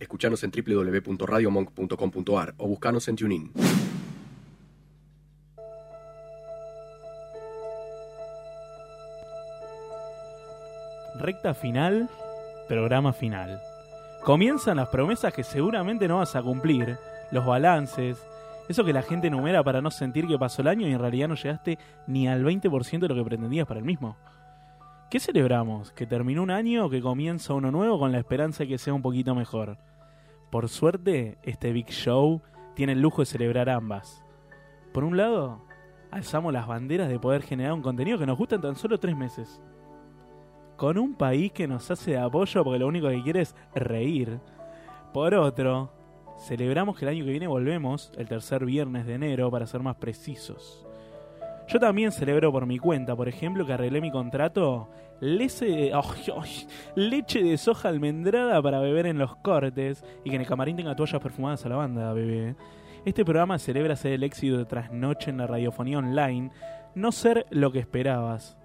Escuchanos en www.radiomonk.com.ar o buscanos en TuneIn. Recta final, programa final. Comienzan las promesas que seguramente no vas a cumplir, los balances, eso que la gente enumera para no sentir que pasó el año y en realidad no llegaste ni al 20% de lo que pretendías para el mismo. ¿Qué celebramos? ¿Que terminó un año o que comienza uno nuevo con la esperanza de que sea un poquito mejor? Por suerte, este Big Show tiene el lujo de celebrar ambas. Por un lado, alzamos las banderas de poder generar un contenido que nos gusta en tan solo tres meses. Con un país que nos hace de apoyo porque lo único que quiere es reír. Por otro, celebramos que el año que viene volvemos, el tercer viernes de enero, para ser más precisos. Yo también celebro por mi cuenta, por ejemplo, que arreglé mi contrato lece- oh, oh, leche de soja almendrada para beber en los cortes y que en el camarín tenga toallas perfumadas a la banda, bebé. Este programa celebra ser el éxito de trasnoche en la radiofonía online, no ser lo que esperabas.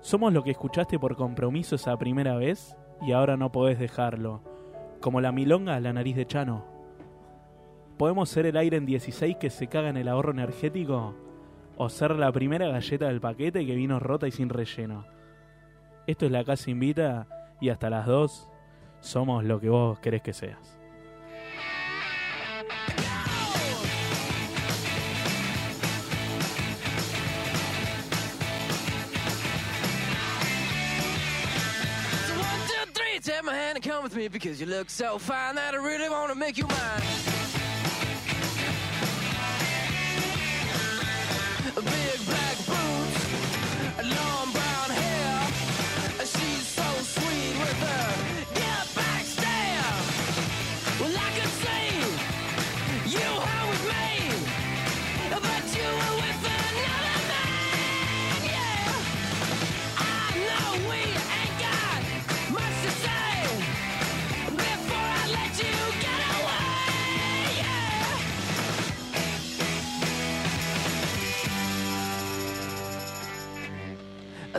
Somos lo que escuchaste por compromiso esa primera vez y ahora no podés dejarlo. Como la milonga a la nariz de Chano. ¿Podemos ser el aire en 16 que se caga en el ahorro energético? o ser la primera galleta del paquete que vino rota y sin relleno. Esto es La Casa Invita y hasta las 2 somos lo que vos querés que seas. So one, two, three, take my hand and come with me because you look so fine that I really want to make you mine. Big black boots, long brown hair. She's so sweet with her get back stare. Well, I could see you were with me, but you were with another man. Yeah. I know we ain't got much to say before I let you get away. Yeah. I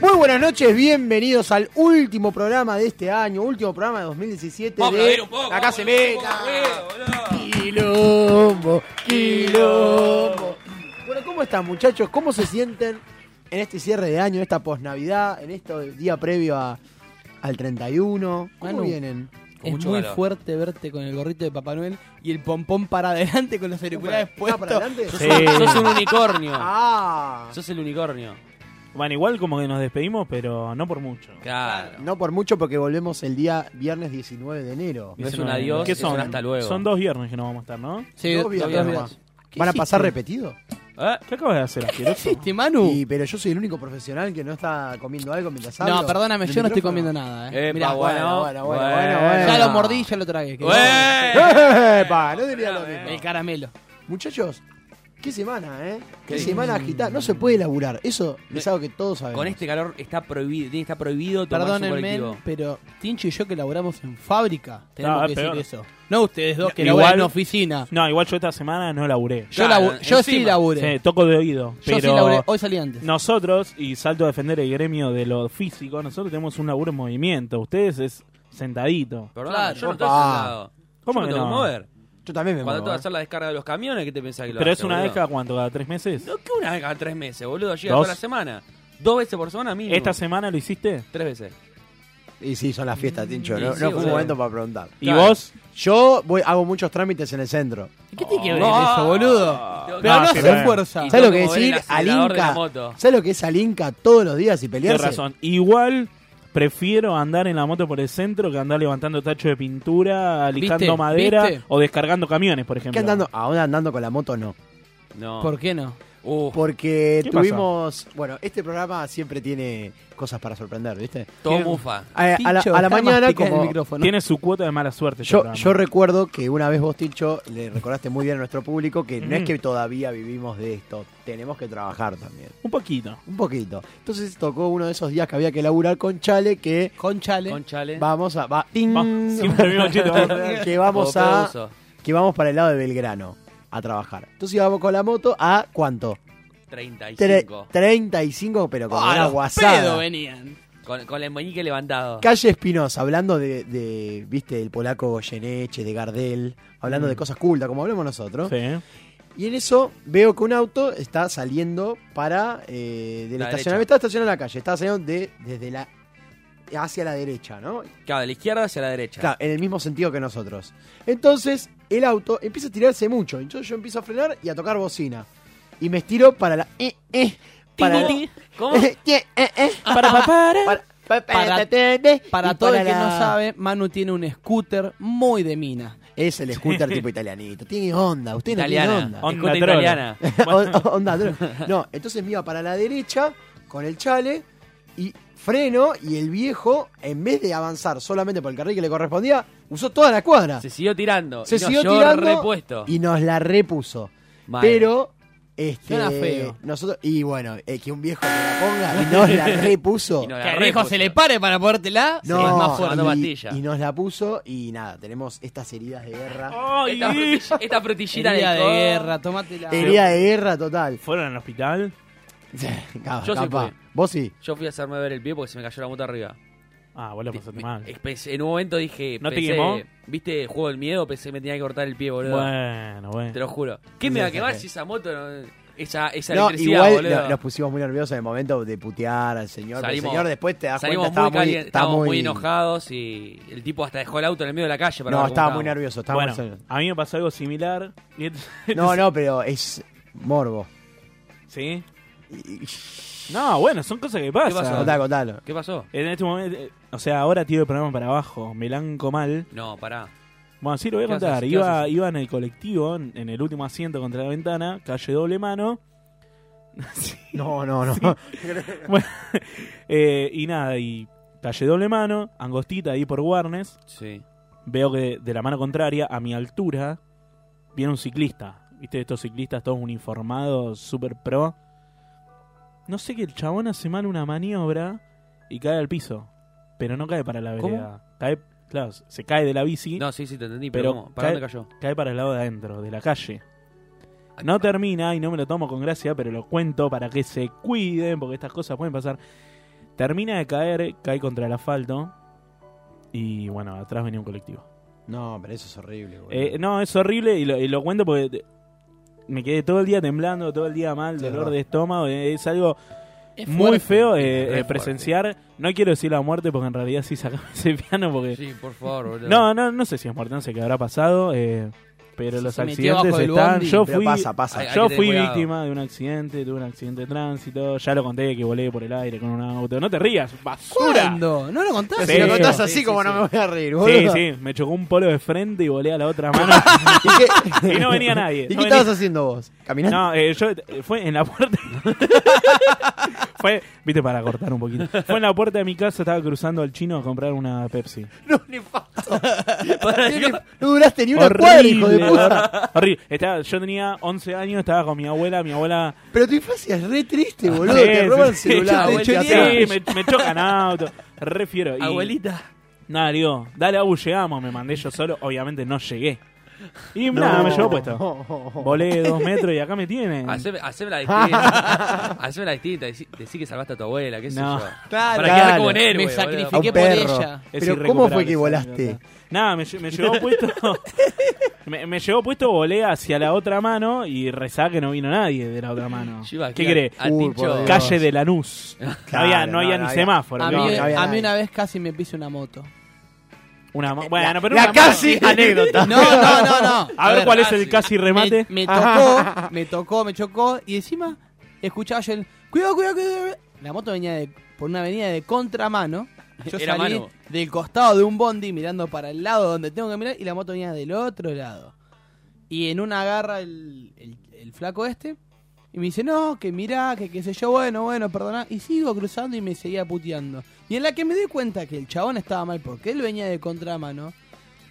Muy buenas noches, bienvenidos al último programa de este año, último programa de 2017 Vamos a de aplaudir un poco, Acá vamos se a aplaudir un meta. poco, boludo. Quilombo, quilombo. Bueno, ¿cómo están muchachos? ¿Cómo se sienten en este cierre de año, en esta posnavidad, en este día previo a- al 31? ¿Cómo Manu. vienen? Es mucho muy calor. fuerte verte con el gorrito de Papá Noel y el pompón para adelante con los auriculares ¿Está Ah, para puestos. adelante? Sos, Sí. un- sos un unicornio. Ah, Sos el unicornio. Van igual como que nos despedimos, pero no por mucho. Claro. no por mucho porque volvemos el día viernes 19 de enero. No es un adiós, ¿Qué es un hasta luego. Son dos viernes que no vamos a estar, ¿no? Sí, Dos viernes dos nomás. viernes. ¿Van a pasar hiciste? repetido? ¿Eh? ¿Qué acabas de hacer, ¿Qué asqueroso? hiciste, Manu? Y, pero yo soy el único profesional que no está comiendo algo mientras hablo. No, perdóname, Del yo no estoy micrófono. comiendo nada. Eh. Epa, Mirá, bueno, bueno, bueno, bueno, bueno. Ya lo mordí, ya lo tragué. que- Bueno. ¡Epa! No diría lo mismo. El caramelo. Muchachos, qué semana, ¿eh? Qué semana agitada. No se puede laburar. Eso es algo que todos sabemos. Con este calor está prohibido, está prohibido tomar un Perdónenme, colectivo. pero Tincho y yo que laburamos en fábrica, tenemos Ah, que es peor. decir eso. No ustedes dos que Igual- laburan en oficina. No, igual yo esta semana no laburé. Yo, Claro, labu- yo sí encima. laburé. Sí, toco de oído. yo sí pero laburé. Hoy salí antes. Nosotros, y salto a defender el gremio de lo físico, nosotros tenemos un laburo en movimiento. Ustedes es sentadito. Perdón, Claro, yo no estoy papá. sentado. yo ¿Cómo me que tengo no? mover. Yo también me Cuando tú vas a muevo, ¿eh? hacer la descarga de los camiones, ¿qué te pensás que lo Pero hace, es una boludo? vez cada cuánto, cada tres meses. No, que una vez cada tres meses, boludo. Llega Dos. toda la semana. Dos veces por semana mínimo. ¿Esta semana lo hiciste? Tres veces. Y sí, son las fiestas, Mm, Tincho. Y sí, No, no fue un boludo. momento para preguntar. ¿Y Claro. vos? Yo voy, hago muchos trámites en el centro. ¿Qué tiene que ver No. eso, boludo? Tengo que- Pero No, no sí, se bueno. esfuerza. Y ¿Sabes lo tengo que mover el decir? Al acelerador de la Inca. moto. ¿Sabes lo que es al Inca todos los días y Tienes pelearse? razón. Igual prefiero andar en la moto por el centro que andar levantando tacho de pintura, alijando ¿Viste? madera ¿Viste? o descargando camiones, por ejemplo. ¿Qué andando? Ahora andando con la moto no. No. ¿Por qué no? Uh, Porque ¿Qué Eh, tuvimos. Bueno, este programa siempre tiene cosas para sorprender, ¿viste? todo mufa. A, a la, Tincho, a la deja de mañana, masticar el como. micrófono. Tiene su cuota de mala suerte. este Yo, programa. yo recuerdo que una vez vos, Tincho, le recordaste muy bien a nuestro público que no es Mm. que todavía vivimos de esto, tenemos que trabajar también. Un poquito. Un poquito. Entonces tocó uno de esos días que había que laburar con Chale que Con Chale. Con chale. vamos a. va- Vamos, siempre el mismo chiste. que vamos Como a. Pedroso. Que vamos para el lado de Belgrano a trabajar. Entonces íbamos con la moto a cuánto? Tre- 35. 35, pero con Ah, una los guasada. pedos venían. Con, con el meñique levantado. Calle Espinosa, hablando de, de, viste, del polaco Goyeneche, de Gardel, hablando de cosas cultas, como hablamos nosotros. Sí, ¿eh? Y en eso veo que un auto está saliendo para eh, del La estacionamiento. Está estacionado en la calle, está saliendo de, desde la hacia la derecha, ¿no? Claro, de la izquierda hacia la derecha. Claro, en el mismo sentido que nosotros. Entonces, el auto empieza a tirarse mucho. Entonces yo empiezo a frenar y a tocar bocina. Y me estiro para la. eh, eh, para ¿Cómo? Para para, para, Para- para, Para y todo el que la- no sabe, Manu tiene un scooter muy de mina. Es el scooter tipo italianito. Tiene onda, usted no tiene Italiana. onda. On- Escuta Onda italiana. On- on- onda, dro- no, entonces me iba para la derecha con el chale y freno y el viejo, en vez de avanzar solamente por el carril que le correspondía, usó toda la cuadra. Se siguió tirando. Se y nos siguió llevó tirando repuesto. y nos la repuso. Mal. Pero, este, Suena feo. nosotros, y bueno, eh, que un viejo me la ponga y nos la repuso. Y nos la Que el re viejo puso. se le pare para ponértela. No, es se más mandó fuerte. y, pastilla. y nos la puso y nada, tenemos estas heridas de guerra. Ay, Esta, frutilla- esta frutillita Herida de alcohol. guerra, tómatela. Herida de guerra total. ¿Fueron al hospital? Capaz, Yo sí capaz. fui. Vos sí. Yo fui a hacerme ver el pie porque se me cayó la moto arriba. Ah, vos la Me- pasaste mal. me- pensé- en un momento dije, ¿No te pensé, quemó? ¿viste Juego del Miedo? Pensé que me tenía que cortar el pie, boludo. Bueno, bueno. Te lo juro. ¿Qué me va a quemar si esa moto no- esa, esa No, electricidad, igual boludo? no- nos pusimos muy nerviosos en el momento de putear al señor. pero el Salimos- señor después te das Salimos cuenta, muy estaba muy, calientes, estaba estábamos muy, muy- enojados y el tipo hasta dejó el auto en el medio de la calle para ver No, cómo estaba muy estábamos. nervioso. estaba Bueno, muy nervioso. a mí me pasó algo similar. Y et- No, no, pero es morbo. ¿Sí? No, bueno, son cosas que pasan. pasó? Contalo, contalo. ¿Qué pasó? En este momento, eh, o sea, ahora tiro el programa para abajo, me lanco mal. No, pará. Bueno, sí, lo voy a ¿Qué contar. haces? ¿Qué iba, haces? iba en el colectivo, en, en el último asiento contra la ventana, calle doble mano. Sí. No, no, no. Bueno, eh, y nada, y calle doble mano, angostita ahí por Warnes. Sí. Veo que de la mano contraria, a mi altura, viene un ciclista. ¿Viste? Estos ciclistas todos uniformados, super pro. No sé que el chabón hace mal una maniobra y cae al piso. Pero no cae para la ¿Cómo? vereda. Cae, claro, se cae de la bici No, sí, sí, te entendí, pero, pero ¿cómo? ¿para cae- dónde cayó? cae para el lado de adentro, de la calle. No termina, y no me lo tomo con gracia, pero lo cuento para que se cuiden, porque estas cosas pueden pasar. Termina de caer, cae contra el asfalto. Y bueno, atrás venía un colectivo. No, pero eso es horrible. boludo. Eh, no, es horrible y lo, y lo cuento porque te- me quedé todo el día temblando, todo el día mal, Sí, dolor verdad. de estómago. eh, Es algo Es muy fuerte. feo eh, es eh, fuerte. presenciar. No quiero decir la muerte porque en realidad sí sacame ese piano porque... Sí, por favor, boludo. No, no, no sé si es muerte, no sé qué habrá pasado. eh, pero Se los metió bajo accidentes del están. bondi, yo Pero fui, pasa, pasa. Ay, hay yo que tener fui cuidado. víctima de un accidente, tuve un accidente de tránsito. Ya lo conté que volé por el aire con un auto. No te rías, basura. ¿Cuándo? ¿No lo contaste? Si lo Sí. contás así, Sí, sí, como sí. no me voy a reír, Sí, boludo. sí, me chocó un polo de frente y volé a la otra mano. ¿Y, qué- y no venía nadie. ¿Y no qué venía- estabas haciendo vos? ¿Caminando? No, eh, yo eh, fue en la puerta. fue, viste, para cortar un poquito. Fue en la puerta de mi casa, estaba cruzando al chino a comprar una Pepsi. No, nefasto. no duraste ni una cuadra, hijo de puta. hor- horrible. Estaba- yo tenía 11 años, estaba con mi abuela, mi abuela Ah, Pero tu infancia es re triste, boludo. Sí, te roban el sí, celular. sí, boludo, sí, te sí, hacen- me, me chocan auto. Refiero. Y, Abuelita. Nada, digo, dale Abu, llegamos. Me mandé yo solo. Obviamente no llegué. Y nada, me llevó puesto. Volé dos metros y acá me tienen. Haceme, haceme la distinta. haceme la distinta. Decí, decí que salvaste a tu abuela, qué sé No. yo. Claro. Para quedar Claro. como un héroe, Me boludo. A un sacrifiqué por perro. ella. Es Pero ¿cómo fue que irrecuperable esa volaste? anécdota. Nada, me, lle- me llevó puesto. me, me llevó puesto, volé hacia la otra mano y rezaba que no vino nadie de la otra mano. Yo iba ¿Qué aquí querés? Al Uy, pincho. por Dios. Calle de Lanús. no había, Claro, no había no, ni no había. semáforo. A no. mí, no había a mí nadie. una vez casi me pise una moto. Una ma- bueno, pero la una casi mano. anécdota. No, no, no, no. A ver cuál es el casi. casi remate. Me, me tocó, me tocó, me chocó. Y encima escuchaba yo el. Cuidado, cuidado, cuidado. La moto venía de, por una avenida de contramano. Yo Era salí mano. del costado de un bondi mirando para el lado donde tengo que mirar. Y la moto venía del otro lado. Y en una agarra el, el- el flaco este. Y me dice, no, que mirá, que qué sé yo, bueno, bueno, perdona. Y sigo cruzando y me seguía puteando. Y en la que me di cuenta que el chabón estaba mal porque él venía de contramano,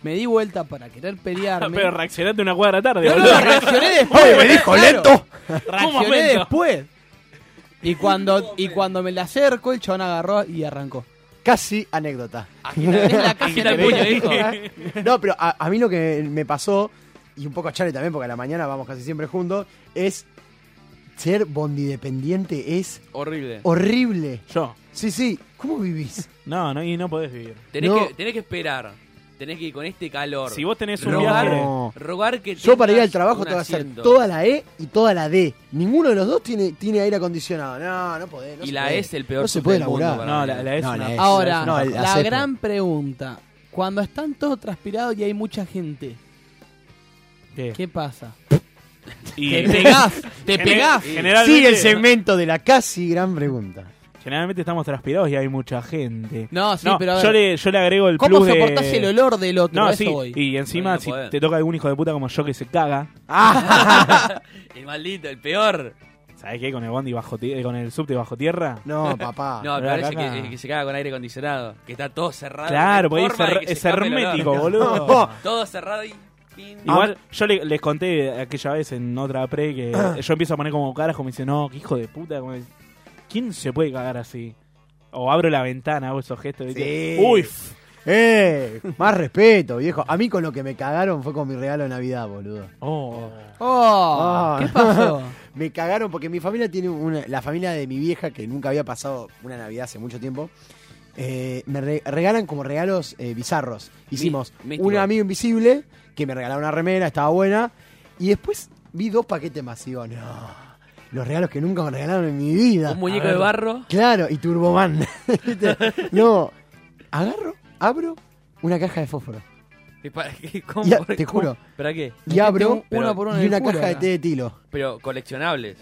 me di vuelta para querer pelearme. Pero reaccionaste una cuadra tarde, No, no, boludo. no, reaccioné después. me dijo claro. lento! Un Reaccioné momento. después. Y cuando, y cuando me la acerco, el chabón agarró y arrancó. Casi anécdota. Ah, Es la casi Gira el puño, dijo. No, pero a, a mí lo que me pasó, y un poco a Charlie también, porque a la mañana vamos casi siempre juntos, es ser bondidependiente es Horrible. horrible. Yo. Sí, sí. ¿Cómo vivís? No, no, y no podés vivir. Tenés, No. que, tenés que esperar. Tenés que ir con este calor. Si vos tenés un No. viaje. No. Rogar que Yo para ir tengas al trabajo un te voy a hacer asiento. toda la E y toda la D. Ninguno de los dos tiene, tiene aire acondicionado. No, no podés. no Y se la puede. E es el peor No se sur puede del mundo laburar. para No, mí. la, la es No, una- la E es. Ahora, No, el la acepo. gran pregunta. Cuando están todos transpirados y hay mucha gente, ¿Qué? ¿qué pasa? Y- Te pegás, te Gener- pegás. Generalmente, Sigue el segmento de la casi gran pregunta. Generalmente estamos transpirados y hay mucha gente. No, sí, pero a ver, yo, le, yo le agrego el ¿cómo plus de... soportás el olor del otro? No, A eso sí, voy. y encima No si podés. te toca algún hijo de puta como yo que se caga, Ah. el maldito, el peor. ¿sabes qué? Con el bondi bajo tie- eh, con el subte bajo tierra. No, papá. No, el pero peor es el acá- que, el que se caga con aire acondicionado. Que está todo cerrado. claro, no hay porque es, forma de her- que se es escape el olor. hermético, No. boludo. Todo cerrado y... pin. Igual, yo le- les conté aquella vez en otra pre que yo empiezo a poner como caras como diciendo, no, qué hijo de puta. como es- ¿Quién se puede cagar así? O abro la ventana, hago esos gestos. ¿viste? Sí. Uy, f- Eh, más respeto, viejo. A mí con lo que me cagaron fue con mi regalo de Navidad, boludo. oh. Oh, Ah. ¿Qué pasó? Me cagaron porque mi familia tiene una. La familia de mi vieja, que nunca había pasado una Navidad hace mucho tiempo, eh, me re- regalan como regalos eh, bizarros. Hicimos Mi- místico. un amigo invisible, que me regalaba una remera, estaba buena. Y después vi dos paquetes masivos. No, los regalos que nunca me regalaron en mi vida. Un muñeco de barro. Claro, y Turboman. ¿Viste? no, agarro, abro una caja de fósforo. ¿Y para qué? ¿Cómo? Ya, ¿Por te qué? juro. ¿Para qué? Y abro Metete uno por uno en y el una culo, caja de acá. té de tilo. Pero coleccionables.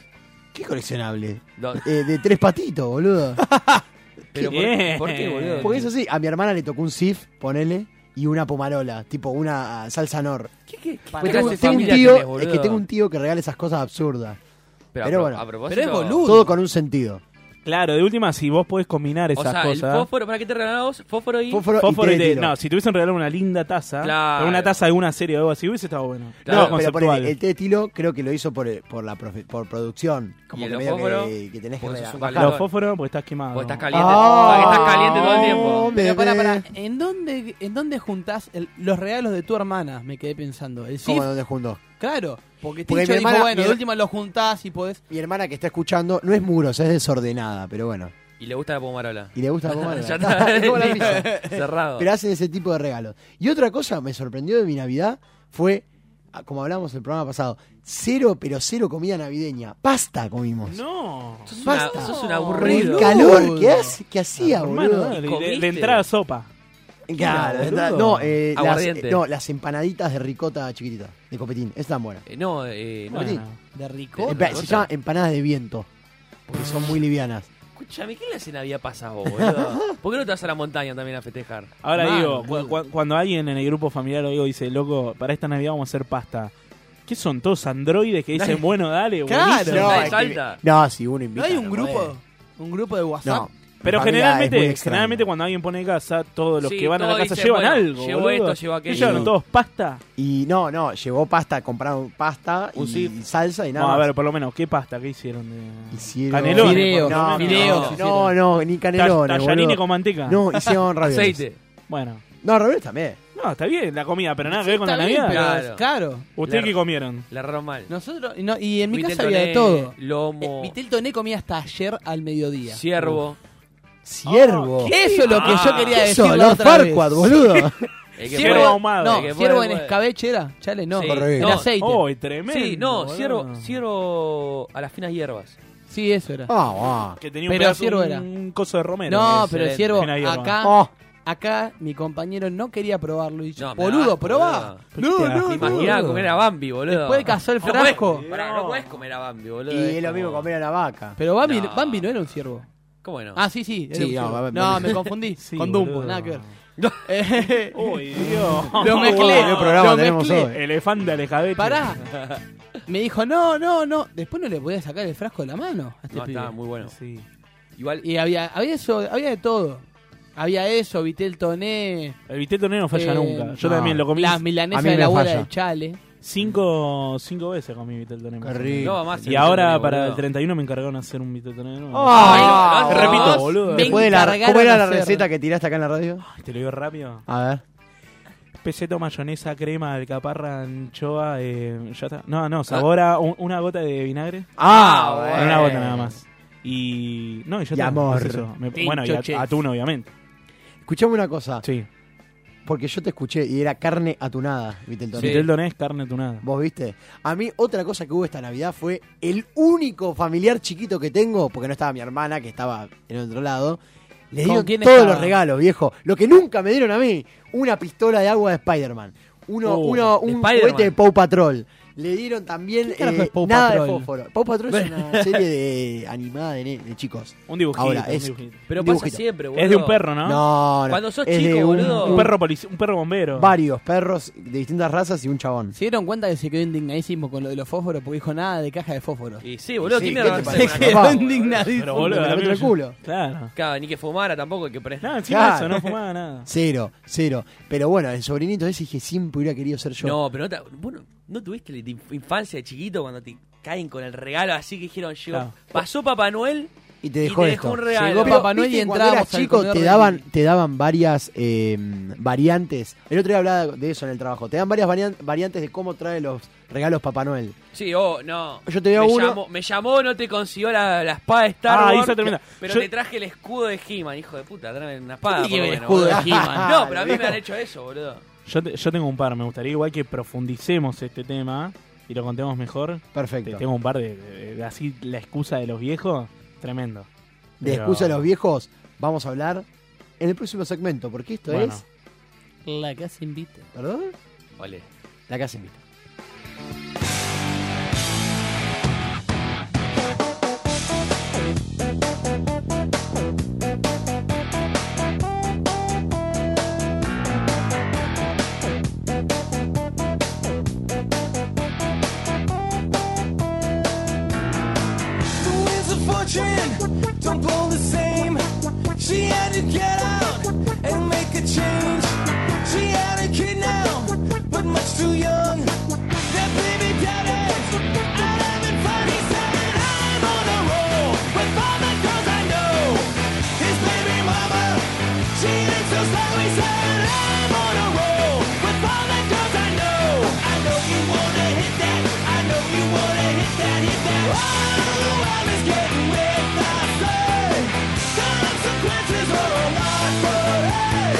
¿Qué coleccionable? No, Eh, de tres patitos, boludo. pero por, Bien. por qué, boludo? Porque eso sí, a mi hermana le tocó un sif, ponele, y una pomarola, tipo una ah, salsa nor. ¿Qué, qué? ¿Qué Porque clase tengo, de tengo un familia tío, tenés, es boludo? que tengo un tío que regala esas cosas absurdas. Pero, pero a, pro- bueno. a propósito... Pero es boludo. Todo con un sentido. Claro, de última, si vos podés combinar O esas sea, el cosas. fósforo... ¿Para qué te regalabas? vos? Fósforo y... Fósforo, Fósforo y té de té. tilo. No, si te hubiesen regalado una linda taza, Claro. pero una taza de una serie o algo así, hubiese estado bueno. Claro, Algo No, pero conceptual. ponele, el té de tilo creo que lo hizo por, el- por la profe- por producción. Como ¿Y que los medio fósforos? que, que tenés que Porque sos regalar. un Bajar. calor. Los fósforos, porque estás quemado. Porque estás caliente. Ah. porque estás caliente todo el tiempo. Pero pará, bebé. pará, ¿en dónde, en dónde juntás el- los regalos de tu hermana? Me quedé pensando. El ¿Cómo CIF, donde juntó? claro. Porque, Porque Tincho mi dijo, hermana- bueno, mi- de última los juntás y podés. Mi hermana que está escuchando no es muros, es desordenada, pero bueno. Y le gusta la pomarola. Y le gusta la pomarola. Ya está. Es como la misa. Cerrado. Pero hacen ese tipo de regalos. Y otra cosa me sorprendió de mi Navidad fue, ah, como hablamos el programa pasado, cero, pero cero comida navideña. Pasta comimos. No. Sos una- Basta. sos un Por el aburrido. calor que, hace- que hacía, Hermano, boludo. dale, de- de, ¿Comiste? entrada sopa. Claro, boludo. está- no, eh, las, Aguardiente. no, las empanaditas de ricota chiquitita, de copetín, es tan buena. Eh, No, eh, no. Bueno. De rico. Otra se cosa. llaman empanadas de viento, porque son muy livianas. Escúchame, ¿qué le hacen a Vía Pasa vos, boludo? ¿Por qué no te vas a la montaña también a festejar? Ahora Mano, digo, cu- cu- cuando alguien en el grupo familiar lo digo dice, loco, para esta Navidad vamos a hacer pasta. ¿Qué son todos androides que dicen, Dale. bueno, dale, Claro. buenísimo? No, No, Nadie es salta. No, si uno invita. ¿No hay un grupo? podés. ¿Un grupo de WhatsApp? No. Pero mi familia es muy generalmente, extraña. generalmente cuando alguien pone casa, todos los Sí, que van a la todos casa dicen, llevan bueno, algo. llevo boludo. esto, llevo aquello. ¿Y llevaron todos pasta? Y no, no, llevó pasta, compraron pasta Un y, zip. salsa y nada. No, a más. ver, por lo menos, ¿qué pasta? ¿Qué hicieron? Eh, De... Hicieron Canelones, Fideos, por lo No, menos. fideos. no, no, no, ni Ta- canelones, Tallarines boludo. con manteca. No, hicieron ravioles. Aceite. Bueno. No, ravioles también. No, está bien la comida, pero nada que ver con Está la bien, Navidad. pero- Claro. claro. ¿Ustedes La- qué comieron? La erraron mal. Nosotros, y no, y en mi Vitel casa había toné, de todo. Lomo. Eh, Vitel Toné comía hasta ayer al mediodía. Ciervo. Ciervo. Oh, Eso es lo que Ah. yo quería ¿Qué sos, decir. Lord Farquaad, boludo? El que Ciervo puede- ahumado. el que No, ciervo puede, en puede. escabeche era. Chale, no. Sí. En No. aceite. Oh, tremendo. Sí, no, boludo. ciervo, ciervo a las finas hierbas. Sí, eso era. Ah, ah. Que tenía un, Pero pedazo, ciervo un, era. un coso de romero. Ah. No, pero Excelente. el ciervo, Fina hierba. acá, Oh, acá mi compañero no quería probarlo. Y yo, No, me da, boludo, probá. boludo. No, no, Me imaginaba comer a Bambi, boludo. Después cazó el No podés- frasco. pará, no podés comer a Bambi, boludo. y es lo como- mismo comer a la vaca. Pero Bambi No. no. Bambi no era un ciervo. ¿Cómo no? Ah, sí, sí. era Sí, un no, ciervo. no, Bambi- me confundí. Sí, con Dumbo, boludo. nada que ver. Eh, Uy, Dios. lo qué mezclé. programa lo tenemos mezclé. hoy. Elefante al escabeche. Pará. me dijo, no, no, no. Después no le podía sacar el frasco de la mano a este No, pibe. estaba muy bueno. Sí. Igual, Y había, había eso, había de todo. Había eso, Vitel Toné. El Viteto Nero no falla eh, nunca. Yo no. también lo comí Las A milanesas mí de me la abuela falla. del Chale. Cinco, cinco veces comí Viteto Nero. Qué rico. no va más. Y el ahora torneo, para el boludo. 31 me encargaron hacer un Viteto Nero. Ah, Ay, no, no, repito, vos boludo. me Después de la- encargaron ¿Cómo era la hacer. receta que tiraste acá en la radio? Ay, Te lo digo rápido. A ver. Peseto, mayonesa, crema, alcaparra, anchoa, eh, ya está. No, no, sabor a un- una gota de vinagre. Ah, bueno. Una gota nada más. Y. No, y ya Y está, amor. es eso. Me- Tincho bueno, y chef. a- atún, obviamente. Escuchame una cosa, Sí. porque yo te escuché y era carne atunada, Vitel Toné. Vitel Doné es carne atunada. ¿Vos viste? A mí otra cosa que hubo esta Navidad fue el único familiar chiquito que tengo, porque no estaba mi hermana, que estaba en otro lado. Le ¿Con dieron quién todos estaba? los regalos, viejo. Lo que nunca me dieron a mí, una pistola de agua de Spider-Man. Uno, Uh, Oh, uno, de un Spider-Man. cohete de Paw Patrol. Le dieron también ¿Qué carajo eh, es Paw nada de Patrol? fósforo. Paw Patrol es una serie de animada de, ne- de chicos. Un dibujito. Ahora, un es- dibujito. Pero Un pasa dibujito. siempre, boludo. Es de un perro, ¿no? No, no. Cuando sos es chico, de un- boludo. un Un perro, polici- un perro bombero. Varios perros de distintas razas y un chabón. Se dieron cuenta que se quedó indignadísimo con lo de los fósforos porque dijo nada de caja de fósforos. Y sí, boludo, Sí, tiene ¿qué te razón. parece? una Se quedó cosa, indignadísimo. Pero boludo, Me a mí metió el me- culo. Claro. Claro, ni que fumara tampoco, que pre... No, encima Claro. eso, no fumaba nada. Cero, cero. Pero bueno, el sobrinito ese dije siempre hubiera querido ser yo. No, pero no, te- vos no- ¿no tuviste la inf- infancia de chiquito cuando te caen con el regalo así que dijeron, llegó, Claro. pasó Papá Noel y te dejó y te esto. dejó un regalo. Llegó Pero, Papá Noel ¿viste y cuando entrábamos eras al chico, comedor te de daban, Disney? te daban varias eh, variantes. El otro día hablaba de eso en el trabajo. Te dan varias varian- variantes de cómo trae los regalos Papá Noel. Sí, oh, no. Yo te veo me uno. Llamó, me llamó, no te consiguió la, la espada de Star Ah, ahí Wars. se termina. Pero Yo- te traje el escudo de He-Man, hijo de puta. Tráeme una espada. ¿Qué tiene por que ver lo el menos, escudo de boludo. He-Man? No, pero a mí me Viejo. han hecho eso, boludo. Yo, te- yo tengo un par, me gustaría igual que profundicemos este tema y lo contemos mejor. Te- Perfecto. Tengo un par de, de- de- así la excusa de los viejos, tremendo. De Pero- excusa de los viejos, vamos a hablar en el próximo segmento. Porque esto Bueno. es. La casa invita. ¿Perdón? Vale. La casa invita. The winds of fortune don't blow the same. She had to get out and make a change. She had a kid now, but much too young. That baby daddy's out having fun. He said, I'm on a roll with all the girls I know. His baby mama, she acts so slow. He said, I'm on a roll with all the girls I know. I know you wanna hit that. I know you wanna hit that. Hit that. Oh, I was getting with the sun. Consequences are a lot, but hey,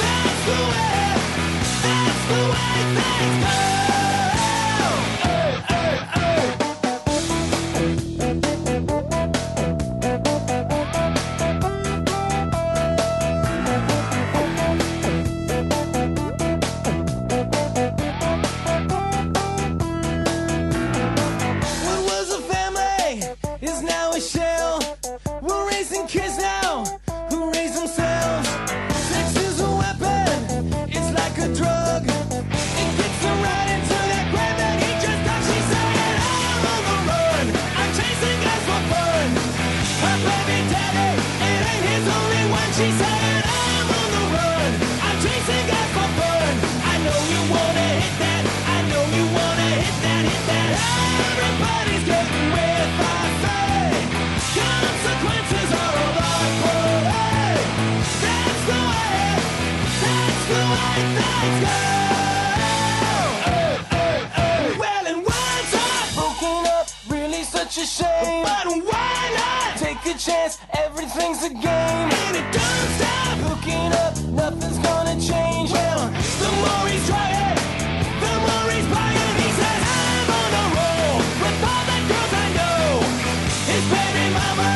that's the way. That's the way things go. Hey, hey, hey. What was a family is now a shell. We're raising kids now who raise themselves. Sex is a weapon, it's like a drug. It gets them right into that grave that he just dug. She said, I'm on the run. I'm chasing guys for fun. My baby daddy, it ain't his only one. She said, I'm on the run. I'm chasing guys for fun. I know you wanna hit that. I know you wanna hit that. Hit that. Everybody's getting with I say. Consequences are a lot, but hey, that's the way. That's the way things go. Hey, hey, hey. Well, and once I'm broken up, really such a shame. But why not take a chance? Everything's a game, and it don't stop. Looking up, nothing's gonna change. Well, the more he's trying, the more he's buying. He says I'm on a roll with all the girls I know. His baby mama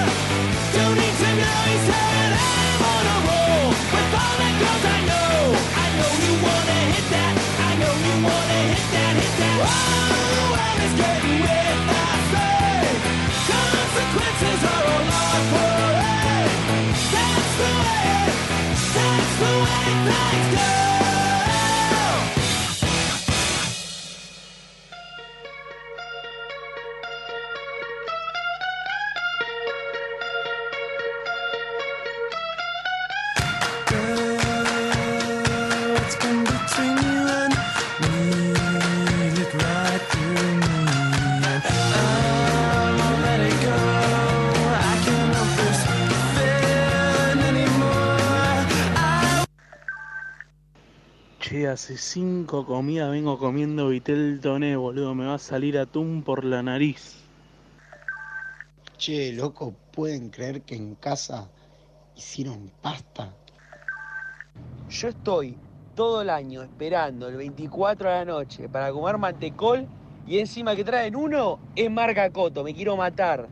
don't need to know. He said I'm on a roll with all the girls I know. I know you wanna hit that. I know you wanna hit that. Hit that. Oh, I was getting with I say consequences are all up for it. That's the way. That's the way things go. that's been between you and me. Look right through me. I won't let it go. I can't help this feeling anymore. Che, hace cinco comidas vengo comiendo vitel toné, boludo. Me va a salir atún por la nariz. Che, loco, ¿pueden creer que en casa hicieron pasta? Yo estoy todo el año esperando el 24 de la noche para comer mantecol y encima que traen uno es marca Coto, me quiero matar.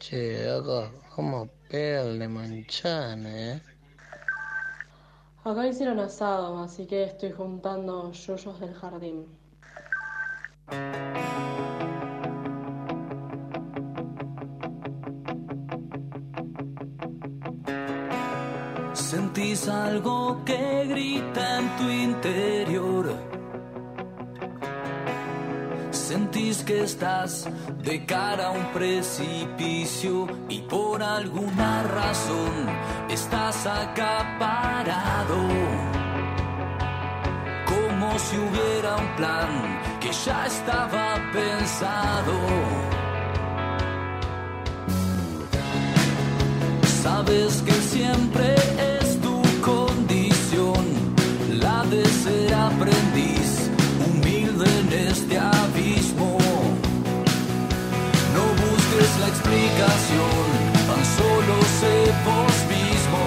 Che, loco, ¿cómo perle manchana, eh? Acá hicieron asado, así que estoy juntando yoyos del jardín. Sentís algo que grita en tu interior. Sentís que estás de cara a un precipicio y por alguna razón estás acaparado. Como si hubiera un plan que ya estaba pensado. Sabes que siempre es tu condición, la de ser aprendiz, humilde en este abismo. No busques la explicación, tan solo sé vos mismo.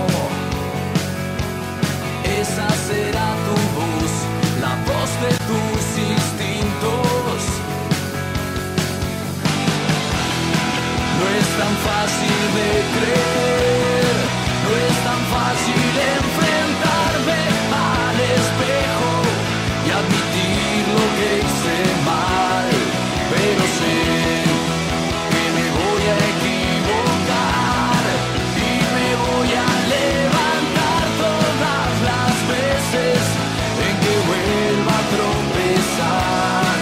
Esa será tu voz, la voz de tus instintos. No es tan fácil de creer, no es tan fácil enfrentarme al espejo y admitir lo que hice mal, pero sé que me voy a equivocar y me voy a levantar todas las veces en que vuelva a tropezar.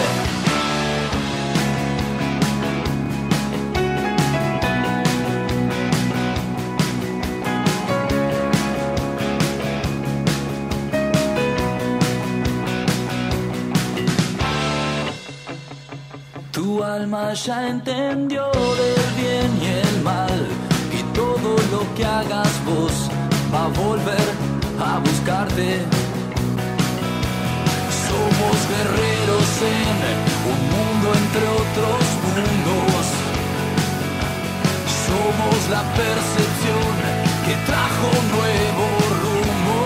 Tu alma ya entendió el bien y el mal y todo lo que hagas vos va a volver a buscarte. Somos guerreros en un mundo entre otros mundos. Somos la percepción que trajo un nuevo rumbo.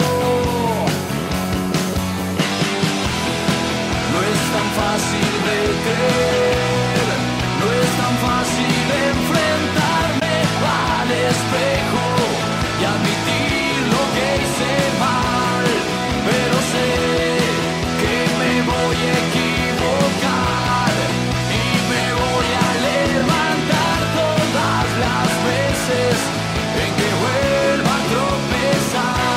No es tan fácil de creer, no es tan fácil enfrentarme al espejo y admitir lo que hice mal, pero sé que me voy a equivocar y me voy a levantar todas las veces en que vuelva a tropezar.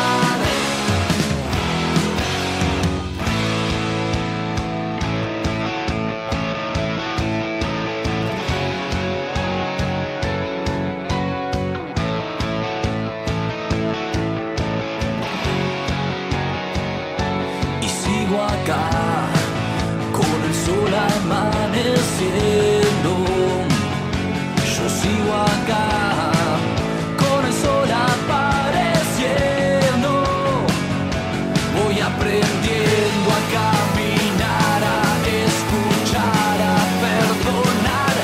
y sigo acá con el sol amaneciendo. Yo sigo acá con el sol apareciendo. Voy aprendiendo a caminar, a escuchar, a perdonar,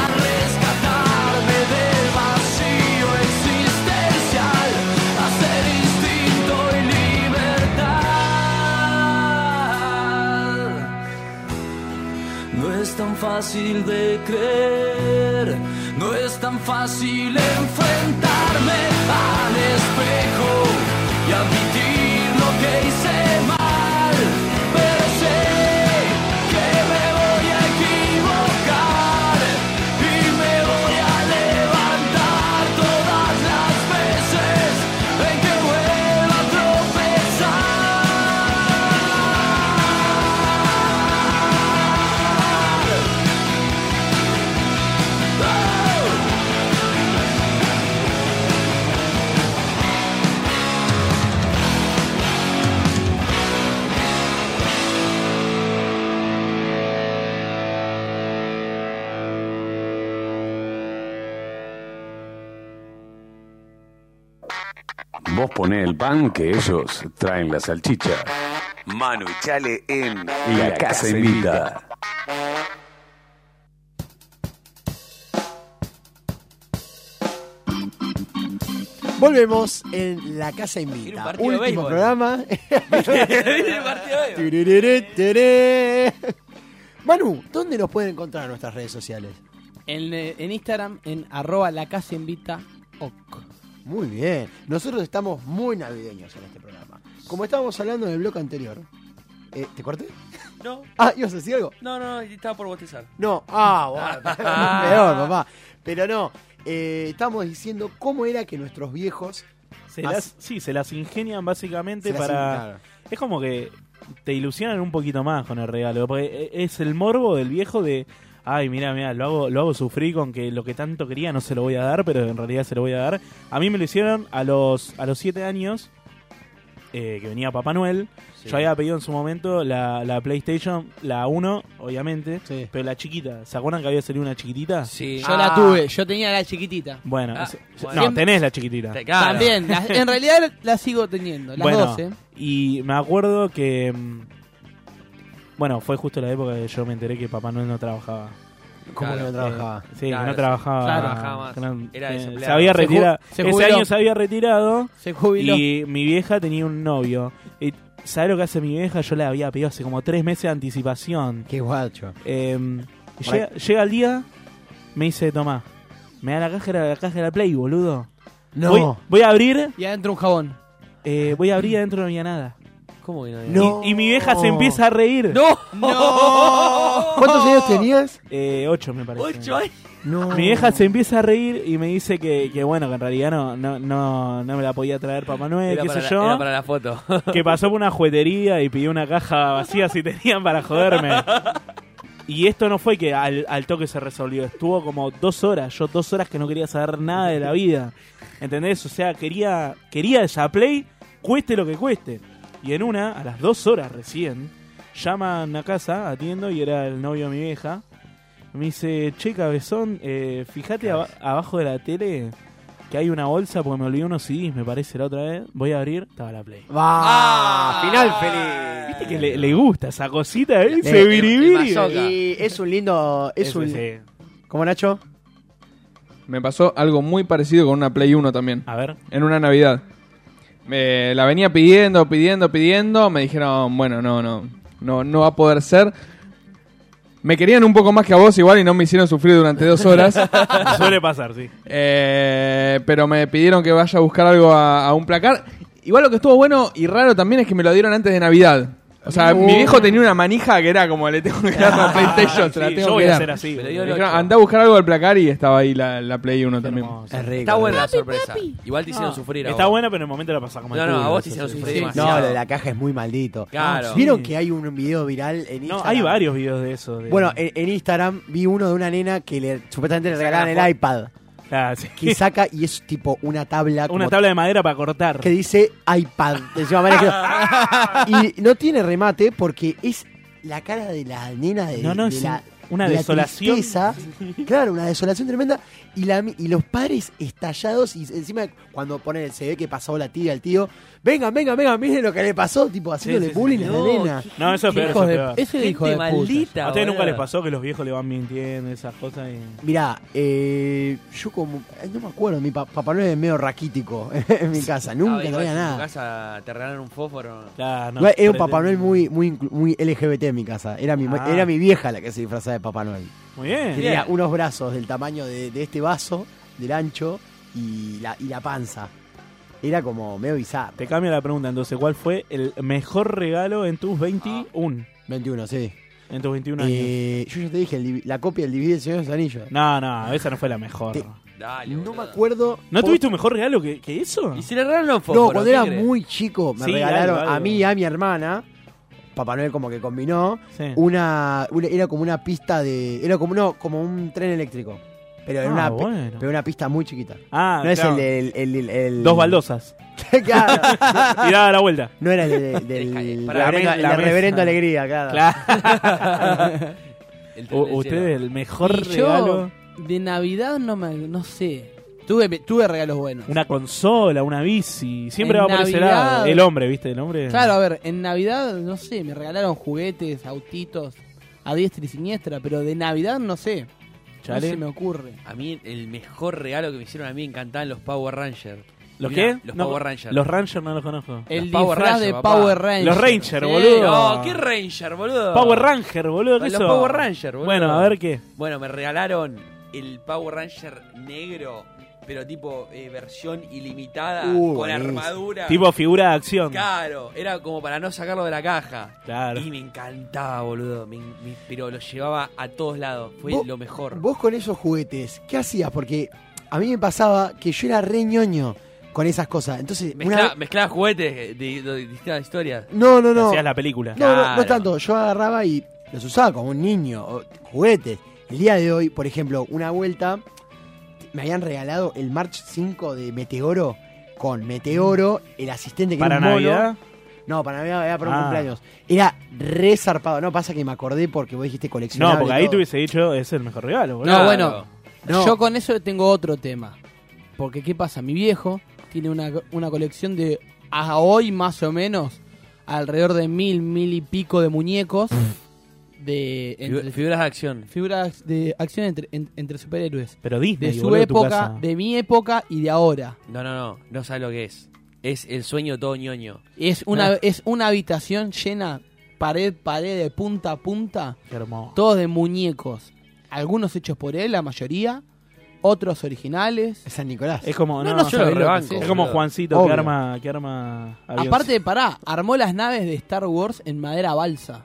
a rescatarme del vacío existencial, a ser instinto y libertad. No es tan fácil de creer, no es tan fácil enfrentarme al espejo y admitir lo que hice mal. Pero sé que me voy a equivocar y me voy a levantar todas las veces en que vuelva a tropezar. Vos poné el pan que ellos traen la salchicha. Manu y Chale en La Casa Invita. Volvemos en La Casa Invita. partido de Último béisbol. programa. Viene el partido de hoy. Tururú, turé. Manu, ¿dónde nos pueden encontrar en nuestras redes sociales? En, eh, en Instagram, en arroba la casa invita ok. Muy bien. Nosotros estamos muy navideños en este programa. Como estábamos hablando en el bloque anterior. Eh, ¿Te corté? No, Ah, ¿ibas a decir algo? no, no, estaba por bostezar. No, ah, bueno, peor, papá. Pero no, eh, estamos diciendo cómo era que nuestros viejos. Se As- Ah, las, sí, se las ingenian básicamente se las para... inventaron. Es como que te ilusionan un poquito más con el regalo. Porque e- es el morbo del viejo de. Ay, mira, mira, lo hago, lo hago sufrir con que lo que tanto quería no se lo voy a dar, pero en realidad se lo voy a dar. A mí me lo hicieron a los a los siete años, eh, que venía Papá Noel. Yo había pedido en su momento la, la PlayStation, la 1, obviamente, Sí. pero la chiquita. ¿Se acuerdan que había salido una chiquitita? Sí. Yo Ah, la tuve, yo tenía la chiquitita. Bueno, Ah, es- bueno. no, tenés la chiquitita. te- claro. También, la- en realidad la sigo teniendo, las Bueno, 12. Y me acuerdo que. mm, Bueno, fue justo la época que yo me enteré que Papá Noel no trabajaba. eh, ¿Cómo Claro, que no trabajaba? Sí, que Claro, no trabajaba. claro, trabajaba más. que no- Era eh, desempleado. se había Se ju- retirado. se ese jubiló. año se había retirado Se jubiló. y mi vieja tenía un novio. Y, ¿Sabes lo que hace mi vieja? Yo le había pedido hace como tres meses de anticipación. Qué guacho. Em, llega, llega el día, me dice, tomá, me da la caja, de la- la caja de la Play, boludo. No, Voy, voy a abrir, Y adentro un jabón. eh, voy a abrir y adentro no había nada. ¿Cómo que no? había? no. Y, y mi vieja se empieza a reír. ¡No! ¿Cuántos años tenías? Eh, ocho me parece. Ocho años. No. Mi vieja se empieza a reír y me dice que, que bueno, que en realidad no, no, no, no me la podía traer Papá Noel, Era qué sé para, la, yo. era para la foto. Que pasó por una juguetería y pidió una caja vacía si tenían para joderme. Y esto no fue que al, al toque se resolvió, estuvo como dos horas, yo dos horas que no quería saber nada de la vida. ¿Entendés? O sea, quería, quería esa play, cueste lo que cueste. Y en una, a las dos horas recién, llaman a casa, atiendo y era el novio de mi vieja. Me dice, che, cabezón, eh, fíjate aba- abajo de la tele que hay una bolsa porque me olvidé unos CDs, me parece, la otra vez. Voy a abrir, estaba la play. Ah, Va, final feliz. Viste que Eh, le, le gusta esa cosita, ¿eh? el- Ese el biribiri. mazo- Y es un lindo. Es Ese un, sí. ¿Cómo Nacho? Me pasó algo muy parecido con una Play 1 también. A ver, En una Navidad. Me la venía pidiendo, pidiendo, pidiendo. Me dijeron, bueno, no, no. No, no va a poder ser. Me querían un poco más que a vos igual y no me hicieron sufrir durante dos horas. suele pasar, sí. Eh, pero me pidieron que vaya a buscar algo a, a un placar. Igual lo que estuvo bueno y raro también es que me lo dieron antes de Navidad. O sea, mi viejo tenía una manija que era como le tengo que dar la PlayStation, se la Sí, tengo yo voy que a dar. hacer así. Me lo boludo. dio Me el dijeron, ocho. andá a buscar algo al placar y estaba ahí la, la Play 1 también. Hermoso. Es rico. Está buena la sorpresa. Igual te hicieron No, sufrir a Está vos. buena, pero en el momento la pasás como el No, no, culo, a vos te eso hicieron sí. sufrir sí. No, demasiado. lo de la caja es muy maldito. Ah, Claro. ¿Vieron que hay un video viral en Instagram? No, hay varios videos de eso. de- Bueno, en, en Instagram vi uno de una nena que le, supuestamente le Saca la regalaban foto. el iPad. Ah, sí. Que saca y es tipo una tabla. eh, como Una tabla de madera para cortar. que dice iPad. Encima me la escribo. y no tiene remate porque es la cara de la nena de, No, no, de es la, una de la desolación. tristeza. Claro, una desolación tremenda. Y, la, mi- y los padres estallados. Y encima, cuando ponen, se ve que pasó la tía, el tío. Venga, venga, venga, miren lo que le pasó. Tipo, haciéndole sí, sí. bullying a la No, nena. No, eso es peor, eso Hijos es de- peor. ese hijo de Gente puta. maldita. A ustedes nunca les boludo. pasó que los viejos le van mintiendo esas cosas. y- Mirá, eh, yo como. ay, No me acuerdo, mi pa- papá Noel es medio raquítico en mi casa. Ah, Nunca igual traía si en tu nada. casa te regalaron un fósforo. Claro, no, Igual era un pretende- Papá Noel muy, muy, inclu- muy LGBT en mi casa. Era mi, ma- Ah. era mi vieja la que se disfrazaba de Papá Noel. Muy bien. Tenía unos brazos del tamaño de, de este vaso, del ancho, y la, y la panza. Era como medio bizarro. Te cambia la pregunta, entonces, ¿cuál fue el mejor regalo en tus 21? 21, sí. En tus 21 años. Eh, yo ya te dije, el divi- la copia del DVD del Señor de los Anillos. No, no, esa no fue la mejor. Te- Dale. No me boludo. acuerdo. ¿No por- tuviste un mejor regalo que, que eso? ¿Y si le regalaron un fósforo? No, cuando ¿qué era crees? muy chico, me Sí, regalaron algo, a algo. mí y a mi hermana. Papá Noel como que combinó. Sí. Una, una- Era como una pista de. Era como, no, como un tren eléctrico. Pero era Ah, una, pe- bueno. pero una pista muy chiquita. Ah, No es claro. el del. el- el- el- Dos baldosas. Claro, Y daba la vuelta. No era el del. del- Para del la reverendo, mesa, el la de mesa. Reverendo Alegría, claro. El tren U- del Usted cielo. el mejor Y regalo. yo de Navidad no me no sé. Tuve, tuve regalos buenos. Una consola, una bici. Siempre En va por ese Navidad- lado. El hombre, ¿viste? El hombre. Claro, a ver, en Navidad, no sé, me regalaron juguetes, autitos, a diestra y siniestra, pero de Navidad no sé. No Chale. se me ocurre. A mí el mejor regalo que me hicieron a mí me encantaban los Power Rangers. ¿Los Mirá, qué? Los No, Power Rangers. Los Rangers no los conozco. El Los disfraz de papá. Power Ranger. Los Rangers, Sí, boludo. no, ¿qué Ranger, boludo? Power Ranger, boludo. ¿qué Los sos? Power Ranger, boludo. Bueno, a ver qué. Bueno, me regalaron el Power Ranger negro, pero tipo eh, versión ilimitada, Uh, con buenísimo. armadura. Tipo figura de acción. Claro, era como para no sacarlo de la caja. Claro. Y me encantaba, boludo. me- me- pero lo llevaba a todos lados. Fue Vos- lo mejor. Vos con esos juguetes, ¿qué hacías? Porque a mí me pasaba que yo era re ñoño con esas cosas. Entonces, una Mezcla- vez- Mezclaba juguetes de, de- de distintas historias. No, no, no. Hacías No, no, no tanto. Yo agarraba y los usaba como un niño, o- juguetes. El día de hoy, por ejemplo, una vuelta, me habían regalado el March 5 de Meteoro con Meteoro, el asistente que ¿Para era un mono. Navidad? No, para Navidad era para un Ah. cumpleaños. Era re zarpado. No pasa que me acordé porque vos dijiste coleccionar. No, porque ahí te hubiese dicho, es el mejor regalo, boludo. No, bueno, yo con eso tengo otro tema. Porque, ¿qué pasa? Mi viejo tiene una, una colección de, a hoy más o menos, alrededor de mil, mil y pico de muñecos. De, entre- figuras de acción. Figuras de acción entre, en- entre superhéroes. Pero Disney, De su boludo, tu época, casa. de mi época y de ahora. No, no, no. No sabes lo que es. Es el sueño de todo ñoño. Es una, No. es una habitación llena, pared, pared, de punta a punta, Qué hermoso. todos de muñecos. Algunos hechos por él, la mayoría. Otros originales. San Nicolás. Oh, Es como, no, sabés lo que es eso. es como Juancito que Obvio. arma, que arma aviones. Aparte, pará, armó las naves de Star Wars en madera balsa.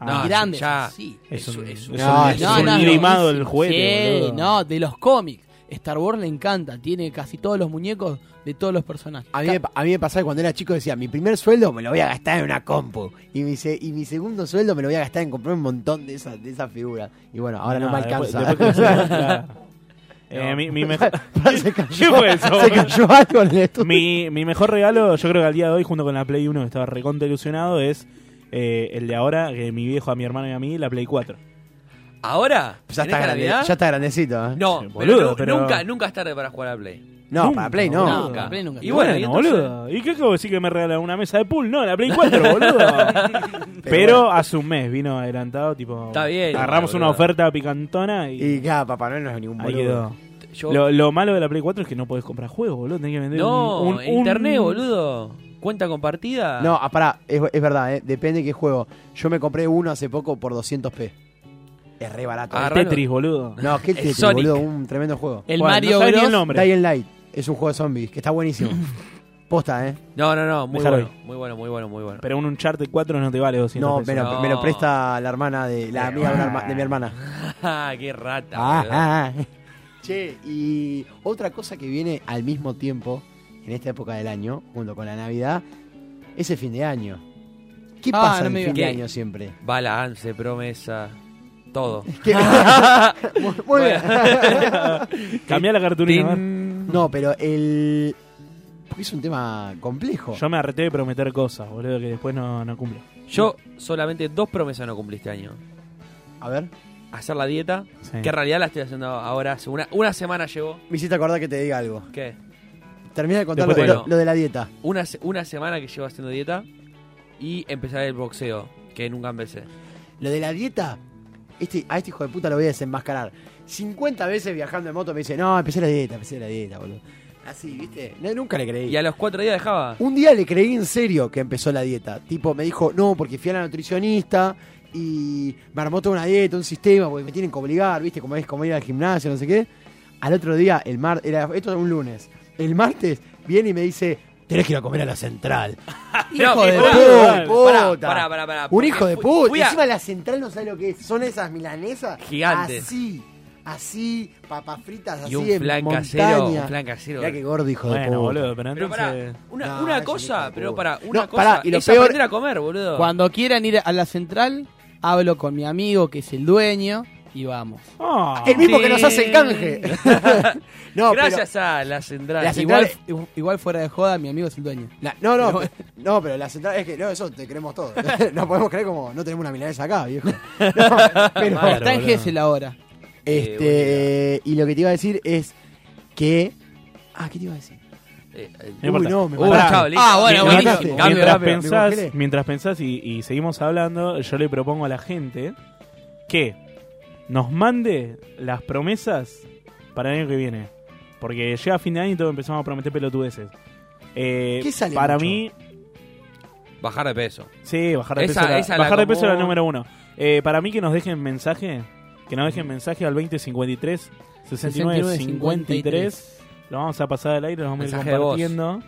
Ah, grandes, ya. así. Es un- es un- No, es no, un no, limado buenísimo. el juguete, Sí, boludo. no, de los cómics. Star Wars le encanta, tiene casi todos los muñecos de todos los personajes. A mí, me, a mí me pasaba que cuando era chico decía, mi primer sueldo me lo voy a gastar en una compu. Y mi, se- y mi segundo sueldo me lo voy a gastar en comprar un montón de esas de esas figuras. Y bueno, ahora no, No, me después- alcanza. después que- claro. Eh, mi, mi mejor... se ¿Qué cayó, fue eso? se cayó algo en el estudio. Mi, mi mejor regalo, yo creo que al día de hoy, junto con la Play 1, que estaba recontra ilusionado, es eh, el de ahora, que mi viejo, a mi hermano y a mí, la Play 4. ¿Ahora? Ya ¿En esta está, grande- Navidad? ya está grandecito. ¿eh? No, Sí, pero boludo, nu- pero- Nunca, nunca es tarde para jugar a Play. No, para Play no. No, para Play nunca. Y bueno, y entonces- boludo. ¿Y qué es que vos decís que me regalan una mesa de pool? No, la Play 4, boludo. Pero, hace un mes vino adelantado, tipo. Está bien, Agarramos boludo. una oferta picantona y. Y ya, Papá Noel no es ningún Ahí boludo. quedó. Yo- Lo, lo malo de la Play 4 es que no podés comprar juegos, boludo. Tenés que vender No, un, un- en un- internet, boludo. Cuenta compartida. No, ah, pará, es, es verdad, ¿eh? depende de qué juego. Yo me compré uno hace poco por 200p. Es re barato. Ah, El Tetris, boludo. No, ¿qué El Tetris, Sonic. boludo? Un tremendo juego. El Bueno, Mario no sabés ni Bros. el nombre. Dying Light. Es un juego de zombies que está buenísimo. Posta, ¿eh? No, no, no. Muy Dejalo bueno, muy bueno, muy bueno, muy bueno. Pero un Uncharted 4 no te vale 200 No, me pesos. lo, me lo No. presta la hermana de la amiga de, una herma- de mi hermana. Ah, qué rata. boludo. Ah, ah. Che, y otra cosa que viene al mismo tiempo, en esta época del año, junto con la Navidad, es el fin de año. ¿Qué Ah, pasa no en me fin de digas. año siempre? Balance, promesa, todo. ¿Qué? Muy- muy bien. Cambiá la cartulina, a ver. No, pero el. Porque es un tema complejo. Yo me harté de prometer cosas, boludo, que después no, no cumple. Yo solamente dos promesas no cumplí este año. A ver. Hacer la dieta, Sí. que en realidad la estoy haciendo ahora. hace Una, una semana llevo. Me hiciste acordar que te diga algo. ¿Qué? Termina de contar lo, Después te- lo- lo de la Ah. dieta. Una, se- una semana que llevo haciendo dieta y empezar el boxeo, que nunca empecé. Lo de la dieta, este, a este hijo de puta lo voy a desenmascarar. 50 veces viajando en moto me dice, no, empecé la dieta, empecé la dieta, boludo. Así, Ah, ¿viste? No, nunca le creí. Y a los cuatro días dejaba. Un día le creí en serio que empezó la dieta. Tipo, me dijo, no, porque fui a la nutricionista y me armó toda una dieta, un sistema, porque me tienen que obligar, ¿viste? Como es como ir al gimnasio, no sé qué. Al otro día, el martes, esto es un lunes. El martes viene y me dice, tenés que ir a comer a la central. No, Hijo de pará, puta. pará, pará, pará, pará, un Ah, porque hijo de fui- puta. fui a- Encima la central no sabe lo que es. Son esas milanesas. Gigantes. Así. Así, papas fritas, así Y un en flan montaña. casero, un flan casero. Mirá qué gordo, hijo de puta. Bueno, boludo, pero Pero entonces. pará, una, No, una es un hijo cosa, de pero puta. pará, una No, cosa pará, y lo es peor- aprender a comer, boludo. Cuando quieran ir a la central, hablo con mi amigo que es el dueño y vamos. Ah, El mismo Sí. que nos hace el canje. no, Gracias a la central. La central- Igual, igual fuera de joda, mi amigo es el dueño. pero. la- no, no, pero, no, pero la central es que no, eso te creemos todos. no podemos creer como no tenemos una milanesa acá, viejo. No, pero Eh, Está en Gessel ahora. este y lo que te iba a decir es que Ah, ¿qué te iba a decir? Eh, eh, No importa. no, me Pará. mataste. chao, listo. Ah, bueno, Mientras- buenísimo. Cambio Mientras rápido. pensás, Me congelé. mientras pensás y, y seguimos hablando, yo le propongo a la gente que nos mande las promesas para el año que viene. Porque llega fin de año y todos empezamos a prometer pelotudeces. Eh, ¿Qué sale para mucho? mí, Bajar de peso. sí, bajar de Esa- peso. era- esa la bajar de peso era la como- número uno. Eh, para mí que nos dejen mensaje, que nos dejen mensaje al 2053 69 53 lo vamos a pasar al aire, lo vamos a ir Mensaje de voz. compartiendo.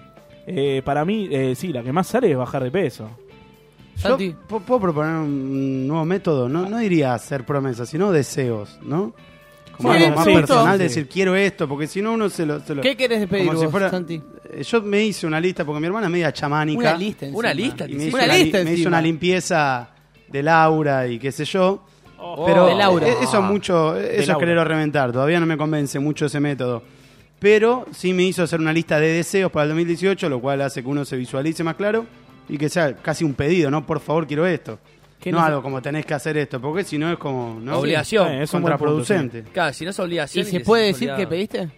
Eh, para mí, eh, sí, la que más sale es bajar de peso. Yo Santi. po- puedo proponer un nuevo método, no, no diría hacer promesas, sino deseos, ¿no? Como Sí, algo más sí, personal, sí. decir quiero esto, porque si no uno se lo... se lo- ¿Qué querés despedir Como si vos, fuera- Santi? Eh, Yo me hice una lista, porque mi hermana es media chamánica. Una lista. Una encima. lista. y me sí. hizo Una una, lista li- me hizo encima. una limpieza de Laura y qué sé yo. Oh, Pero de Laura. e- eso mucho, eso es Laura. quererlo reventar. Todavía no me convence mucho ese método. Pero sí me hizo hacer una lista de deseos para el 2018, lo cual hace que uno se visualice más claro y que sea casi un pedido, ¿no? Por favor, quiero esto. ¿Qué No nos- algo como tenés que hacer esto, porque si no es como ¿no? Obligación. Ah, Eh, es un buen punto, sí. contraproducente. Claro, si no es obligación. ¿Y se les- puede es decir que obligado. pediste?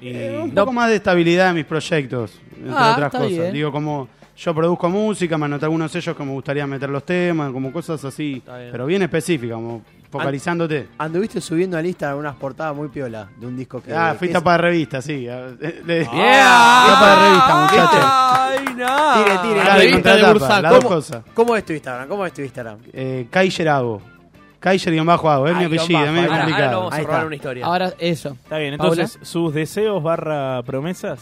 Y- Eh, un No. poco más de estabilidad en mis proyectos, entre Ah, otras está cosas. bien. Digo, como yo produzco música, me anoté algunos sellos que me gustaría meter los temas, como cosas así, Está bien. pero bien específicas, como focalizándote. Anduviste subiendo a lista algunas portadas muy piola de un disco que. Ah, fuiste eh, es- para revista, sí. Ah, le- Yeah. Tapa de revista, muchacho. ah, Ay, no. Tire, tire. Revista Claro, y contratapa, de Bursaco. las dos ¿Cómo? cosas. ¿Cómo es tu Instagram? ¿Cómo es tu Instagram? Eh, Kaiser Hago. Kaiser-Hago, es mi Ah, guión apellido, es bajo, medio Ahora, ahora lo complicado. vamos a Ahí robar está. una historia. Ahora eso. Está bien, entonces sus deseos barra promesas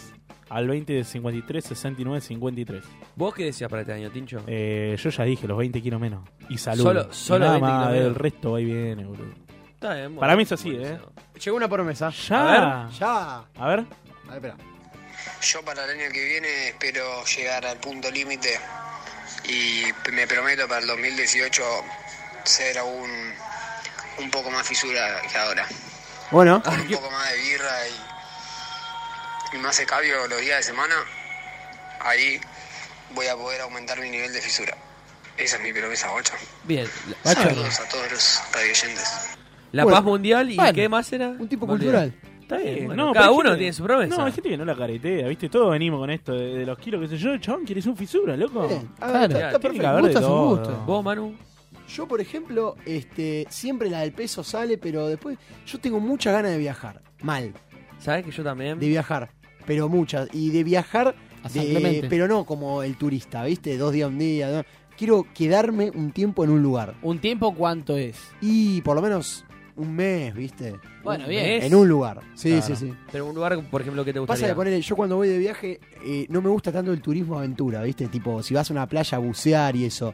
al 20 de 53 69 53. ¿Vos qué decías para este año, Tincho? Eh, yo ya dije los 20 kilos menos. Y salud. Solo- Y solo nada 20 más, kilos menos. El resto va y viene, boludo. Está bien, bueno, para mí es así, buenísimo. ¿eh? Llegó una promesa. Ya. Ya. A ver. A ver, espera. Yo para el año que viene espero llegar al punto límite y me prometo para el 2018 ser aún un poco más fisura que ahora. Bueno, Con un poco más de birra y, y más escabio los días de semana, ahí voy a poder aumentar mi nivel de fisura. Esa es mi promesa, guacho. Bien. La, Saludos a todos los radioyentes. la Bueno. paz mundial y Bueno. qué más era? Un tipo No olvidé. cultural. Está bien. bueno, Eh, no, cada pero hay uno gente- tiene su promesa. No, hay gente que no la caretea, ¿viste? Todos venimos con esto de, de los kilos, qué sé yo. Chabón, ¿quieres un fisura, loco? Claro. está Tiene que perfecto. haber de Gustos son todo. gustos. Vos, Manu. Yo, por ejemplo, este, siempre la del peso sale, pero después yo tengo muchas ganas de viajar. Mal, ¿Sabés que yo también? Ah, de viajar, pero muchas. Y de viajar, A San de- Clemente. pero no como el turista, ¿viste? Dos días, un día. ¿no? Quiero quedarme un tiempo en un lugar. ¿Un tiempo cuánto es? Y por lo menos un mes, ¿viste? Bueno, Un bien. mes. En un lugar. Sí, Claro. sí, sí. Pero un lugar, por ejemplo, que te Pasa gustaría. que ponele, yo cuando voy de viaje eh, no me gusta tanto el turismo aventura, ¿viste? Tipo, si vas a una playa a bucear y eso.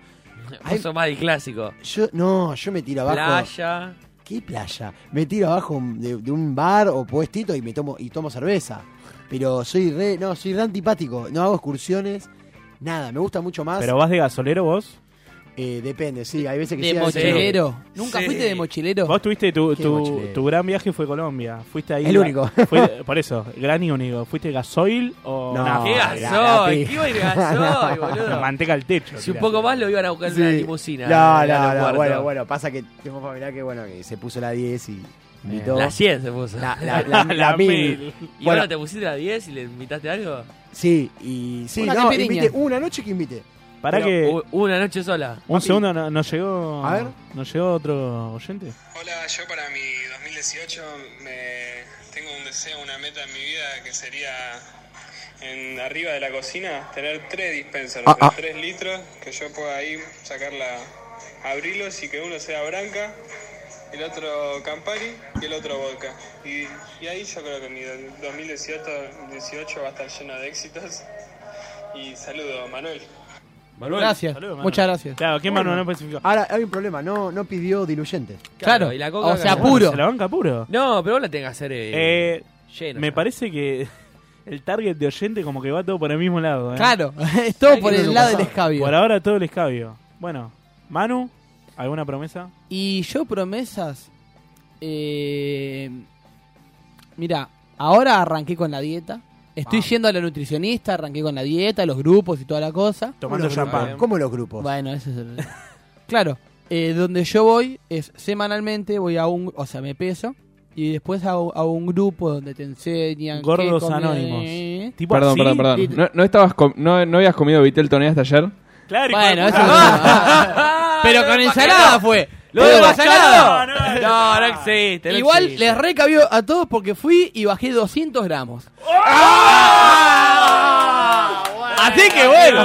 Ay, Vos sos más del clásico. yo, no, yo me tiro abajo. Playa. ¿Qué playa? Me tiro abajo de, de un bar o puestito y me tomo y tomo cerveza. Pero soy re, no, soy re antipático, no hago excursiones, nada, me gusta mucho más. Pero vas de gasolero vos. eh, depende, sí, hay veces que ¿De sí, hay veces que no. mochilero? ¿Nunca Sí. fuiste de mochilero? Vos tuviste tu, Qué tu- mochilero. tu gran viaje fue Colombia. Fuiste ahí. El único. Fue- por eso, gran y único. ¿Fuiste gasoil o No. nafta? ¿Qué la- gasó? la ¿Qué pija. iba a ir gasó, La boludo? manteca al techo. Si un tirá. poco más lo iban a buscar en una Sí. limusina. No, en el no, no, aeropuerto. bueno, bueno, pasa que tengo familiar que bueno, que se puso la 10 y invitó. Eh, La 100 se puso. La- la- la- La la mil. mil. ¿Y bueno. ahora te pusiste la 10 y le invitaste algo? Sí, y sí, Una no, caipirinha. invité, hubo eh, una noche que invité. Para Pero, que. U- Una noche sola. Un segundo, no- nos llegó. A ver. Nos llegó otro oyente. Hola, yo para mi 2018 me tengo un deseo, una meta en mi vida que sería en arriba de la cocina tener tres dispensers Ah, ah. de 3 litros que yo pueda ahí sacarla, abrirlos y que uno sea branca, el otro Campari y el otro vodka. Y, y ahí yo creo que mi 2018 18 va a estar lleno de éxitos. Y saludo, Manuel. Gracias. Saludos, Manu. Muchas gracias. Claro, ¿qué Bueno. mano no especificó? Ahora hay un problema, no, no pidió diluyentes. Claro. y la coca o sea, que- puro. Se la banca puro. No, pero vos la tenés que hacer eh, Eh, lleno. me ya. parece que el target de oyente como que va todo por el mismo lado. ¿eh? Claro. es todo Ay, por qué el loco lado del pasado. escabio. Por ahora todo el escabio. Bueno, Manu, ¿alguna promesa? Y yo promesas. Eh, mira, ahora arranqué con la dieta. Estoy Vamos. yendo a la nutricionista, arranqué con la dieta, los grupos y toda la cosa. Tomando champán. ¿Cómo los grupos? Bueno, ese es el... claro, eh, donde yo voy es semanalmente, voy a un... O sea, me peso y después a, a un grupo donde te enseñan. qué Gordos comer. ¿Eh? anónimos. Tipo perdón, así. perdón, perdón, ¿No, no estabas com- no, no habías comido vitel toné hasta ayer? Claro, Bueno, eso Ah, no. Pero con ensalada fue. Lo Pero de con bacalao. ensalada. No, no existe. no Igual existe. les recabió a todos porque fui y bajé 200 gramos. Así que ¡Ah! bueno.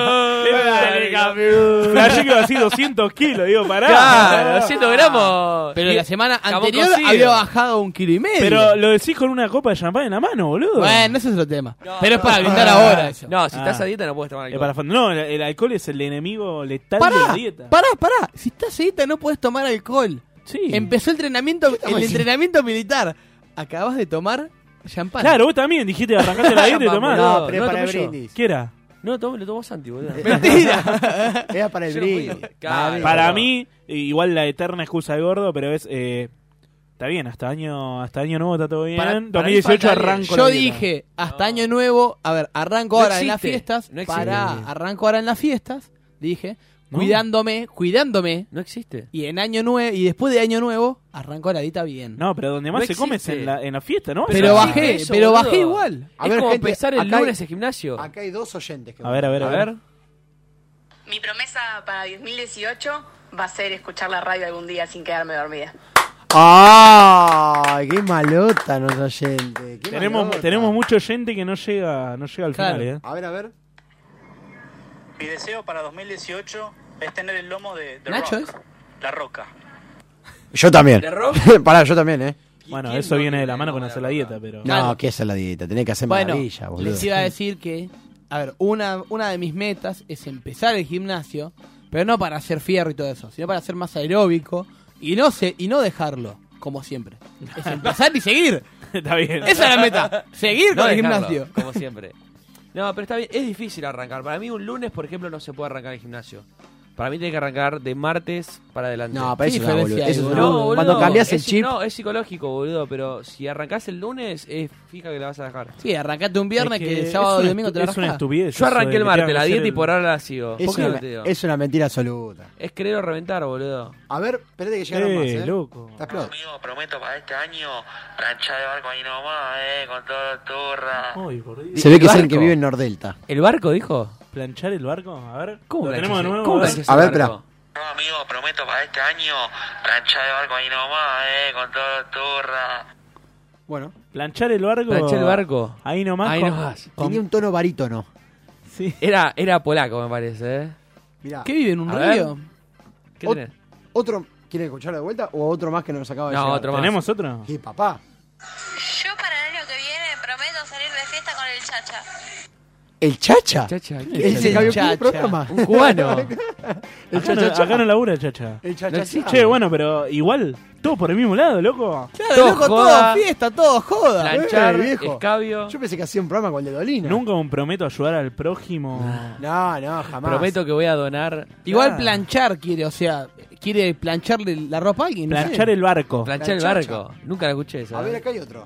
Flashé que iba así 200 kilos, digo, pará. Claro, 200 gramos. Pero Y- la semana jamón anterior cocido. había bajado un kilo y medio. Pero lo decís con una copa de champán en la mano, boludo. Bueno, ese es otro tema. Pero es para gritar ahora eso. No, si Ah. estás a dieta no puedes tomar Es alcohol. para fan- No, el, el alcohol es el enemigo letal de la Pará, dieta. pará, pará. Si estás sedita no puedes tomar alcohol. Sí. Empezó el entrenamiento, estamos el diciendo? entrenamiento militar. Acabas de tomar champán. Claro, vos también dijiste arrancaste la dieta y tomás. No, pero no es para el tomé yo. brindis. ¿Qué era? No, tomo, lo tomó Santi, boludo. Mentira. Era para el Yo no fui. brindis. Claro. Para mí, igual la eterna excusa de gordo, pero es. eh, está bien, hasta año hasta año nuevo está todo bien. Para- para mí 2018 falta bien. arranco. Yo la dieta. dije, hasta año nuevo, a ver, arranco ahora en las existe, fiestas, no existe. pará, arranco ahora en las fiestas, dije, No. cuidándome, cuidándome, No existe. y en año nuevo, y después de año nuevo, arranco la dieta bien. No, pero donde más No se come es en existe. la, en la fiesta, ¿no? pero no Esa- bajé, existe eso, pero boludo. bajé igual. A es ver, como gente, empezar el acá hay- lunes en gimnasio. Acá hay dos oyentes. que A ver, a ver, a A ver. ver. Mi promesa para 2018 va a ser escuchar la radio algún día sin quedarme dormida. ¡Ay, qué malota los oyentes! qué Tenemos, malota. tenemos mucho gente que no llega, no llega al Claro. final, ¿eh? A ver, a ver. Mi deseo para 2018 es tener el lomo de The Nacho Rock, es. La Roca. Yo también. ¿De rock? Pará, yo también, ¿eh? Bueno, quién eso no viene de la tiene mano con una hacer la verdad? dieta, pero. No, Claro. que esa es la dieta. Tenés que hacer Bueno, maravilla, boludo. les iba a decir que, a ver, una, una de mis metas es empezar el gimnasio, pero no para hacer fierro y todo eso, sino para ser más aeróbico y no sé, y no dejarlo, como siempre. Es empezar y seguir. está bien. Esa es la meta. Seguir No con el dejarlo, gimnasio. Como siempre. No, pero está bien, es difícil arrancar. Para mí un lunes, por ejemplo, no se puede arrancar el gimnasio. Para mí tiene que arrancar de martes para adelante. No, pero ¿Qué eso es una diferencia boludez, hay, eso es una boludo? boludez. boludo, Cuando cambias el es- chip, No, es psicológico, boludo, pero si arrancás el lunes, es fija que la vas a dejar. Sí, arrancate un viernes que, el es sábado y una domingo estu- te Es una la estupidez. Yo eso de arranqué el que martes tenga la que dieta ser y el- por ahora la sigo. es, Poco una, divertido. es una mentira absoluta. Es querer o reventar, boludo. A ver, espérate que llegaron más, Eh, ¿eh? loco. Está explotado. Amigo, prometo para este año plancha de barco ahí nomás, eh, con todo turra. Ay, por Dios. Se ve que es barco. alguien que vive en Nordelta. ¿El barco, dijo? ¿Planchar el barco? A ver. ¿Cómo ¿Lo planchás tenemos de el- nuevo? cómo A ver. planchás A el ver, barco? No, amigo, prometo para este año plancha de barco ahí nomás, eh, con todo turra. Bueno, Planchar el barco. Planchar el barco. Ahí nomás. Ahí con- nomás. con- tenía un tono barítono. Sí. Era, era polaco, me parece, ¿eh? Mirá, Oh. ¿Qué vive en un A ver. río? ¿Qué Ot- tenés? ¿otro quiere escucharlo de vuelta o otro más que nos acaba de No, llegar? otro más. ¿Tenemos otro? ¿Qué, papá? Yo para el año que viene prometo salir de fiesta con el chacha. ¿El Chacha? Chacha, ¿qué chacha? ¿Ese que había un Chacha. programa? Un cubano. El Acá, no, cha-cha-cha. acá no labura, chacha. El No Chacha. existe. Che, bueno, pero igual. Todos por el mismo lado, loco. Claro, Todo loco, joda. todo fiesta, todo joda. Planchar, Eh, viejo. escabio. Yo pensé que hacía un programa con el de Dolina. Nunca un prometo ayudar al prójimo. No, no, jamás. Ah, Prometo que voy a donar. Igual Claro. planchar quiere, o sea, quiere plancharle la ropa a alguien. no sé. Planchar el barco. Planchar el barco. Nunca la escuché esa. A ver, ¿eh? acá hay otro.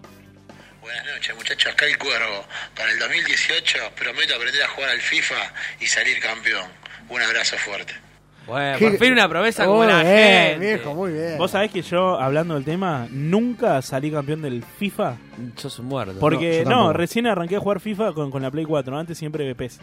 Buenas noches muchachos, acá el cuervo. Para el 2018 prometo aprender a jugar al FIFA y salir campeón. Un abrazo fuerte. Bueno, Qué- por fin una promesa como Muy la bien, gente. viejo, muy bien. Vos sabés que yo, hablando del tema, nunca salí campeón del FIFA. Sos un muerto. Porque, yo no, tampoco. recién arranqué a jugar FIFA con, con la Play 4. Antes siempre PES.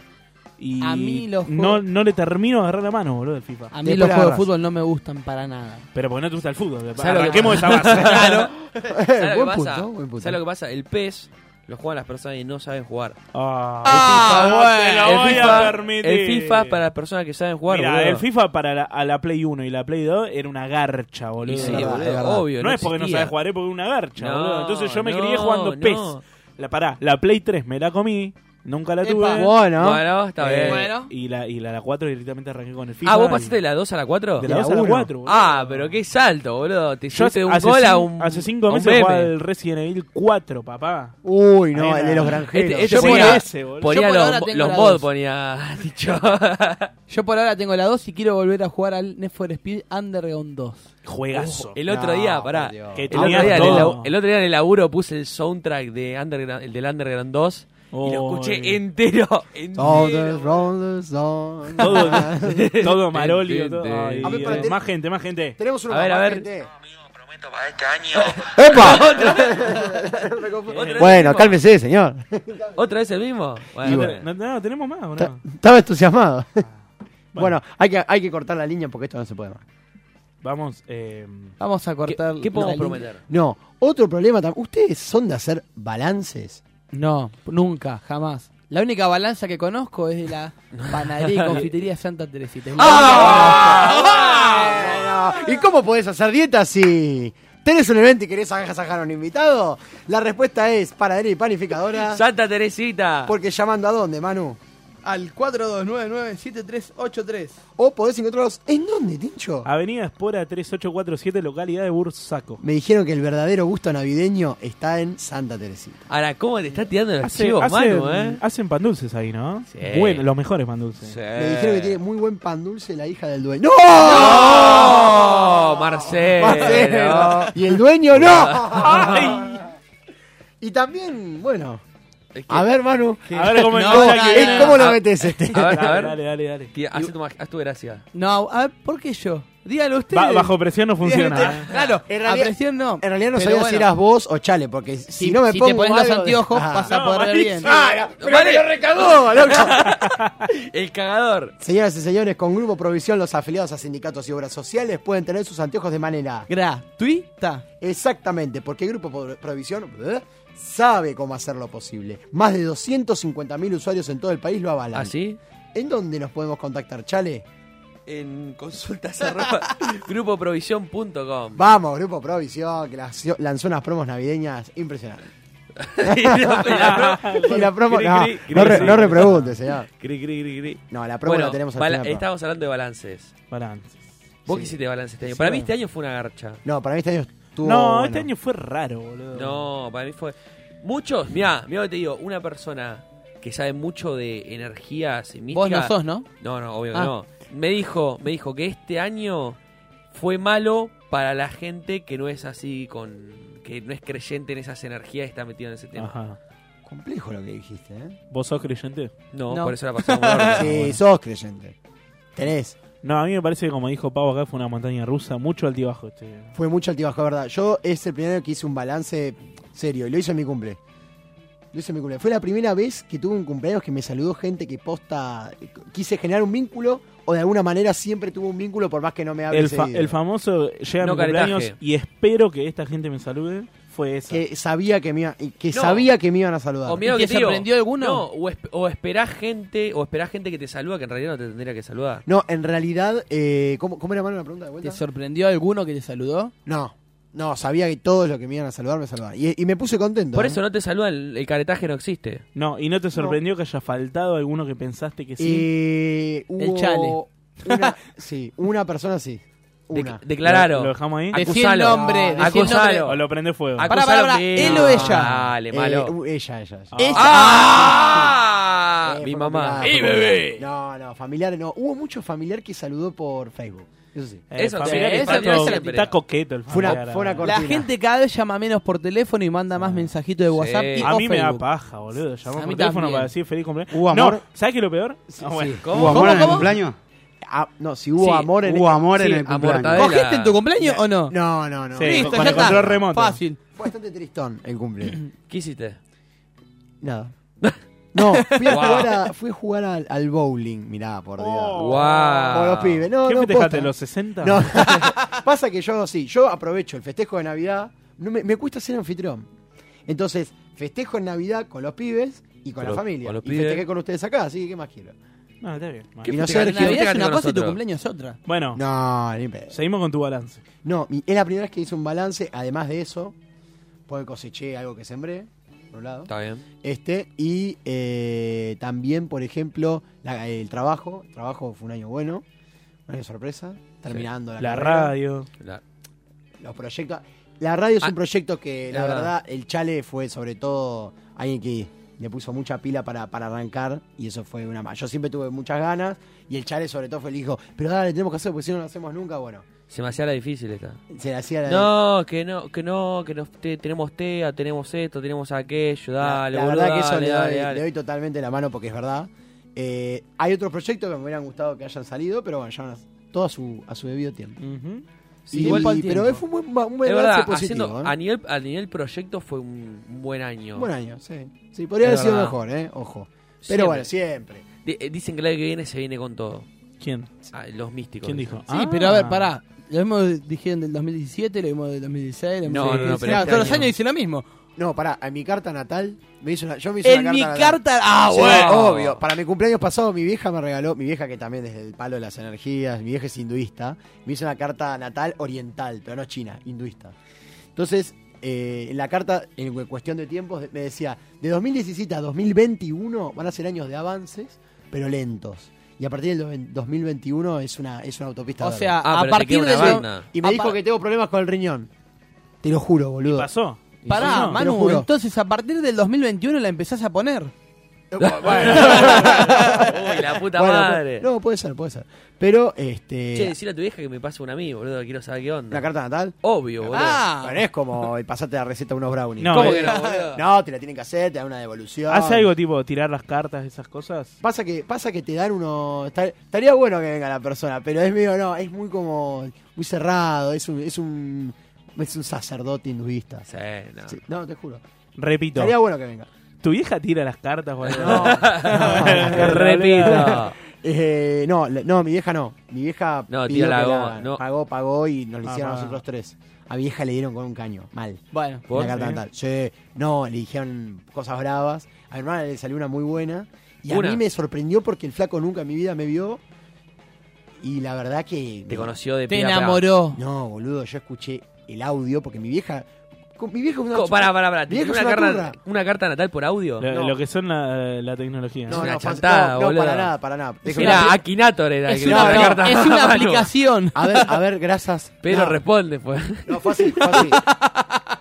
Y A mí los no, juegos- no le termino de agarrar la mano, boludo, del FIFA. A mí Después los la juegos de agarrás. fútbol no me gustan para nada. Pero porque no te gusta el fútbol. ¿Sabes lo que Arranquemos esa pasa? base. Claro. Eh, ¿Sabes lo buen que pasa? punto, buen punto. ¿Sabes lo que pasa? El PES lo juegan las personas y no saben jugar. Ah, Ah, no te lo el, voy FIFA, a permitir. el FIFA es para las personas que saben jugar. Mirá, boludo. el FIFA para la, a la Play 1 y la Play 2 era una garcha, boludo. Y sí, Es verdad, boludo, es verdad. obvio. no, es porque no existía. sabes jugar, es porque es una garcha, No, boludo. Entonces yo me no, crié jugando no. Ah, PES. La, pará, la Play 3 me la comí, nunca la Epa, tuve. Bueno, Bueno, está Eh, bien. Bueno. Y la, y la, la 4 directamente arranqué con el FIFA. Ah, vos y- pasaste de la 2 a la 4? de de la la 2 a la uno. 4, boludo. Ah, pero qué salto, boludo. Te yo hiciste hace, un hace gol a cin- un. hace 5 a un meses meme. jugaba el Resident Evil 4, papá. Uy, no, Ahí el de la- los granjeros. Este, este Yo ponía, por- ese, boludo. ponía Yo por ahora los, tengo los la mods, dos. ponía dicho. Yo por ahora tengo la 2 y quiero volver a jugar al Need for Speed Underground 2. Juegazo. Uh, el otro No, día, por pará. Dios. Que El otro, tenía día en el, todo. labu- el otro día en el laburo puse el soundtrack de Underground, el del Underground 2 y lo Oy. escuché entero. All the entero. rollers on. Todo, todo Marolio. todo- Gente. Ay, A ver, para eh, te- más gente, más gente. Tenemos una A ver, más, a ver. gente. Amigo, prometo prometo para este año. ¡Epa! vez el bueno, mismo? cálmese, señor. ¿Otra vez el mismo? Y Bueno, bueno. no, no, tenemos más, ¿o Ta- Estaba entusiasmado. Bueno, hay que, hay que cortar la línea porque esto no se puede más. Vamos, eh, Vamos a cortar. ¿Qué- qué podemos la línea. prometer? No, otro problema tam- ¿Ustedes son de hacer balances? No, nunca, jamás. La única balanza que conozco es de la panadería y confitería Santa Teresita. Es la ¡Ah! Bueno, ¿Y cómo podés hacer dieta si tenés un evento y querés saca- sacar a un invitado? La respuesta es panadería y panificadora. Santa Teresita. Porque llamando a dónde, Manu. Al 4299-7383. O Oh, podés encontrarlos en dónde, Tincho. Avenida Espora 3847, localidad de Bursaco. Me dijeron que el verdadero gusto navideño está en Santa Teresita. Ahora, ¿cómo le está tirando los Hace- chivos, hacen, Manu, eh? hacen pan dulces ahí, ¿no? Bueno, los mejores pan dulces. Me dijeron que tiene muy buen pan dulce la hija del dueño. ¡No! Marcelo. Marcelo. Y el dueño no. Y también, bueno. A ver, Manu. A ver cómo- ¿Cómo, no, eh, no, no, ¿cómo no. lo metes este? A ver, a ver. Dale, dale, dale. Tía, haz tu, mag- haz tu gracia. No, a ver, ¿por qué yo? Dígalo usted. Ba- bajo presión no funciona. ¿eh? Claro, En realidad- a presión no. En realidad no Pero sabía si bueno, eras vos o Chale, porque si, Si, no me si pongo te pones los algo de- anteojos, Ah. vas a poder ver bien. Ah, pero me lo recagó, El cagador. Señoras y señores, con Grupo Provisión, los afiliados a sindicatos y obras sociales pueden tener sus anteojos de manera gratuita. Exactamente, porque Grupo Pro- Provisión ¿eh? sabe cómo hacerlo posible. Más de 250.000 usuarios en todo el país lo avalan. ¿Así? ¿En dónde nos podemos contactar, Chale? En consultas arroba grupoprovisión.com. Vamos, Grupo Provisión, que lanzó, lanzó unas promos navideñas impresionantes. Y la- y la promo- Y la promo- Cri, no, cri, cri, no re- sí. no repregunte, señor. Cri, cri, cri, cri. No, la promo Bueno, la tenemos al bala- final. del programa. Estábamos hablando de balances. Balances. Vos Sí. quisiste balance este año. Sí, Para mí bueno. este año fue una garcha. No, para mí este año estuvo. no, bueno. este año fue raro, boludo. No, para mí fue. Muchos, mirá, mirá lo que te digo, una persona que sabe mucho de energías y mística. Vos no sos, ¿no? No, no, obvio que Ah. no. Me dijo, me dijo que este año fue malo para la gente que no es así con. que no es creyente en esas energías y está metido en ese tema. Ajá. Complejo lo que dijiste, ¿eh? ¿Vos sos creyente? No, No. por eso la pasamos mal. Sí, Ah, bueno. sos creyente. Tenés. No, a mí me parece que como dijo Pavo acá fue una montaña rusa, mucho altibajo este. Fue mucho altibajo, de verdad. Yo es el primero que hice un balance serio. y Lo hice en mi cumple. Lo hice en mi cumple. Fue la primera vez que tuve un cumpleaños que me saludó gente que posta. Quise generar un vínculo o de alguna manera siempre tuvo un vínculo por más que no me hable El, fa- seguido. el famoso llega No mi cumpleaños caretaje. y espero que esta gente me salude. Fue esa. Que sabía que me, iba- y que No. sabía que me iban a saludar. O mirá lo que te digo, No, o, esp- o esperás gente, o esperás gente que te saluda que en realidad no te tendría que saludar. No, en realidad, eh, ¿cómo, cómo era mano la pregunta de vuelta? ¿Te sorprendió alguno que te saludó? No, no, sabía que todos los que me iban a saludar me saludaban. Y, y me puse contento. Por ¿eh? eso no te saluda, el, el caretaje no existe. No, y no te sorprendió que haya faltado alguno que pensaste que sí. Eh, hubo El chale. Una, sí, una persona Ah, sí. Una. Dec- ¿Lo, lo dejamos ahí? Decí el Acusalo. nombre, decí el Acusalo. nombre. O lo prende fuego. Pará, pará, pará. ¿Él o ella? Dale, malo. Eh, u- ella, ella. ella. Ella. ¡Ah! Mi fue mamá. complicado, ¡Mi fue complicado. bebé! No, no, familiares no. Hubo mucho familiar que saludó por Facebook. Eso sí. Eh, Eso familiar sí, está eso todo- siempre. está coqueto el Fue una- familiar, Fue una, además. cortina. La gente cada vez llama menos por teléfono y manda más mensajitos de WhatsApp. y a o mí me da Facebook. paja, boludo. Llamar A por mí teléfono también. para decir feliz cumpleaños. ¿Hubo no, amor? ¿Sabes qué es lo peor? Ah, bueno. ¿Hubo amor en el ¿Cómo? cumpleaños? Ah, no, si hubo Sí, amor en hubo el- amor en el cumpleaños. ¿Cogiste en tu cumpleaños o no? No, no, no. Sí, Listo, con ya el está. control remoto. Fácil. Fue bastante tristón el cumpleaños. ¿Qué hiciste? Nada. No, fui a Wow. jugar, a- fui a jugar al, al bowling, mirá, por Dios. Wow. Como los pibes. No, Oh. ¿Qué no, festejaste, posta. los 60? No. Pasa que yo sí, yo aprovecho el festejo de Navidad. No me, me cuesta ser anfitrión. Entonces, festejo en Navidad con los pibes y Con con los- la familia. con los y pibes. festejé con ustedes acá, así que ¿qué más quiero? No, está bien. Bueno. ¿Qué Y no festejaste? Sergio. Navidad es Fíjate una con cosa y tu nosotros. cumpleaños es otra. Bueno. No, ni pedo. Seguimos con tu balance. No, mi- es la primera vez que hice un balance, además de eso, porque coseché algo que sembré, por un lado. Está bien. Este, y eh, también, por ejemplo, la- el trabajo. El trabajo fue un año bueno, un año sorpresa, terminando la, La carrera. radio. Los proyectos. La radio es Ah, un proyecto que, la es verdad. verdad. el Chale fue sobre todo alguien que le puso mucha pila para, para arrancar y eso fue una más. Yo siempre tuve muchas ganas y el Chale sobre todo fue el hijo, pero dale, tenemos que hacer porque si no lo hacemos nunca, bueno. Se me hacía la difícil esta. Se le hacía la No, que no, que no, que nos te- tenemos TEA, tenemos esto, tenemos aquello, dale, la boludo, verdad que eso dale, le, doy, dale, dale. le doy totalmente la mano porque es verdad. Eh, hay otros proyectos que me hubieran gustado que hayan salido, pero bueno, ya van a- todo a su, a su debido tiempo. Sí, Y- igual- pero fue un buen, un buen es balance verdad, positivo. haciendo- ¿eh? a, nivel, a nivel proyecto fue un un buen año. Un buen año, sí. Sí, podría Es haber sido verdad. mejor, ¿eh? Ojo. Pero Siempre. bueno, siempre. Di- eh, dicen que el año que viene se viene con todo. Ah, ¿Quién? los místicos. ¿Quién dicen. dijo? Sí, Ah. pero a ver, pará. Lo mismo dijeron del 2017, lo mismo del 2016, lo mismo No, del no, no, pero 2019. este Todos los año- años dicen lo mismo. No, pará, en mi carta natal me hizo una, yo me hice En una mi natal. carta- ah, Sí, bueno. Obvio. Para mi cumpleaños pasado, mi vieja me regaló, mi vieja que también desde el palo de las energías, mi vieja es hinduista, me hizo una carta natal oriental, pero no china, hinduista. Entonces, eh, en la carta, en cu- cuestión de tiempos, me decía, de 2017 a 2021 van a ser años de avances, pero lentos. Y a partir del do- 2021 es una, es una autopista. O verde". sea, Ah, a pero te partir queda una de- banda. Y me a dijo par- que tengo problemas con el riñón. Te lo juro, boludo. pasó? Pará, no, te lo Manu, juro. entonces a partir del 2021 la empezás a poner. Eh, Uy, la puta Bueno, madre. No, puede ser, puede ser. Pero, este. Che, decirle a tu vieja que me pase una a mí, boludo. Quiero saber qué onda. ¿La carta natal? Obvio, boludo. Ah. Bueno, es como el pasate la receta a unos brownies. No, ¿Cómo eh, que no, boludo? No, te la tienen que hacer, te dan una devolución. ¿Hace algo tipo tirar las cartas, esas cosas? Pasa que, pasa que te dan uno. está- Estaría bueno que venga la persona, pero es medio, no, es muy como. Muy cerrado, es un. Es un, es un sacerdote hinduista. Sí, no. Sí, no, te juro. Repito. Estaría bueno que venga. ¿Tu vieja tira las cartas, boludo? Repito. Eh, no, la- no, mi vieja no. Mi vieja No, pidió tira la que goma, no. pagó, pagó y nos lo Ah, hicieron a pagó. nosotros tres. A mi vieja le dieron con un caño, mal. Bueno. En ¿Vos? La carta Sí. natal. Sí, no, le dijeron cosas bravas. A mi hermana le salió una muy buena. Y a Una. mí me sorprendió porque el flaco nunca en mi vida me vio. Y la verdad que. Te conoció de Te pila, enamoró. No, boludo, yo escuché el audio porque mi vieja. con- Mi vieja es una. pero- Co- Pará, pará, pará. Mi ¿Te vieja tiró es Una, una carta, turra. una carta natal por audio? Lo, No. lo que son la, la tecnología. No, ¿no? una no, chantada, no, boludo. para nada, para nada. Dejo- Era Akinator, era el Es que una, tiraba la no, carta. es una Manu. aplicación. A ver, a ver, gracias. Pero No. responde, pues. No, fue así, fue así.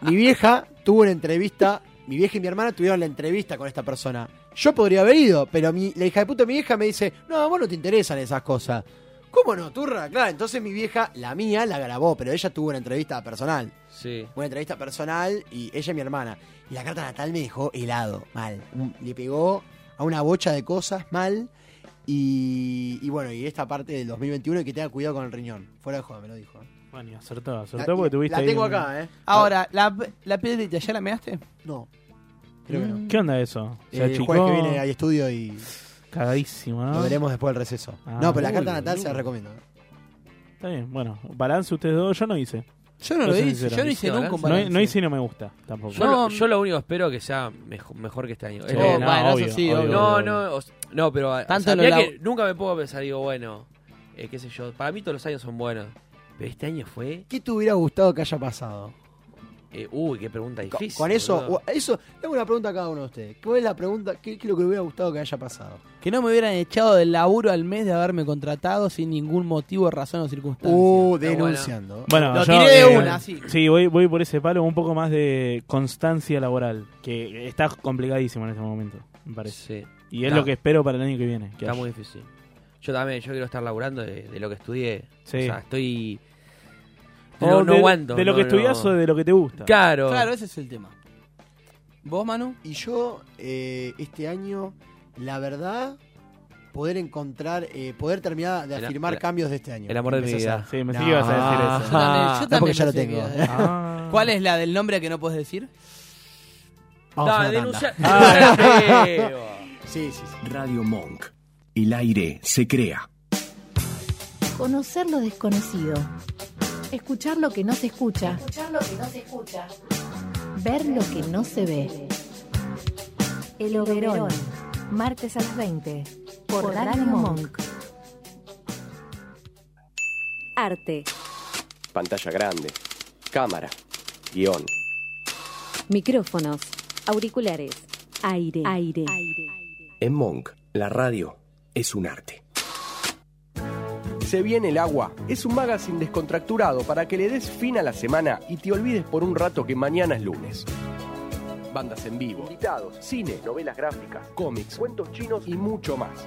Mi vieja tuvo una entrevista. Mi vieja y mi hermana tuvieron la entrevista con esta persona. Yo podría haber ido, pero mi, la hija de puta de mi vieja me dice: No, a vos no te interesan esas cosas. ¿Cómo no, turra? Claro, entonces mi vieja, la mía, la grabó, pero ella tuvo una entrevista personal. Sí. Una entrevista personal y ella y mi hermana. Y la carta natal me dejó helado, mal. Un- Le pegó a una bocha de cosas, mal. Y, y bueno, y esta parte del 2021 y que tenga cuidado con el riñón. Fuera de joda, me lo dijo. ¿eh? Bueno, y acertó, La, acertó porque tuviste. la ahí tengo un- acá, ¿eh? Ahora, la, la piedrita, ¿ya la measte? No. Creo que no. ¿Qué onda eso? O sea, el chico, jueves que viene hay estudio y Cagadísimo, ¿no? lo veremos después del receso. Ah. no, pero la Uy, carta natal se boludo. la recomiendo. ¿eh? Está bien, Eh, bueno. Balance ustedes dos, yo no hice. Yo no Yo lo soy hice, sincero. yo no hice Sí, nunca un balance. No, balance. no hice y no me gusta tampoco. Yo, No. lo, yo lo único que espero que sea mejo- mejor que este Oh, año. Sí, Es lo- no, bueno, eso sí, obvio. No, no, o s- no, pero o Tanto sea, lo mirá labo- que nunca me puedo pensar, digo, bueno, eh, qué sé yo, para mí todos los años son buenos, pero este año fue, ¿Qué te hubiera gustado que haya pasado? eh, uy, qué pregunta Con, difícil. con eso, boludo. o- eso, tengo una pregunta a cada uno de ustedes. ¿Cuál es la pregunta? ¿Qué, qué es lo que le hubiera gustado que haya pasado? Que no me hubieran echado del laburo al mes de haberme contratado sin ningún motivo, razón o circunstancia. Uh, Está denunciando. Bueno, Lo yo, eh, tiré de una, sí. Sí, voy, voy por ese palo, un poco más de constancia laboral, que está complicadísimo en este momento, me parece. Sí, Y es Está. lo que espero para el año que viene. que está haya. muy difícil. Yo también, yo quiero estar laburando de, de lo que estudié. Sí. O sea, estoy... O No, no de, aguanto. de lo no, que no. estudias o de lo que te gusta. Claro. Claro, ese es el tema. ¿Vos, Manu? Y yo, eh, este año, la verdad, poder encontrar, eh, poder terminar de El- afirmar el- cambios de este año. el amor de mi Empecé vida. a hacer. Sí, me No. sí que ibas a decir eso. Ah. Yo también- yo No, porque ya lo también tengo. pensé que- Ah. ¿Cuál es la del nombre que no puedes decir? Vamos a Da, una tanda. Ah. denuncia... Sí, sí, sí. Radio Monk. El aire se crea. Conocer lo desconocido. Escuchar lo que no se escucha. Escuchar lo que no se escucha. Ver lo que no se ve. El Oberón. Martes a las 20. Por Por Radio Radio Monk. Arte. Pantalla grande. Cámara. Guión. Micrófonos. Auriculares. Aire. Aire. En Monk, la radio es un arte. Se viene el agua. Es un magazine descontracturado para que le des fin a la semana y te olvides por un rato que mañana es lunes. Bandas en vivo, invitados, cine, novelas gráficas, cómics, cuentos chinos y mucho más.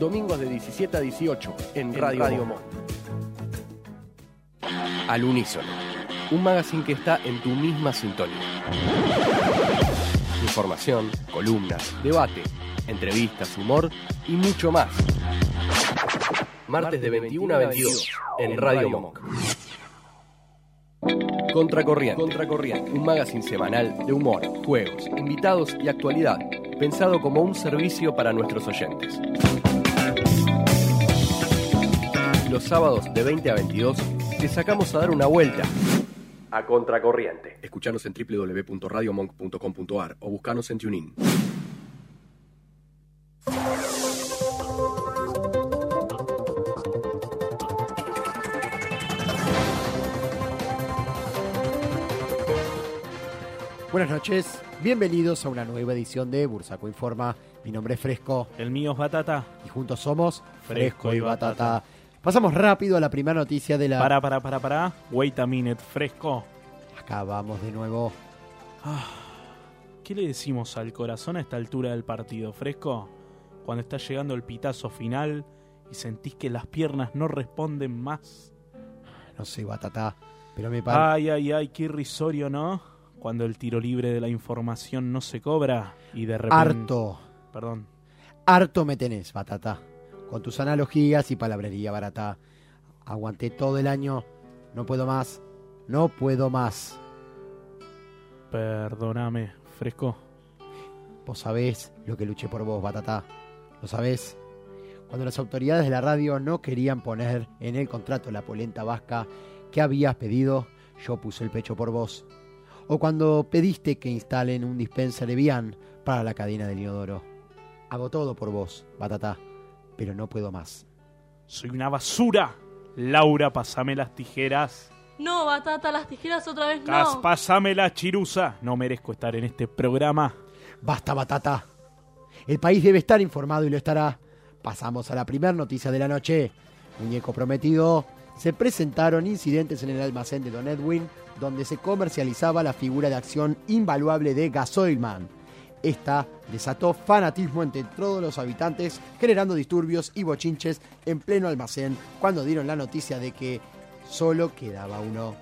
Domingos de 17 a 18 en, Radio, Radio Monk. Al unísono. Un magazine que está en tu misma sintonía. Información, columnas, debate, entrevistas, humor y mucho más. Martes de 21 a 22 en Radio Monk. Contracorriente. Contracorriente. Un magazine semanal de humor, juegos, invitados y actualidad, pensado como un servicio para nuestros oyentes. Los sábados de 20 a 22 te sacamos a dar una vuelta a Contracorriente. Escuchanos en www.radiomonk.com.ar o buscanos en TuneIn. Buenas noches, bienvenidos a una nueva edición de Bursaco Informa. Mi nombre es Fresco. El mío es Batata. Y juntos somos Fresco Fresco y y Batata. Pasamos rápido a la primera noticia de la. Para, para, para, para. Wait a minute, fresco. Ah, Acá vamos de nuevo. ¿Qué le decimos al corazón a esta altura del partido, fresco? Cuando está llegando el pitazo final y sentís que las piernas no responden más. No sé, Batata, pero Ah, me parece. Ay, ay, ay, qué irrisorio, ¿no? Cuando el tiro libre de la información no se cobra y de repente. Harto. Perdón. Harto me tenés, Batata. Con tus analogías y palabrería barata. Aguanté todo el año. No puedo más. No puedo más. Perdóname, fresco. Vos sabés lo que luché por vos, Batata. Lo sabés. Cuando las autoridades de la radio no querían poner en el contrato la polenta vasca que habías pedido, yo puse el pecho por vos. O cuando pediste que instalen un dispenser de Vian para la cadena del inodoro. Hago todo por vos, Batata, pero no puedo más. Soy una basura. Laura, pasame las tijeras. No, batata, las tijeras otra vez no. Cas, pasame la chiruza. No merezco estar en este programa. Basta, Batata. El país debe estar informado y lo estará. Pasamos a la primera noticia de la noche. Muñeco prometido. Se presentaron incidentes en el almacén de Don Edwin, donde se comercializaba la figura de acción invaluable de Gasoilman. Esta desató fanatismo entre todos los habitantes, generando disturbios y bochinches en pleno almacén cuando dieron la noticia de que solo quedaba uno.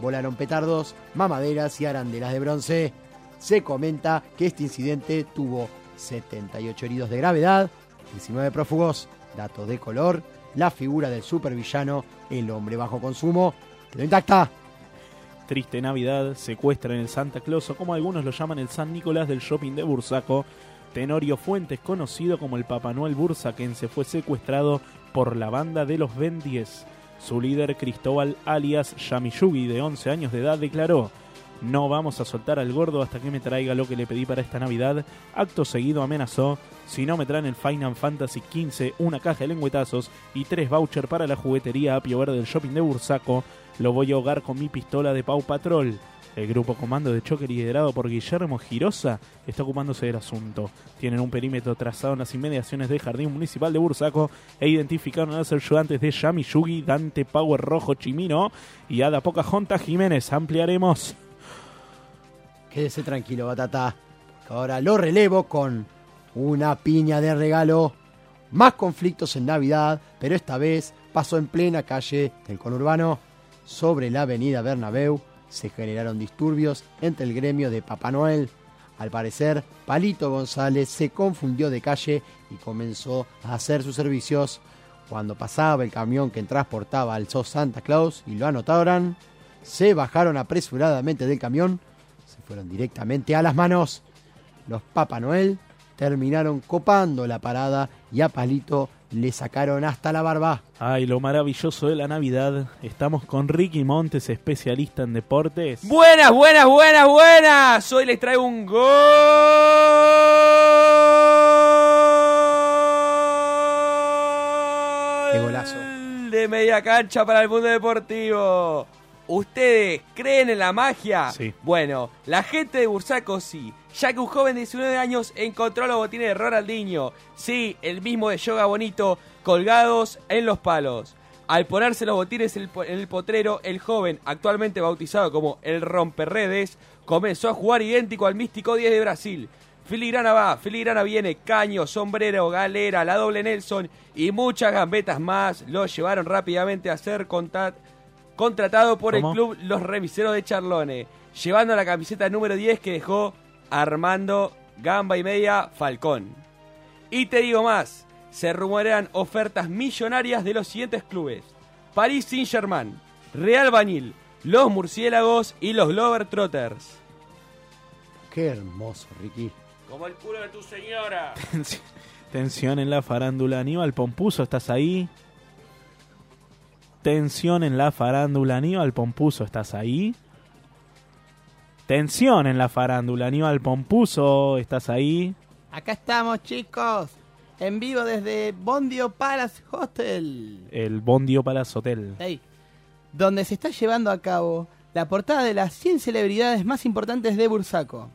Volaron petardos, mamaderas y arandelas de bronce. Se comenta que este incidente tuvo 78 heridos de gravedad, 19 prófugos, datos de color, la figura del supervillano, el hombre bajo consumo, quedó intacta. Triste Navidad, secuestran el Santa Claus o como algunos lo llaman el San Nicolás del shopping de Bursaco. Tenorio Fuentes, conocido como el Papá Noel Bursaquense, fue secuestrado por la banda de los Ben 10. Su líder Cristóbal alias Yamiyugi, de 11 años de edad, declaró No vamos a soltar al gordo hasta que me traiga lo que le pedí para esta Navidad. Acto seguido amenazó Si no me traen el Final Fantasy XV, una caja de lengüetazos y tres vouchers para la juguetería Apio Verde del shopping de Bursaco, lo voy a ahogar con mi pistola de Pau Patrol. El grupo comando de choque liderado por Guillermo Girosa está ocupándose del asunto. Tienen un perímetro trazado en las inmediaciones del Jardín Municipal de Bursaco e identificaron a los ayudantes de Yami Yugi, Dante Power Rojo Chimino y Ada Pocahontas Jiménez. Ampliaremos. Quédese tranquilo, Batata. porque Ahora lo relevo con una piña de regalo. Más conflictos en Navidad, pero esta vez pasó en plena calle del conurbano. Sobre la avenida Bernabéu se generaron disturbios entre el gremio de Papá Noel. Al parecer, Palito González se confundió de calle y comenzó a hacer sus servicios. Cuando pasaba el camión que transportaba al SOS Santa Claus y lo anotaron, se bajaron apresuradamente del camión se fueron directamente a las manos. Los Papá Noel terminaron copando la parada y a Palito le sacaron hasta la barba. Ay, lo maravilloso de la Navidad. Estamos con Ricky Montes, especialista en deportes. Buenas, buenas, buenas, buenas. Hoy les traigo un gol Qué golazo. de media cancha para el mundo deportivo. ¿Ustedes creen en la magia? Sí. Bueno, la gente de Bursaco sí, ya que un joven de 19 años encontró los botines de Ronaldinho. Sí, el mismo de yoga bonito, colgados en los palos. Al ponerse los botines en el po- en el potrero, el joven, actualmente bautizado como el Romperredes, comenzó a jugar idéntico al místico 10 de Brasil. Filigrana va, filigrana viene, caño, sombrero, galera, la doble Nelson y muchas gambetas más lo llevaron rápidamente a ser contat- contratado por ¿Cómo? el club Los Remiseros de Charlone, llevando la camiseta número 10 que dejó Armando Gamba y Media Falcón. Y te digo más, se rumorean ofertas millonarias de los siguientes clubes. París Saint-Germain, Real Banil, los murciélagos y los lover trotters. Qué hermoso, Ricky. Como el culo de tu señora. Tensión en la farándula. Aníbal Pompuso, ¿estás ahí? Tensión en la farándula. Aníbal Pompuso, ¿estás ahí? Tensión en la farándula. Aníbal Pompuso, ¿estás ahí? Acá estamos, chicos. En vivo desde Bondio Palace Hostel. El Bondio Palace Hotel. Ey, donde se está llevando a cabo la portada de las 100 celebridades más importantes de Bursaco.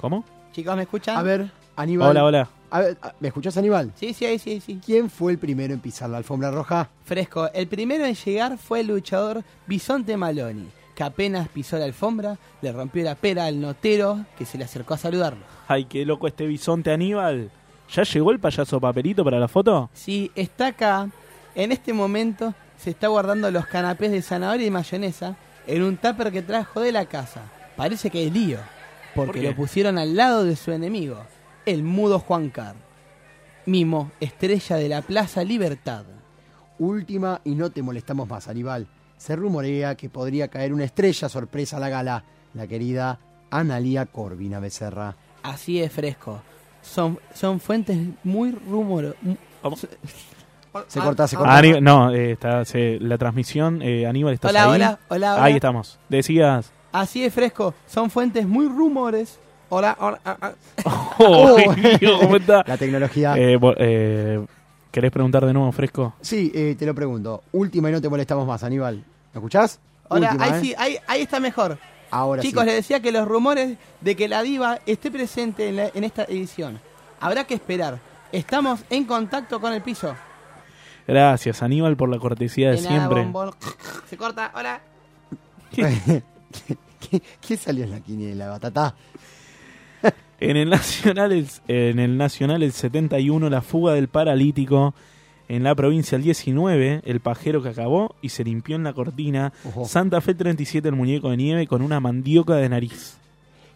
¿Cómo? Chicos, ¿me escuchan? A ver, Aníbal. Hola, hola. A ver, a- ¿me escuchás, Aníbal? Sí, sí, sí, sí. ¿Quién fue el primero en pisar la alfombra roja? Fresco, el primero en llegar fue el luchador Bisonte Maloni, que apenas pisó la alfombra, le rompió la pera al notero que se le acercó a saludarlo. Ay, qué loco este bisonte Aníbal. ¿Ya llegó el payaso paperito para la foto? Sí, está acá. En este momento se está guardando los canapés de zanahoria y mayonesa en un tupper que trajo de la casa. Parece que es lío, porque ¿Por qué? lo pusieron al lado de su enemigo, el mudo Juan Carr. Mimo, estrella de la Plaza Libertad. Última y no te molestamos más, Aníbal. Se rumorea que podría caer una estrella sorpresa a la gala, la querida Analía Corvina Becerra. Así es fresco. Son, son fuentes muy rumorosas. Se corta, Ah, se corta. Ani- no, eh, está, se- la transmisión, eh, Aníbal, ¿estás Hola, ahí? hola, hola, hola. Ahí estamos. Decías... Así es fresco. Son fuentes muy rumores. Hola, hola. ah, ah. Oh, Oh. Dios, ¿cómo está? La tecnología. Eh, bo- eh, ¿Querés preguntar de nuevo, Fresco? Sí, eh, te lo pregunto. Última y no te molestamos más, Aníbal. ¿Me escuchás? Hola, Última, ahí ¿eh? sí, ahí, ahí está mejor. Ahora Chicos, sí. les decía que los rumores de que la diva esté presente en, la- en esta edición. Habrá que esperar. Estamos en contacto con el piso. Gracias, Aníbal, por la cortesía de, De nada, siempre. bombón. Se corta, hola. ¿Qué, qué- qué salió en la quiniela, batata? En el, nacional, el- en el Nacional el 71, la fuga del paralítico. En la provincia el 19, el pajero que acabó y se limpió en la cortina. Ojo. Santa Fe el 37, el muñeco de nieve con una mandioca de nariz.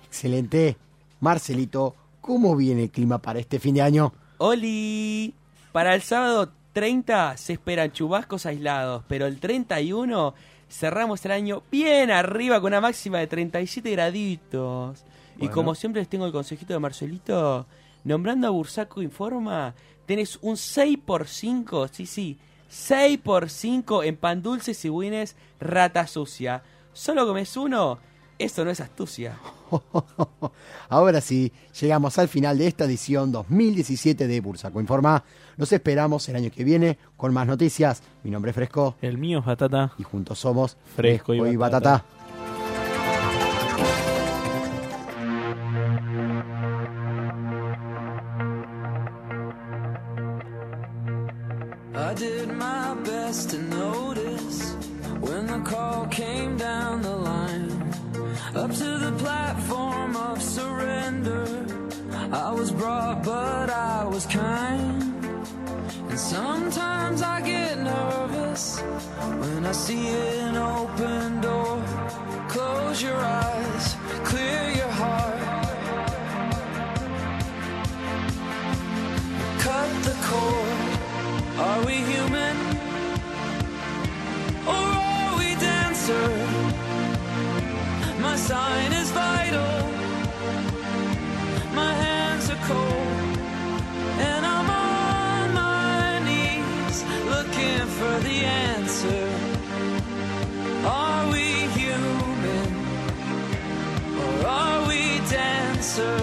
Excelente. Marcelito, ¿cómo viene el clima para este fin de año? Oli, para el sábado 30 se esperan chubascos aislados, pero el 31 cerramos el año bien arriba con una máxima de 37 graditos. Y Bueno. como siempre les tengo el consejito de Marcelito, nombrando a Bursaco Informa, tenés un 6x5, sí, sí, 6x5 en pan dulces y buines rata sucia. Solo comes uno, eso no es astucia. Ahora sí, llegamos al final de esta edición 2017 de Bursaco Informa. Los esperamos el año que viene con más noticias. Mi nombre es Fresco. El mío es Batata. Y juntos somos Fresco y Batata. I did my best to notice when the call came down the line. Up to the platform of surrender. I was brought, but I was kind. And sometimes I get nervous when I see an open door. Close your eyes, clear your heart. Cut the cord. Are we human? Or are we dancer? My sign is vital. My hands are cold. And I'm on my knees looking for the answer. Are we human? Or are we dancer?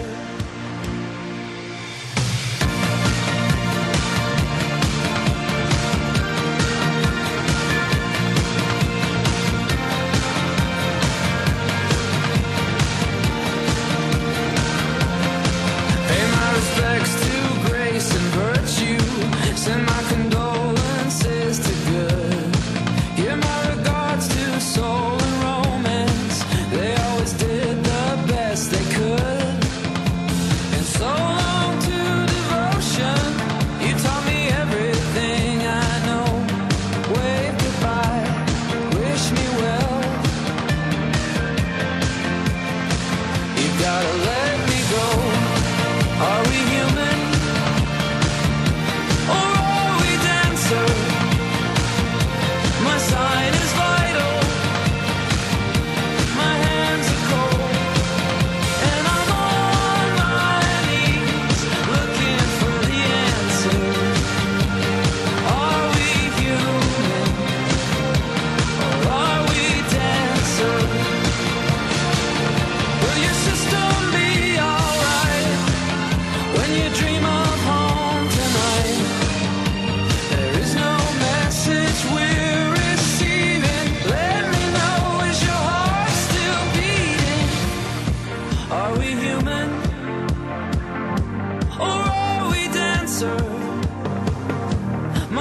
Pay my respects to grace and virtue. Send my condolences to good. Give my regards to soul and romance. They always did the best they could.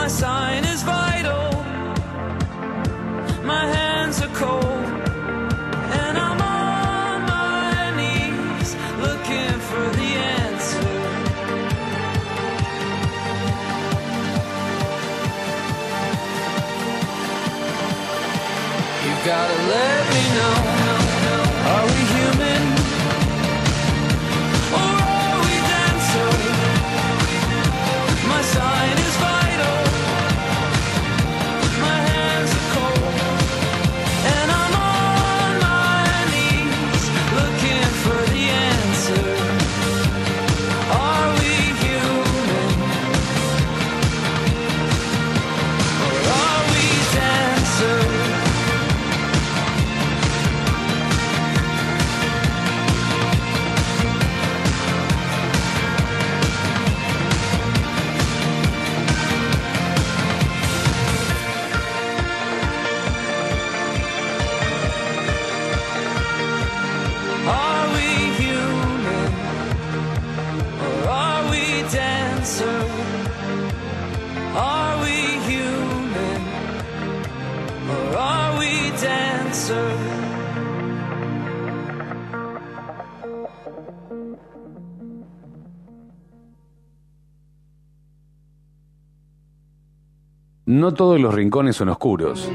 sign is vital. My hands are cold. And I'm on my knees looking for the answer. You gotta let me know. Are we human? Or are we dancing? My sign is vital. My hands are cold. And I'm on my knees looking for the answer. Are we human? Or are we dancers? Are we human or are we dancer? Are we human or are we dancer? No todos los rincones son oscuros.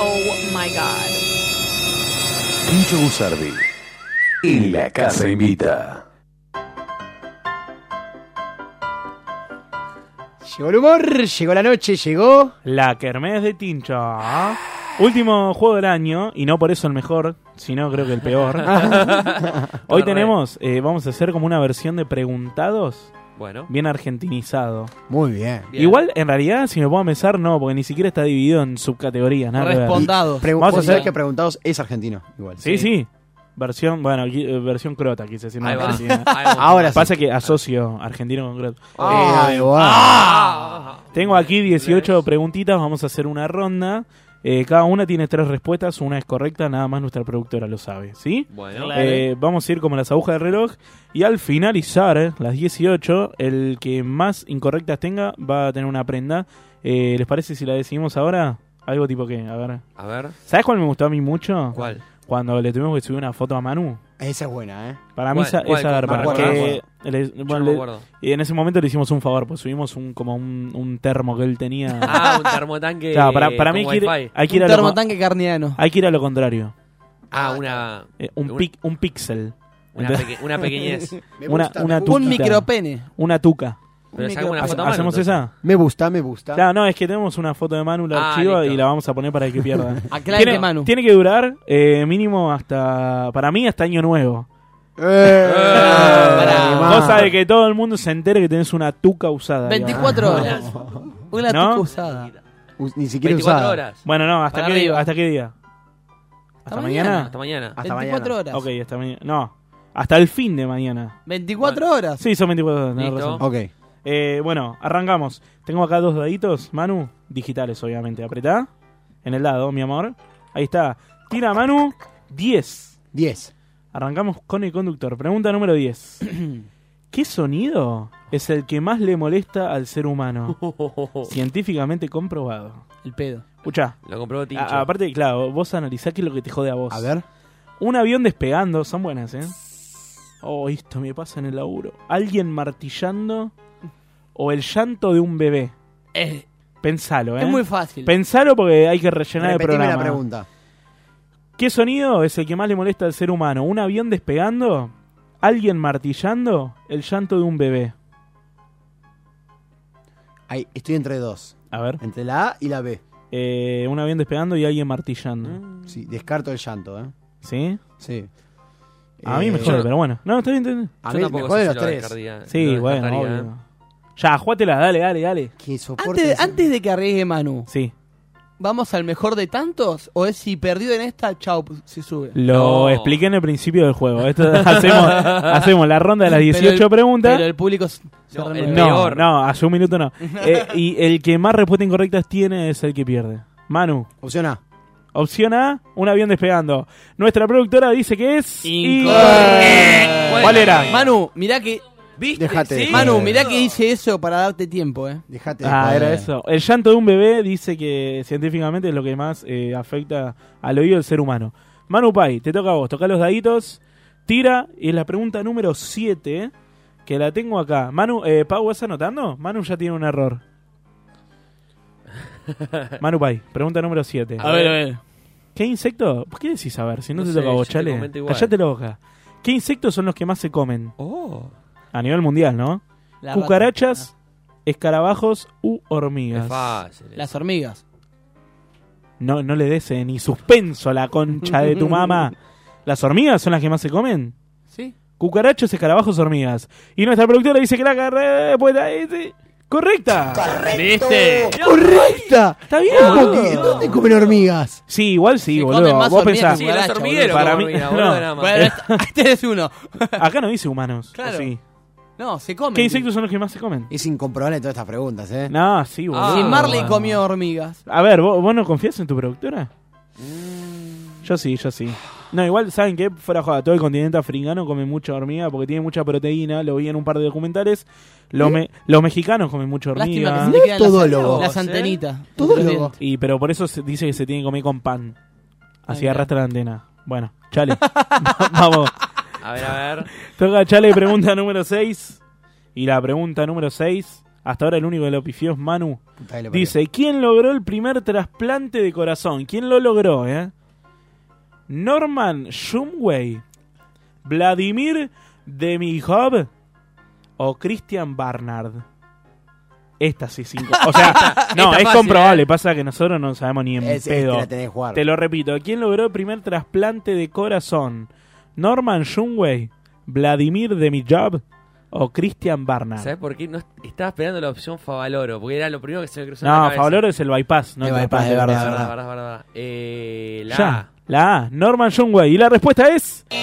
Oh my god. Pincho Guzardi. Y la casa invita. Llegó el humor, llegó la noche, llegó. La Kermés de Tincho. Ah. Último juego del año, y no por eso el mejor, sino creo que el peor. Hoy Ah. Corre. tenemos, eh, vamos a hacer como una versión de preguntados. Bueno. Bien argentinizado. Muy bien. Bien. Igual, en realidad, si me puedo pensar, no, porque ni siquiera está dividido en subcategorías. Nada que ver. Y pregu- Vamos a vos sabés hacer que preguntados es argentino. Igual. Sí, sí. Versión, bueno, qui- eh, versión crota, quise decir. no Ahí va. argentina. Ahí va. Ahora sí. Pasa que asocio argentino con crota. Ah, Eh, guau. ah. Tengo aquí 18 preguntitas, vamos a hacer una ronda. Eh, cada una tiene tres respuestas, una es correcta, nada más nuestra productora lo sabe, ¿sí? Bueno. Eh, vamos a ir como las agujas del reloj y al finalizar eh, las 18, el que más incorrectas tenga va a tener una prenda. Eh, ¿Les parece si la decidimos ahora? Algo tipo que, a ver. A ver. ¿Sabes cuál me gustó a mí mucho? ¿Cuál? Cuando le tuvimos que subir una foto a Manu. Esa es buena, ¿eh? Para mí esa, esa garpa, Ah, porque le- bueno, le- acuerdo. y en ese momento le hicimos un favor, pues subimos un como un, un termo que él tenía. Ah, un termotanque Claro, para, para mí con hay que ir- wifi. hay que Un ir a lo termotanque con- carniano. Hay que ir a lo contrario. Ah, una. Eh, un, un- pic- un píxel. Una ¿Entendés? peque- una pequeñez. Me una, gusta, una me gusta. tuquita. Un micropene. Una tuca. Pero sacamos una ¿Hace- foto a mano, ¿Hacemos entonces. esa? Me gusta, me gusta. Claro, no, es que tenemos una foto de Manu, la Ah, archivo listo. y la vamos a poner para el que pierda. Aclare, tiene, Manu. Tiene que durar eh, mínimo hasta, para mí, hasta Año Nuevo. Ah, Cosa de que todo el mundo se entere que tenés una tuca usada. 24 digamos. horas. Una ¿No? tuca usada. Ni siquiera 24 usada. horas. Bueno, no, ¿hasta qué- hasta qué día? ¿Hasta, mañana? mañana. Hasta mañana. 24 horas. Ok, hasta mañana. No, hasta el fin de mañana. 24 horas. Sí, son 24 horas. tenés Listo. razón. Ok. Eh, bueno, arrancamos. Tengo acá dos daditos, Manu, digitales obviamente. Apretá en el lado, mi amor. Ahí está. Tira, Manu, 10. 10. Arrancamos con el conductor. Pregunta número 10. ¿Qué sonido es el que más le molesta al ser humano? Científicamente comprobado. El pedo. Escucha. Lo compró Tincho. Aparte, claro, vos analizá qué es lo que te jode a vos. A ver. Un avión despegando, son buenas, ¿eh? Oh, esto me pasa en el laburo. Alguien martillando o el llanto de un bebé. Pensalo, ¿eh? es muy fácil. Pensalo porque hay que rellenar el Repetime programa. la pregunta. ¿Qué sonido es el que más le molesta al ser humano? ¿Un avión despegando? ¿Alguien martillando? ¿El llanto de un bebé? Ahí, estoy entre dos. A ver. Entre la A y la B. Mm. Eh, un avión despegando y alguien martillando. Sí, descarto el llanto, ¿eh. ¿Sí? Sí. A mí me Eh, jode, pero bueno. No, está bien, está bien. A mí me jode los tres. Sí, bueno, ¿eh? obvio. Ya, jugátela, dale, dale, dale. Antes, antes de que arriesgue Manu, Sí. ¿vamos al mejor de tantos? ¿O es si perdió en esta, chau, si sube? Lo expliqué en el principio del juego. Esto hacemos, hacemos la ronda de las Pero el- 18 preguntas. Pero el público s- se no, renueva. no, hace un minuto no. Eh, y el que más respuestas incorrectas tiene es el que pierde. Manu. Opción A. Opción A, un avión despegando. Nuestra productora dice que es... Incorrecto. ¿Cuál era? Manu, mirá que ¿Viste? Déjate. Sí. Manu, mirá que hice eso para darte tiempo, ¿eh? Dejate Ah, era eso. El llanto de un bebé dice que científicamente es lo que más eh, afecta al oído del ser humano. Manu Pai, te toca a vos. Toca los daditos, tira y es la pregunta número 7 que la tengo acá. Manu, eh, Pau, ¿vas anotando? Manu ya tiene un error. Manu Pai, pregunta número 7. A ver, a ver. ¿Qué insecto? ¿Por qué decís a ver? Si no, No te sé, toca a vos, yo te chale. comento igual. Callate la boca. ¿Qué insectos son los que más se comen? Oh. A nivel mundial, ¿no? La rata. Cucarachas, escarabajos u hormigas. Las hormigas. No, no le des eh, ni suspenso a la concha de tu mamá. ¿Las hormigas son las que más se comen? Sí. Cucarachos, escarabajos, hormigas. Y nuestra productora dice que la carrera de poeta es eh, correcta. ¿Viste? ¡Correcta! Está bien, ¿Cómo boludo. que- ¿Dónde comen hormigas? Sí, igual sí, comen boludo. más Vos hormigas pensás. que cucarachas, Sí, los hormigueros para comen mí. hormigas, no. boludo, nada más. Bueno, este es uno. Acá no dice humanos. Claro. ¿o sí? No, se comen. ¿Qué insectos son los que más se comen? Es incomprobable todas estas preguntas, ¿eh? Ah. No, sí, boludo. Si Ah, Marley comió hormigas. A ver, ¿vos, vos no confías en tu productora? Mm. Yo sí, yo sí. No, igual, ¿saben qué? Fuera joda, todo el continente africano come mucha hormiga porque tiene mucha proteína. Lo vi en un par de documentales. Los, me- los mexicanos comen mucha hormiga. Lástima que se le quedan Todólogo. las, las antenitas. Todólogo. Y pero por eso se dice que se tiene que comer con pan. Así Ay, arrastra la antena. Bueno, chale. Va- Vamos. A ver, a ver. Toca chale pregunta número 6. Y la pregunta número 6, hasta ahora el único que lo pifió es Manu. que lo parió. Dice, ¿quién logró el primer trasplante de corazón? ¿Quién lo logró, eh? Norman Shumway, Vladimir Demihov o Christian Barnard. Estas sí cinco. O sea, no, Esta es fácil, comprobable. Pasa que nosotros no sabemos ni en Es- es que pedo. ¿eh? este la tenés que jugar. Te lo repito. ¿Quién logró el primer trasplante de corazón? ¿Norman Shumway, Vladimir Demijab o Christian Barnard? ¿Sabes por qué? No, estaba esperando la opción Favaloro, porque era lo primero que se me cruzó en la No, cabeza. Favaloro es el bypass. No El el bypass, trasplante de verdad, de La corazón. verdad, verdad, verdad. Eh, la Ya, la A. Norman Shumway. Y la respuesta es... Era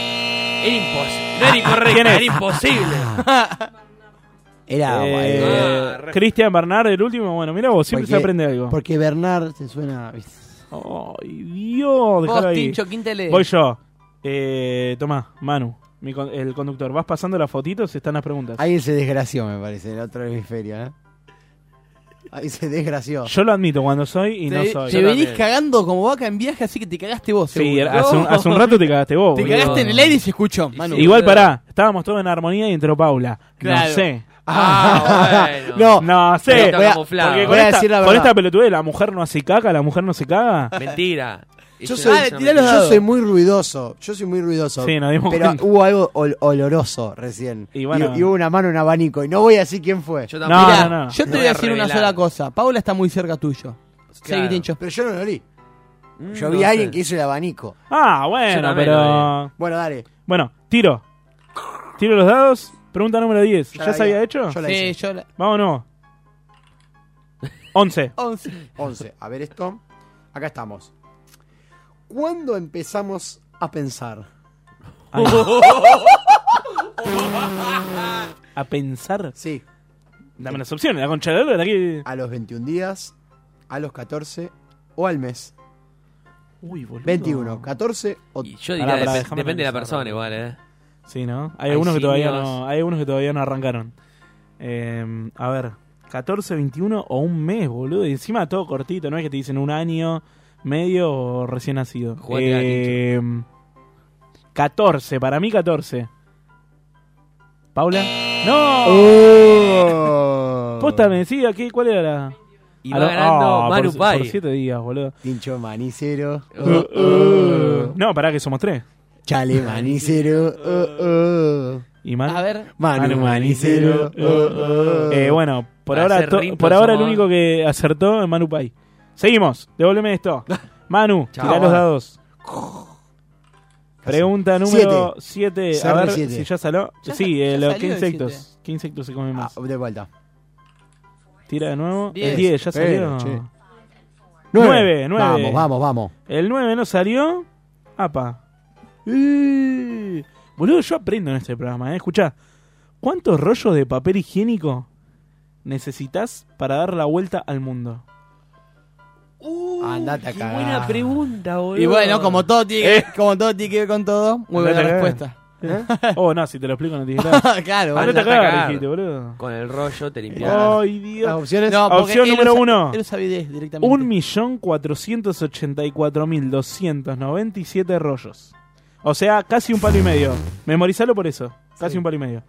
imposible. No era Ah, ¿Quién incorrecta, es? era imposible. Era eh, Ah, re- Christian Barnard, el último. Bueno, mira vos, siempre se Porque- aprende algo. Porque Bernard se suena. Ay, Dios, Vos, déjalo ahí. Tincho, ¿quién te lee? Voy yo. Eh, tomá, Manu, mi con- el conductor. Vas pasando las fotitos, están las preguntas. Ahí se desgració, me parece, el otro hemisferio, ¿eh? Ahí se desgració. Yo lo admito cuando soy y no te, soy. te venís cagando como vaca en viaje, así que te cagaste vos. Sí, seguro. hace un, hace un rato te cagaste vos. Te boludo. cagaste en el aire y se escuchó. Manu. Igual pará, estábamos todos en armonía y entró Paula. Claro. No sé. Ah, bueno. No, No sé. Está voy a- camuflado. Porque con, Voy a esta, decir la con verdad. esta pelotudez, la mujer no hace caca, la mujer no se caga. Mentira. Yo Es soy, una- Dale, es una tiralo. mentira. yo soy muy ruidoso. Yo soy muy ruidoso. Sí, nos dimos pero cuenta. hubo algo ol- oloroso recién. Y bueno. y, hubo una mano en abanico. Y no voy a decir quién fue. Yo No, tampoco. Mirá, no, no. Yo te No voy voy a a decir una revelar. sola cosa. Paula está muy cerca tuyo. Claro. Seguí, Tincho. Pero yo no lo olí. Yo Mm, vi no a alguien sé. que hizo el abanico. Ah, Yo bueno, también lo pero. Bueno, dale. Bueno, tiro. Tiro los dados. Pregunta número 10. Ya ¿Ya, la se había- había hecho? Yo la Sí, hice. yo la... Vámonos. 11. 11. 11. A ver esto. Acá estamos. ¿Cuándo empezamos a pensar? A pensar. Sí. Dame las opciones. La concha de la lora, aquí. ¿A los 21 días? ¿A los 14? ¿O al mes? Uy, boludo. 21, 14 o... Y yo Pará, diría, pará, dep- déjame depende de la pensar, persona igual, eh. Sí, ¿no? Hay Hay algunos que todavía simios. no, hay algunos que todavía no arrancaron. Eh, a ver, 14, 21 o un mes, boludo. Y encima todo cortito, no es que te dicen un año, medio o recién nacido. Jugátela, Eh, 14, para mí 14. ¿Paula? ¡No! ¡Oh! Posta me decía, ¿qué, ¿cuál era la...? Y A va lo- ganando Ah, Manu por, Pai. por siete días, boludo. Tincho manicero. Oh, oh. No, pará que somos tres. uh, Chale manicero. oh, oh. ¿Y más? A ver. Manu manicero. oh, oh. Eh, bueno, por Para ahora, hacer to- ritmo por ahora el somos- único que acertó es Manu Pai. Seguimos, devuélveme esto. Manu, Chao. tirá los dados. Pregunta número 7. A Cerro ver siete. si ya salió. Ya sí, sa- eh, ya lo- salió ¿qué el insectos? ¿Qué insectos se comen Ah, más? de vuelta. Tira de nuevo. Diez. El 10, ya Pero, salió. che. Nueve, nueve. Vamos, vamos, vamos. El 9 no salió. Apa. Eh, boludo, yo aprendo en este programa, ¿eh? Escuchá. ¿Cuántos rollos de papel higiénico necesitas para dar la vuelta al mundo? Andate a Qué cagar. buena pregunta, boludo. Y bueno, como todo tiene, que- como todo tiene que ver con todo, muy buena Eh. Andate a cagar. respuesta. Oh, no, si te lo explico no te digas. Claro, ah, no boludo. te Atacar. acabas, dijiste, boludo. Con el rollo te limpias. Ay, Dios. Las opciones- Eh. No, porque Opción él número usa- uno. él usa bidés directamente. 1.484.297 rollos. O sea, casi un palo y medio. Memorizalo por eso. Casi un palo y medio.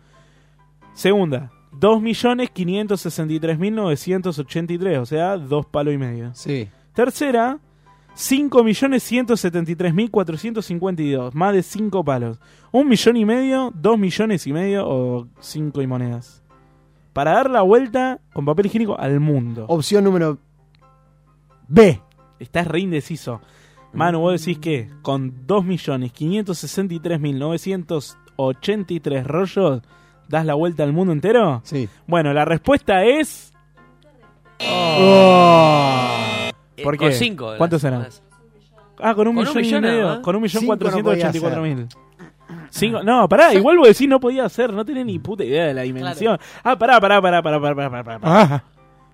Segunda, 2.563.983. O sea, dos palos y medio. Sí. Tercera, 5.173.452. Más de cinco palos. Un millón y medio, dos millones y medio o cinco y monedas. Para dar la vuelta con papel higiénico al mundo. Opción número B. Estás re indeciso. Manu, vos decís que con 2.563.983 rollos das la vuelta al mundo entero? Sí. Bueno, la respuesta es... Eh, ¿Por con qué? cinco de ¿Cuántos las- eran? las- Ah, con un Con un millón, millón y medio. nada más. Con un millón Cinco no cuatrocientos podía ochenta y cuatro mil. Cinco- no, pará, igual vos decís no podía hacer, no tenía ni puta idea de la dimensión. Ah, pará, pará, pará, pará, pará, pará, pará. pará.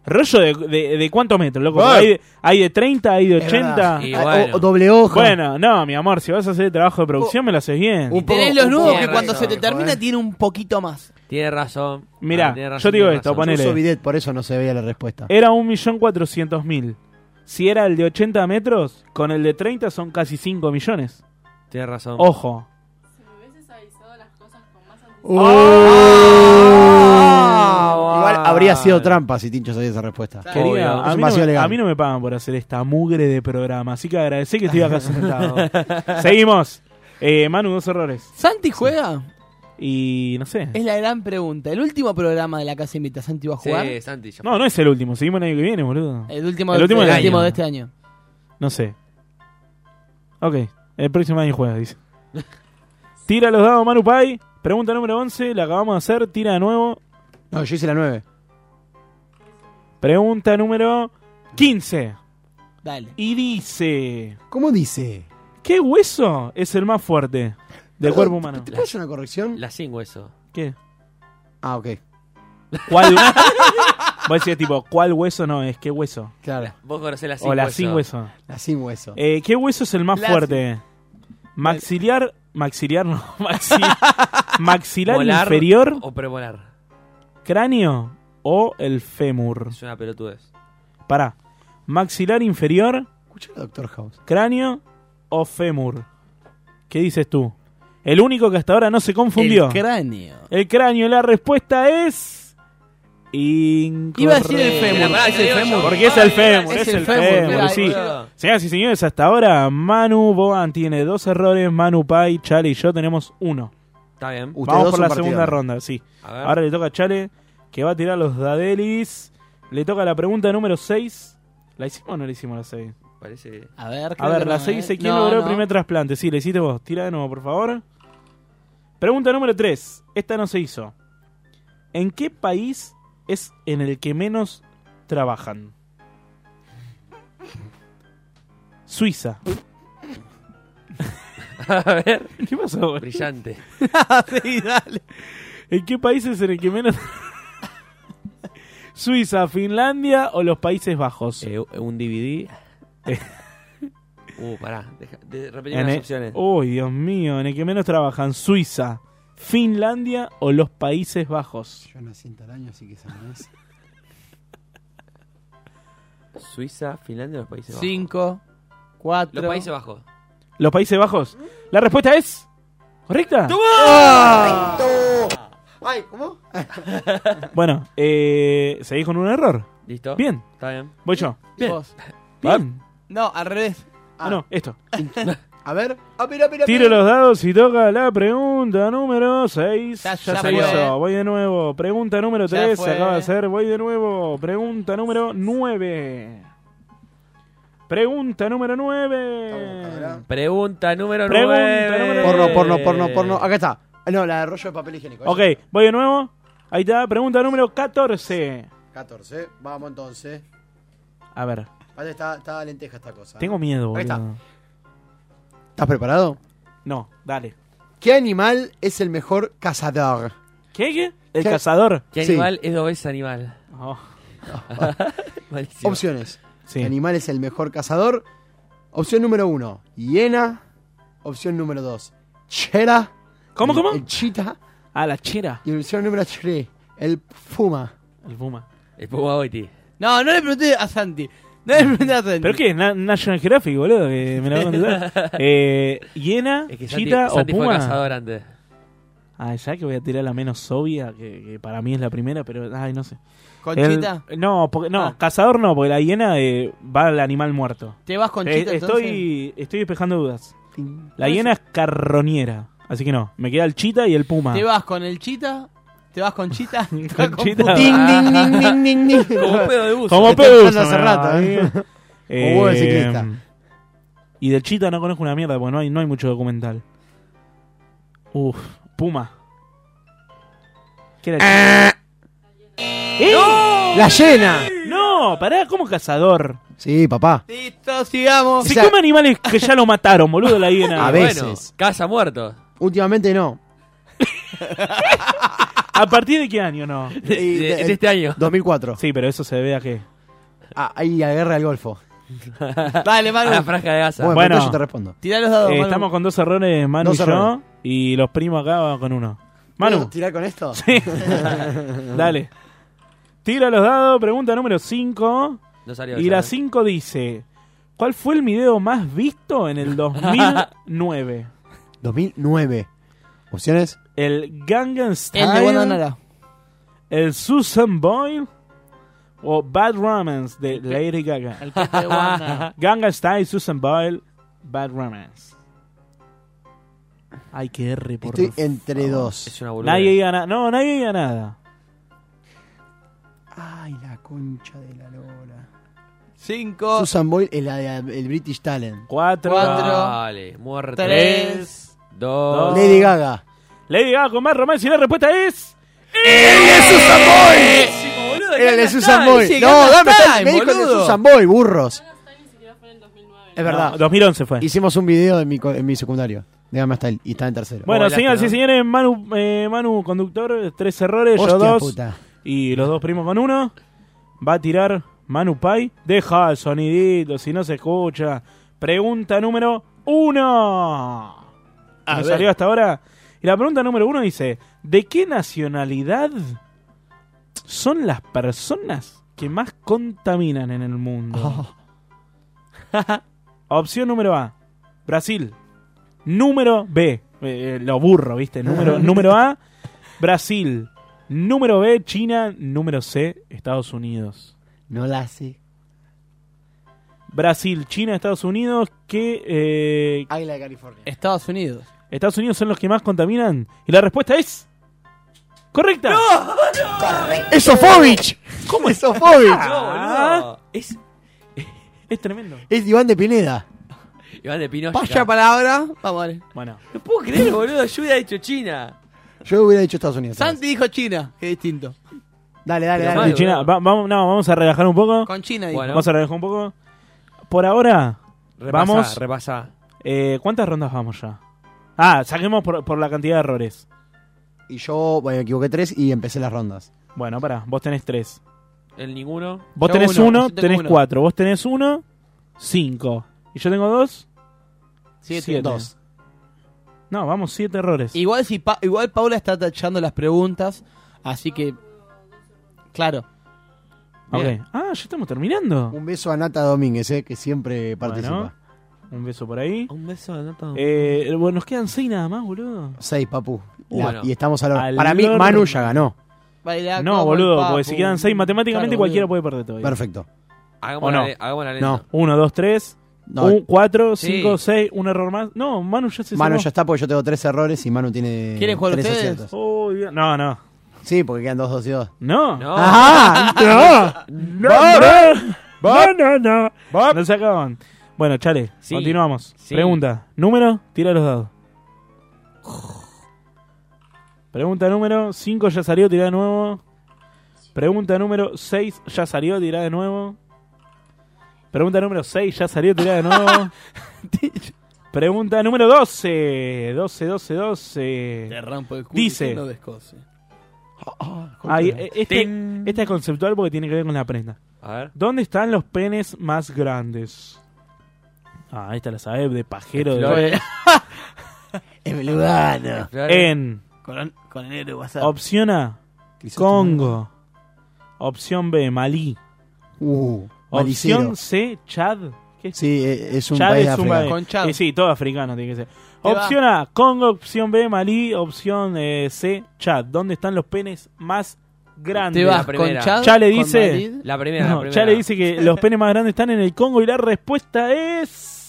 Rollo de, de, de cuántos metros, loco. Ah. Hay de, hay de 30, hay de Es verdad. 80. Y Ah, bueno. o- o doble hoja. Oh, Bueno, no, mi amor, si vas a hacer el trabajo de producción, me lo haces bien. Y tenés los nuevos que cuando se te termina tiene un poquito más. Tiene razón. Mirá, Ah, tiene razón, yo te digo tiene esto, razón. ponele. Uso bidet, por eso no se veía la respuesta. Era 1.400.000. Si era el de 80 metros, con el de 30 son casi 5 millones. Tienes razón. Ojo. Oh. Igual habría sido trampa si Tincho sabía esa respuesta. Querida, Es a un mí, no vacío me, legal. a mí no me pagan por hacer esta mugre de programa, así que agradecé que estoy acá sentado. Seguimos. Eh, Manu, dos errores. ¿Santi juega? Y no sé. Es la gran pregunta. El último programa de la casa invita, ¿Santi va a jugar? Sí, Santi, ya No, no es el último. Seguimos el año que viene, boludo. El último, El último el del último año. de este año. No sé. Ok, el próximo año juega, dice. Tira los dados, Manu Pai. Pregunta número 11, la acabamos de hacer. Tira de nuevo. No, yo hice la 9. Pregunta número 15. Dale. Y dice: ¿Cómo dice? ¿Qué hueso es el más fuerte del cuerpo humano? ¿Te puedo hacer una corrección? La sin hueso. ¿Qué? Ah, ok. ¿Cuál? Vos decís, tipo, ¿cuál hueso no es? ¿Qué hueso? Claro. Vos conocés la sin O la hueso. sin hueso. La sin hueso. Eh, ¿Qué hueso es el más La- fuerte? Maxiliar. Maxiliar no. maxi- maxilar Molar inferior, O premolar. cráneo o el fémur. Es una pelotudez. Pará. Maxilar inferior, Escucha, Doctor House. cráneo o fémur. ¿Qué dices tú? El único que hasta ahora no se confundió. El cráneo. El cráneo, la respuesta es. Incorrecto. Iba a decir el fémur. Pará, Ah, ¿es el fémur? Porque es el fémur, Es es el el fémur, fémur. mira, sí. ahí, boludo. Señoras y señores, hasta ahora Manu Boban tiene dos errores. Manu Pai, Chale y yo tenemos uno. Está bien. Ustedes Vamos dos por son la partidos. segunda ronda, sí. A ver. Ahora le toca a Chale, que va a tirar los Dadelis. Le toca la pregunta número 6. ¿La hicimos o no la hicimos la 6? Parece. A ver, A creo ver, que la no, 6 ¿eh? dice: ¿Quién No, logró el no. primer trasplante? Sí, la hiciste vos. Tira de nuevo, por favor. Pregunta número 3. Esta no se hizo. ¿En qué país es en el que menos trabajan? Suiza. A ver. ¿Qué pasó? boludo? Brillante. sí, dale. ¿En qué país es en el que menos. Suiza, Finlandia o los Países Bajos? Eh, un DVD. uh, pará. Deja, de, repetime En las el- opciones. Uy, Dios mío, en el que menos trabajan, Suiza, Finlandia o los Países Bajos. Yo nací en tal año, así que esa no es. Suiza, Finlandia los Países Bajos. Cinco, cuatro. Los Países Bajos. ¿Los Países Bajos? La respuesta es. ¿Correcta? Ay, ¿cómo? Bueno, eh, seguís con un error. ¿Listo? Bien, Está bien. voy yo. Bien. Vos. Bien. No, al revés. Ah, no, esto. A ver. Ah, A ver, a ver, a Tiro ver. los dados y toca la pregunta número 6. Ya- Ya, ya se fue. hizo. Voy de nuevo. Pregunta número Ya 3. fue. Se acaba de hacer. Voy de nuevo. Pregunta número 9. Pregunta número 9. Pregunta número 9. Pregunta número Porno, porno, porno, porno. Acá está. No, la de rollo de papel higiénico. Ah. eh. Ok, voy de nuevo. Ahí está. Pregunta número 14. 14. Vamos entonces. A ver. Vale, está, está lenteja esta cosa. Tengo miedo, Ahí está. boludo. ¿Estás preparado? No, dale. ¿Qué animal es el mejor cazador? ¿Qué? qué? ¿El ¿Qué? cazador? ¿Qué Sí. animal es dos veces animal? Oh, Malísimo. Opciones. ¿Qué sí. animal es el mejor cazador? Opción número uno, hiena. Opción número dos, chera. ¿Cómo, cómo? El chita. Ah, la chira. Y el opción número 3, el fuma. El Puma. El Puma Boiti. No, no le pregunté a Santi. No le pregunté a Santi. ¿Pero qué? Na- National Geographic, boludo, que me la van a contestar. eh, ¿Hiena, Es que Santi- chita o Santi fue puma? cazador antes. Ah, ya que voy a tirar la menos obvia, que, que para mí es la primera, pero ay, no sé. ¿Conchita? El- no, porque, no, cazador no, porque la hiena eh, va al animal muerto. ¿Te vas con chita, Eh, estoy, estoy despejando dudas. La hiena es carroñera, así que no. Me queda el chita y el puma. ¿Te vas con el chita? ¿Te vas con chita? ¿Te vas con Chita. Puma? Ding, ding, ding, ding, ding, ding. Como pedo de buzo. Como pedo de buzo, me va, amigo. O huevo de ciclista. Y del chita no conozco una mierda, porque no hay, no hay mucho documental. Uf, puma. ¿Qué era el chita? ¡Eh! Ah. ¡La llena! No, pará, como cazador. Sí, papá. Listo, sigamos. Se O sea, come animales que ya lo mataron, boludo, la hiena. A Bueno, veces. caza muerto. Últimamente no. ¿A partir de qué año no? de- de este año. 2004. Sí, pero eso se debe a qué. Ah, ahí a la guerra del Golfo. Dale, Manu. A la franja de Gaza. Bueno, entonces yo te respondo. Tirá los dados, Eh, Manu. estamos con dos errores, Manu Dos y errores. yo. Y los primos acá van con uno. Manu. ¿Puedo tirar con esto? Sí. Dale. Tira los dados, pregunta número 5. No salió y esa, la ¿eh? 5 dice: ¿Cuál fue el video más visto en el 2009? 2009. Opciones. ¿El Gangnam Style? El de Guadalajara. ¿El Susan Boyle? ¿O Bad Romance de Lady Gaga? El pete de Guadalajara. Gangnam Style, Susan Boyle, Bad Romance. Ay, qué R, por Estoy entre dos. Es una Nadie diga nada. No, nadie diga nada. Ay, la concha de la lora. Cinco. Susan Boyle es la de- el British Talent. Cuatro. Cuatro. Vale, muerto. Tres. Dos. Lady Gaga. Lady Gaga con más romance y la respuesta es... Era el de Susan Time, Boyle. dice No, Gangnam dame, Style, me dijo el de boludo. Susan Boyle, burros. Es verdad. No, 2011 fue. Hicimos un video en mi, co- en mi secundario. De Gamma Style. Y está en tercero. Bueno, Volaste, señoras y ¿no? señores, Manu, eh, Manu conductor, tres errores, yo Hostia dos. puta. Y los dos primos con uno. Va a tirar Manu Pai. Deja el sonidito, si no se escucha. Pregunta número uno. A ¿Me ver. salió hasta ahora? Y la pregunta número uno dice: ¿De qué nacionalidad son las personas que más contaminan en el mundo? Opción número A, Brasil. Número B, eh, eh, lo burro, ¿viste? Número, número A, Brasil. Número B, China. Número C, Estados Unidos. No la sé. Brasil, China, Estados Unidos, que... eh, Águila de California. Estados Unidos. ¿Estados Unidos son los que más contaminan? Y la respuesta es... ¡Correcta! ¡Esofovich! ¿Cómo es Sofovich? No, Ah. boludo. Es Es tremendo. Es Iván de Pineda. Iván de Pinocho. Vaya palabra. Vamos, dale. Bueno, No puedo creer, boludo. Yo hubiera dicho China. Yo hubiera dicho Estados Unidos. Santi dijo China. Qué distinto. Dale, dale, Pero dale. mal. y China, va- vamos, no, vamos a relajar un poco. Con China dijo. Bueno, Vamos a relajar un poco. Por ahora, repasá, vamos. repasá. eh, ¿cuántas rondas vamos ya? Ah, saquemos por, por la cantidad de errores. Y yo, bueno, me equivoqué tres y empecé las rondas. Bueno, pará, vos tenés tres. El ninguno. Vos Yo tenés uno, uno, yo tengo tenés uno. cuatro. Vos tenés uno, cinco. ¿Y yo tengo dos? Siete. Dos. No, vamos, siete errores. Igual, si Pa- igual Paula está tachando las preguntas, así que... Claro. Ok. Bien. Ah, ya estamos terminando. Un beso a Nata Domínguez, eh, que siempre participa. Bueno, un beso por ahí. Un beso, no Eh, bueno, nos quedan seis nada más, boludo. Seis, papu. La- Bueno. y estamos a la Al Para mí, horno. Manu ya ganó. Baila No, como el boludo, papu. porque si quedan seis, matemáticamente Claro, cualquiera boludo. puede perder todavía. Perfecto. Hagamos, ¿O no? la, hagamos la No. Uno, dos, tres. No, un, cuatro, Sí. cinco, seis. Un error más. No, Manu ya se Manu cerró. ya está porque yo tengo tres errores y Manu tiene. ¿Quieren jugar tres ustedes? aciertos. Oh, Dios. no, no. Sí, porque quedan dos, dos y dos. Ah, No. No. Ah, ¡Ajá! No, no. No, no, no. No se acaban. Bueno, chale, Sí. continuamos. Sí. Pregunta. Número, tira los dados. Pregunta número 5, ya salió, tira de nuevo. Pregunta número 6, ya salió, tira de nuevo. Pregunta número 6, ya salió, tira de nuevo. Pregunta número 12. 12, 12, 12. Te rompo el culo Dice. y te lo descoce. Ay, eh, este, esta es conceptual porque tiene que ver con la prenda. A ver. ¿Dónde están los penes más grandes? Ah, esta la sabe de pajero. de- Flores. Lugano. Claro. En Con, con el negro de WhatsApp. opción A, Congo. Opción B, Malí. Uh, malicero. opción C, Chad. ¿Qué es? Sí, e- es un Chad país es un africano. país. Con Chad. Eh, sí, todo africano tiene que ser. Te Opción A, Congo. Opción B, Malí. Opción eh, C, Chad. ¿Dónde están los penes más grandes? Te vas La primera. con Chad, Chad le con dice. Malí. La primera, la primera. Chad le dice que los penes más grandes están en el Congo y la respuesta es.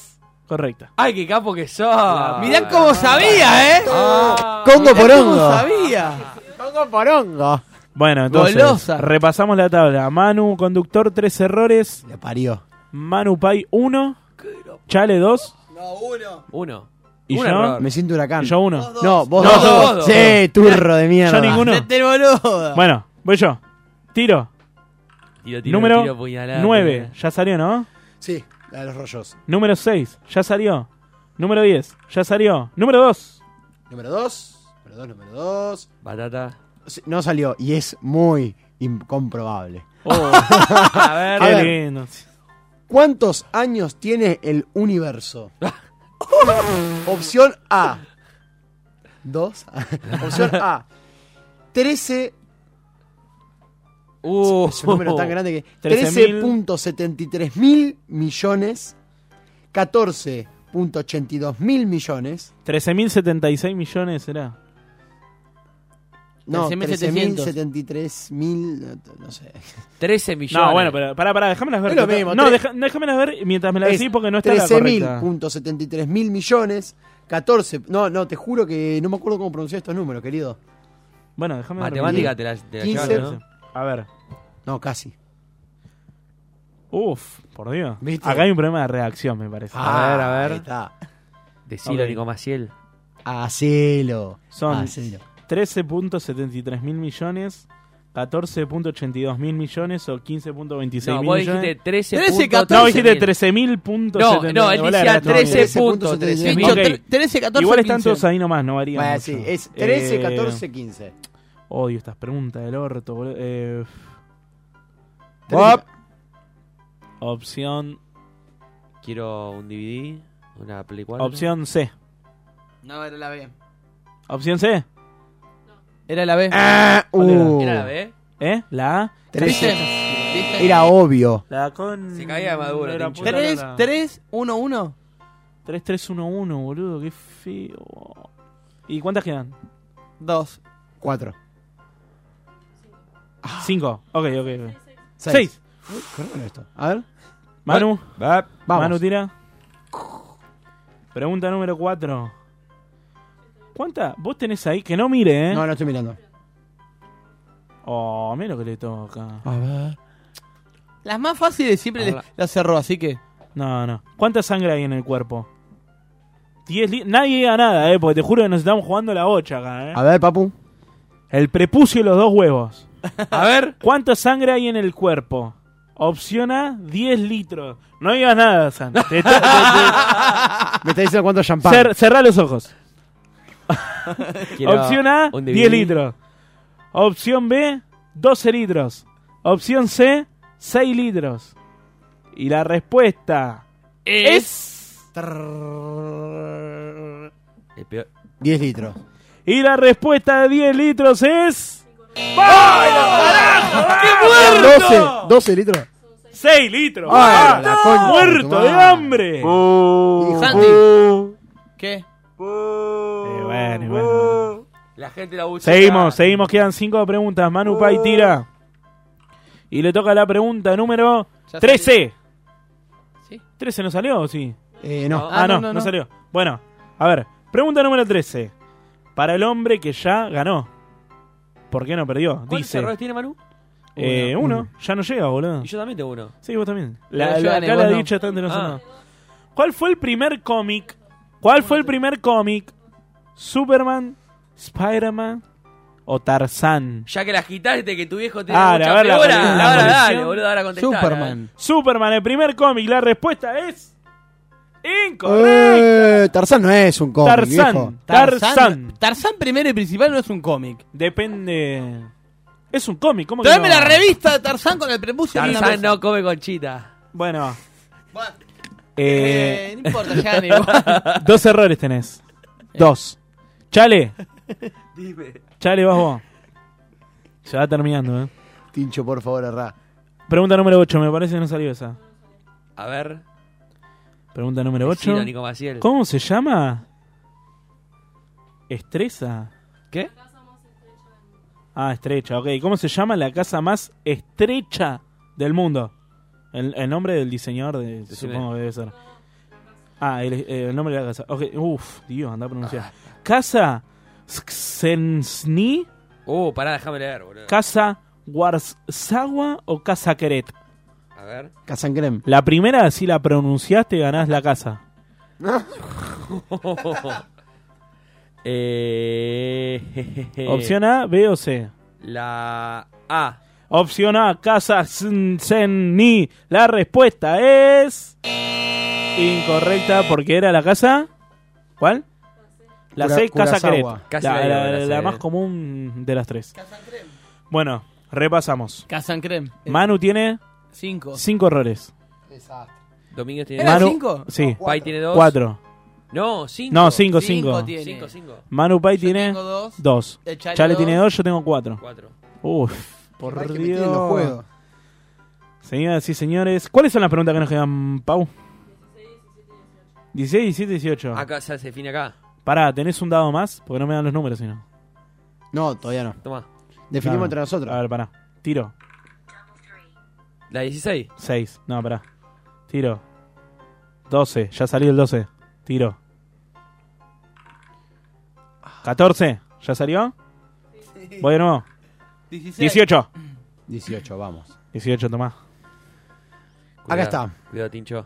Correcta. ¡Ay, qué capo que sos! Mirá cómo sabía, ¿eh? Ah, Ah, Congo por porongo. sabía? Congo porongo. Bueno, entonces Golosa. repasamos la tabla. Manu, conductor, tres errores. Le parió. Manu Pai, uno. Chale, dos. Uno. ¿Y Un yo? error. Me siento huracán. Yo uno. No, vos No, dos. vos dos. Sí, turro de mierda. Yo ninguno. Bueno, voy yo. Tiro. Tiro, Número tiro, puñalada, 9. puñalada. Ya salió, ¿no? Sí, la de los rollos. Número 6. Ya salió. Número 10. Ya salió. Número 2. Número dos. Número dos, número dos. Batata. Sí, No salió y es muy incomprobable. Oh. a ver, A qué ver. lindo. ¿Cuántos años tiene el universo? Opción A. ¿Dos? Opción A. 13. Uh, es un número tan grande que. 13.000. 13.73 mil millones. 14.82 mil millones. 13.076 millones será. No, 13.700. 13.073 mil. no, No sé. 13 millones. No, bueno, pero pará, pará, déjamelas ver. Es lo mismo, no, tres- deja- déjamelas ver mientras me las Es decís porque no está la correcta. 13.073 mil millones. 14. No, no, te juro que no me acuerdo cómo pronunciar estos números, querido. Bueno, déjame Matemática te la, te la 15. llevaron, ¿no? A ver. No, casi. Uf, por Dios. ¿Viste? Acá hay un problema de reacción, me parece. A ver, a Ah, Ahí ver. está. Decilo, Ok. Nico Maciel. Hacelo. Son Ah, Hacelo. 13.73 mil millones, 14.82 mil millones o 15.26 No, mil vos millones. dijiste 13. 13, punto 14. No, dijiste 13.000. No, 13.000. no, él decía 13 puntos. 13.000. Bicho, Ok. tre- 13, 14, Igual están 15. todos ahí nomás, no varían. Bueno, mucho. sí, es 13, Eh, 14, 15. Odio estas preguntas del orto, boludo. Eh, Trece- opción, Quiero un DVD, una Play 4. opción C. No, era la B. ¿Opción C? Era la B. Ah, ¿Cuál uh, ¿Era la B? ¿Eh? ¿La A? ¿Viste? trece. ¿Viste? Era obvio. La con... Se caía de Maduro, la pinche. puta 3, lora. 3, 1, 1. 3-3-1-1, boludo, qué feo. ¿Y cuántas quedan? 2. 4. 5. Ok, ok, ok. 6. 6. esto? A ver. Manu. Vamos. Manu tira. Pregunta número 4. ¿Cuánta? Vos tenés ahí que no mire, ¿eh? No, no estoy mirando. Oh, mira lo que le toca. A ver. Las más fáciles siempre le- Ahora. las cerró, así que. No, no. ¿Cuánta sangre hay en el cuerpo? 10 li- Nadie diga nada, ¿eh? Porque te juro que nos estamos jugando la bocha acá, ¿eh? A ver, papu. El prepucio y los dos huevos. A ver. ¿Cuánta sangre hay en el cuerpo? Opción A, 10 litros. No digas nada, San. Te está- Me está diciendo cuánto champán. Cer- cerrá los ojos. quiero Opción A, un 10 DVD. litros. Opción B, 12 litros. Opción C, 6 litros. Y la respuesta es... El peor. 10 litros. Y la respuesta de 10 litros es... 12, 12 litros. 6 litros. Ay, la ¡Ah! coña de tu ¡Muerto de madre! hambre! Santi. ¿Qué? Uh. Eh, bueno, y bueno. La gente la busca. Seguimos, seguimos, quedan cinco preguntas. Manu Pai tira. Y le toca la pregunta número Ya 13. ¿Sí? ¿13 no salió o sí? Eh, no. Ah, no, no, salió. Bueno, a ver, pregunta número 13. Para el hombre que ya ganó. ¿Por qué no perdió? ¿Cuántos Dice. errores tiene Manu? eh, uno. Ya no llega, boludo. Y yo también tengo uno. Sí, vos también. Pero La, yo la- gané, acá vos la no. dicha está entre Ah. nosotros. ¿Cuál fue el primer cómic? ¿Cuál fue el primer cómic? ¿Superman? ¿Spider-Man? ¿O Tarzán? Ya que la agitaste, que tu viejo te Ah, mucha a ver, la peor, colección, la ahora dale, colección. boludo, ahora contestá. Superman. Superman, el primer cómic. La respuesta es. ¡Incorrecto! Eh, Tarzán no es un cómic, viejo. Tarzán. Tarzán. Tarzán primero y principal no es un cómic. Depende. Es un cómic, ¿cómo que Tráeme no? la revista de Tarzán con el prepucio. en la Tarzán mesa. no come conchita. Bueno. Bueno. eh, Eh, no importa, ya Eh. gané igual. dos errores tenés. Dos. Chale, Dime. chale, vas vos. Se va terminando, ¿eh? Tincho, por favor, errá. Pregunta número 8, me parece que no salió esa. A ver. Pregunta número 8. Decilo, Nico Maciel. ¿Cómo se llama? Estresa. ¿Qué? Ah, estrecha, ok. ¿Cómo se llama la casa más estrecha del mundo? El, el nombre del diseñador, de- supongo que debe ser. Ah, el, eh, el nombre de la casa. Ok, uff, Dios, anda a pronunciar. Casa Sksenzni, Uh, pará, déjame leer, boludo. Casa Warsawa o Casa Queret. A ver. Casangrem. La primera, si la pronunciaste, ganás la casa. eh, Opción A, B o C. La A. Opción A, Casa Ni. La respuesta es. Incorrecta, porque era la casa. ¿Cuál? La Cura- C, Casa Kurosawa. Queret. Casi La, la digo, la- la C. eh. la más común de las tres. Bueno, repasamos. Casancrem. Manu tiene. Cinco. Cinco errores. Domínguez tiene ¿Eran Manu- cinco? sí. No, Pai cuatro. tiene dos. Cuatro. No, cinco. No, cinco, cinco. Cinco, cinco. Manu Pai tiene. dos. El Chale, Chale tiene dos. dos, yo tengo cuatro. Cuatro. Uf, mal por que me Dios. tienen los juegos. Señoras y señores, ¿cuáles son las preguntas que nos quedan, Pau? 16, 17, 18. Acá se hace fin acá. Pará, ¿tenés un dado más? Porque no me dan los números, sino. No, todavía no. Toma. Definimos No. entre nosotros. A ver, pará. Tiro. La 16. 6. No, pará. Tiro. 12. Ya salió el 12. Tiro. 14. ¿Ya salió? Voy de nuevo. 16. 18. 18, vamos. 18, tomá. Acá está. Cuidado, Tincho.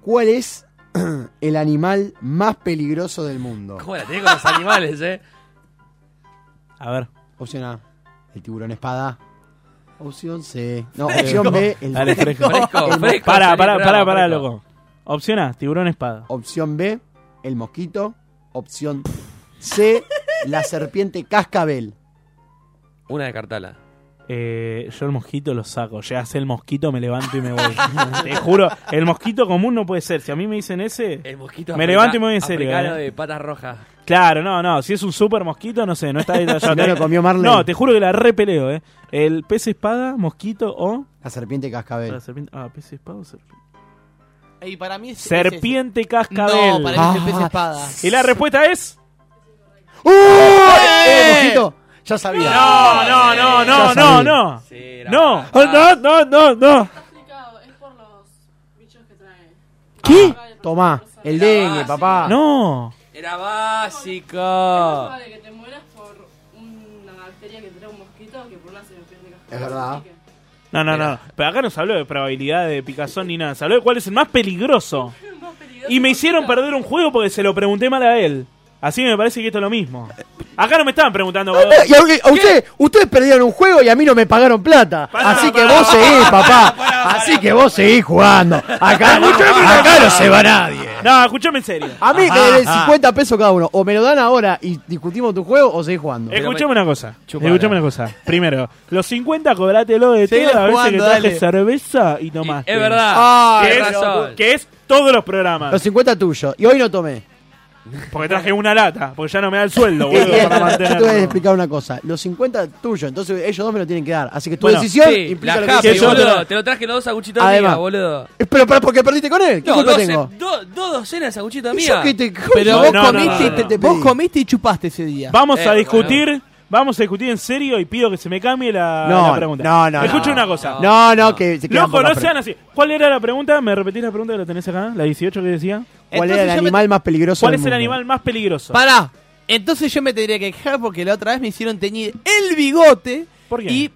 ¿Cuál es el animal más peligroso del mundo? ¿Cómo la tenés con los animales, eh? A ver. Opción A, el tiburón espada. Opción C. No, Fresco. opción B, el Dale, fresco. el- Pará, pará, pará, pará, loco. Opción A, tiburón espada. Opción B, el mosquito. Opción C, la serpiente cascabel. Una de Cartala. Eh, yo el mosquito lo saco. Llegas el mosquito, me levanto y me voy. Te juro, el mosquito común no puede ser. Si a mí me dicen ese, El mosquito me africa- levanto y me voy en serio. africano eh. de patas rojas. Claro, no, no. Si es un super mosquito, no sé, no está detallado. No lo comió Marlene. No, te juro que la repeleo, eh. El pez espada, mosquito o. La serpiente cascabel. La serpiente. Ah, pez espada o serpiente. Y para mí es- Serpiente es ese. No, cascabel. para mí es el pez Ah. espada. Y la respuesta es. ¡Uh! ¡Eh, mosquito! Ya sabía. No, no, no, no, Ya sabía. no, no. No, Ah, no, no, no, no. ¿Qué? Tomá, el dengue, papá. No. Era básico. Es más probable que te mueras por una bacteria que trae un mosquito que por una serpiente cascabel. No, no, no. Pero acá no se habló de probabilidad de picazón ni nada. Se habló de cuál es el más peligroso. Y me hicieron perder un juego porque se lo pregunté mal a él. Así que me parece que esto es lo mismo. Acá no me estaban preguntando. Eh, Y oh, a, a usted- ustedes perdieron un juego y a mí no me pagaron plata. Así que vos seguís, papá. Así que vos seguís jugando. Acá, acá no se va nadie. No, escuchame en serio. A mí eh, Ajá. me deben 50 pesos cada uno. O me lo dan ahora y discutimos tu juego o seguís jugando. Escuchame una cosa. Escuchame una cosa. Primero, los 50 cobrátelo de Seguí todo la vez que jugando, traje dale. cerveza y tomaste. es verdad. Ah, que, tenés es, razón. que es todos los programas. Los 50 tuyos. Y hoy no tomé. Porque traje una lata. Porque ya no me da el sueldo, Este, Yo boludo, para te voy a mantenerlo. explicar una cosa. Los 50 tuyos, entonces ellos dos me lo tienen que dar. Así que tu Bueno, decisión sí, implica la lo que happy, dice yo. boludo. Te lo traje los dos aguchitos de Además. miga, boludo. Eh, Pero, pero porque perdiste con él. ¿Qué No, culpa doce- tengo? do- dos docenas de aguchitos de ¿Y yo miga. qué te- Pero No, vos, no, no, comiste, no, y te- no. te- vos comiste y chupaste ese día. Vamos Eh, a discutir. Vamos a discutir en serio y pido que se me cambie la, No, Ah, la pregunta. no, no, Escucha no. una cosa. No, no, que se quedan Loco, no pocas sean así. ¿Cuál era la pregunta? ¿Me repetís la pregunta que la tenés acá? ¿La 18 que decía? ¿Cuál era el animal más peligroso ¿Cuál del es el mundo? animal más peligroso? Pará. Entonces yo me tendría que quejar porque la otra vez me hicieron teñir el bigote. Y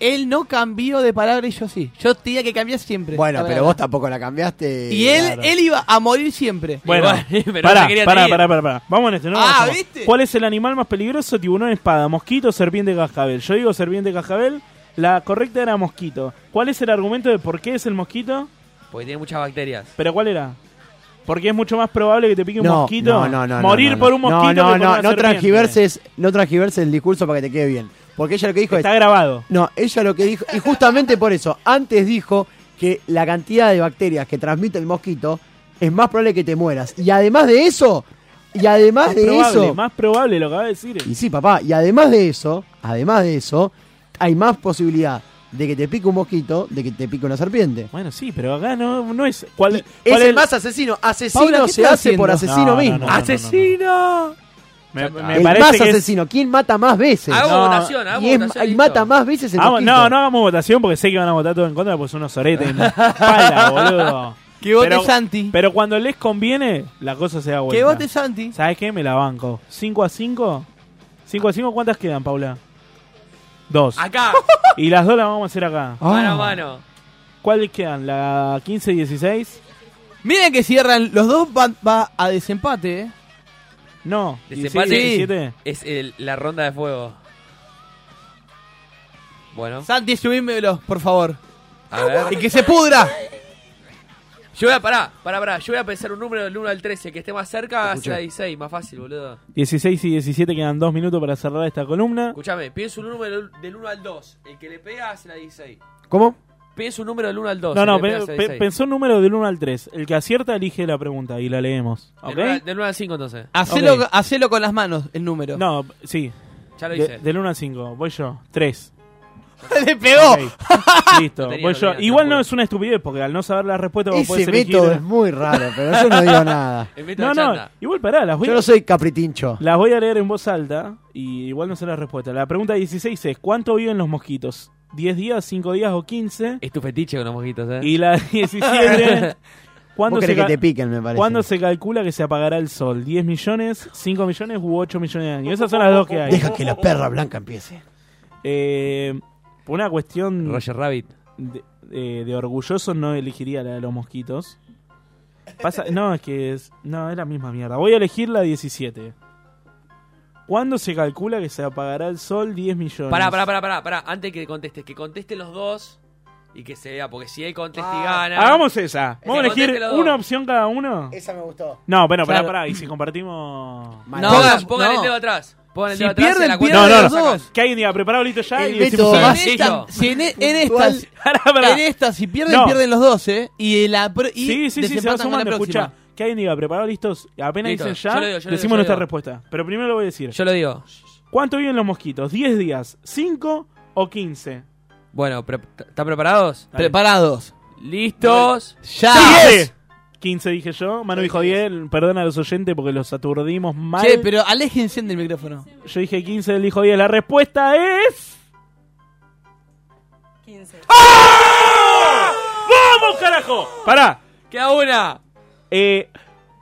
él no cambió de palabra y yo sí. Yo tenía que cambiar siempre. Bueno, la pero palabra. vos tampoco la cambiaste. Y él, Claro. él iba a morir siempre. Bueno, pará, pará, pará, pará, pará. Vamos en este, ¿no? Ah, Vamos. ¿Cuál es el animal más peligroso? Tiburón, espada, mosquito, serpiente, cascabel. Yo digo serpiente, cascabel. La correcta era mosquito. ¿Cuál es el argumento de por qué es el mosquito? Porque tiene muchas bacterias. ¿Pero cuál era? Porque es mucho más probable que te pique un No, mosquito. no, no, no, no, morir no, no. por un mosquito. No, no, que por no, una no serpiente. transgiverses, no transgiverses el discurso para que te quede bien. Porque ella lo que dijo Está es- grabado. No, ella lo que dijo. Y justamente por eso, antes dijo que la cantidad de bacterias que transmite el mosquito es más probable que te mueras. Y además de eso, Y además Más de probable, eso. Más probable lo que va a decir. Y sí, papá, y además de eso, además de eso, hay más posibilidad de que te pique un mosquito, de que te pique una serpiente. Bueno, sí, pero acá no, no es. ¿Cuál, Es cuál el más asesino. Asesino Paula, ¿qué se estás hace por asesino No, no, mismo. no, no, no, no. ¡Asesino! Me, me El parece más que es- asesino. ¿Quién mata más veces? Hago No. votación, hago y es- votación, y mata más veces el Hagamos- mosquito. Ah, no, no hagamos votación porque sé que van a votar todos en contra porque son unos soretes. en la espalda, boludo. Que vote Pero- Santi. Pero cuando les conviene, la cosa se da vuelta. Que vote Santi. ¿Sabes qué? Me la banco. ¿5 a 5? ¿5 a 5 cuántas quedan, Paula? Dos. Acá. Ah. Y las dos las vamos a hacer acá. Ah. Mano a mano. ¿Cuáles quedan? ¿La 15 y 16? Miren que cierran. Los dos van va a desempate, ¿eh? No. Desempate 17. es el- la ronda de fuego. Bueno, Santi, subímelos, por favor. a ver. Y que se pudra. Yo voy a, pará, pará, pará. Yo voy a pensar un número del 1 al 13. Que esté más cerca, Escuché. hacia 16. Más fácil, boludo. 16 y 17 quedan dos minutos para cerrar esta columna. Escuchame, pienso un número del 1 al 2. El que le pega hace la 16. ¿Cómo? Pienso un número del 1 al 2. No, el no, que le pe- pega hace pe- 16. pensó un número del 1 al 3. El que acierta elige la pregunta y la leemos. Del ¿Ok? 1 al- Del 1 al 5, entonces. Hacelo, Ok. hacelo con las manos, el número. No, sí. Ya lo De- hice. del 1 al 5, voy yo. 3. ¡Le pegó! Listo, Lo tenía, voy lo yo. tenía, Igual no es una estupidez porque al no saber la respuesta vos podés Ese elegir. método es muy raro, pero yo no digo nada. El método No, de no, Chanda. igual pará, las voy, Yo a, no soy capritincho. las voy a leer en voz alta y igual no sé la respuesta. La pregunta 16 es, ¿cuánto viven los mosquitos? ¿10 días, 5 días o 15? Es tu fetiche con los mosquitos, eh. Y la 17. ¿Cuándo, Vos se, querés que ca- te piquen, me parece. ¿Cuándo se calcula que se apagará el sol? ¿10 millones, 5 millones u 8 millones de años? Esas son las dos que hay. Deja que la perra blanca empiece. Eh, por una cuestión Roger Rabbit. de, eh, de orgulloso no elegiría la de los mosquitos. Pasa, no, es que es, no, es la misma mierda. Voy a elegir la 17. ¿Cuándo se calcula que se apagará el sol? 10 millones. Pará, pará, pará, pará, pará. Antes que contestes, que contesten los dos y que se vea, porque si él contesta Ah. y gana. Hagamos esa. Vamos Ese, a elegir contéstelo una dos. opción cada uno. Esa me gustó. No, bueno, Claro. pará, pará. Y si compartimos. No, pongan pongan el dedo atrás. Pongan el Si dedo atrás. pierden, en la cuenta No, pierden no, los no. dos. Que alguien diga, preparado, listo ya. El y decimos método ahora. más- Si en esta, Sencillo. si en, e- en Puntual. estas, Pará, pará. en esta, si pierden, No. pierden los dos, ¿eh? Y, la, pro- y Sí, sí, sí, se va desempatan con la sumando. próxima. Escucha, que alguien diga, preparado, listos. Apenas Listo, dicen yo ya, lo digo, yo lo digo, decimos yo lo nuestra digo. respuesta. Pero primero lo voy a decir. Yo lo digo. ¿Cuánto viven los mosquitos? ¿10 días? ¿5 o 15? Bueno, pre- ¿están preparados? Dale. Preparados. ¿Listos? Ya. 15. 15 dije yo. Manu dijo 10. Perdona a los oyentes porque los aturdimos mal. Che, pero aléjense del micrófono. Yo dije 15, él dijo 10. La respuesta es... 15. ¡Vamos, carajo! Pará. Queda una. Eh,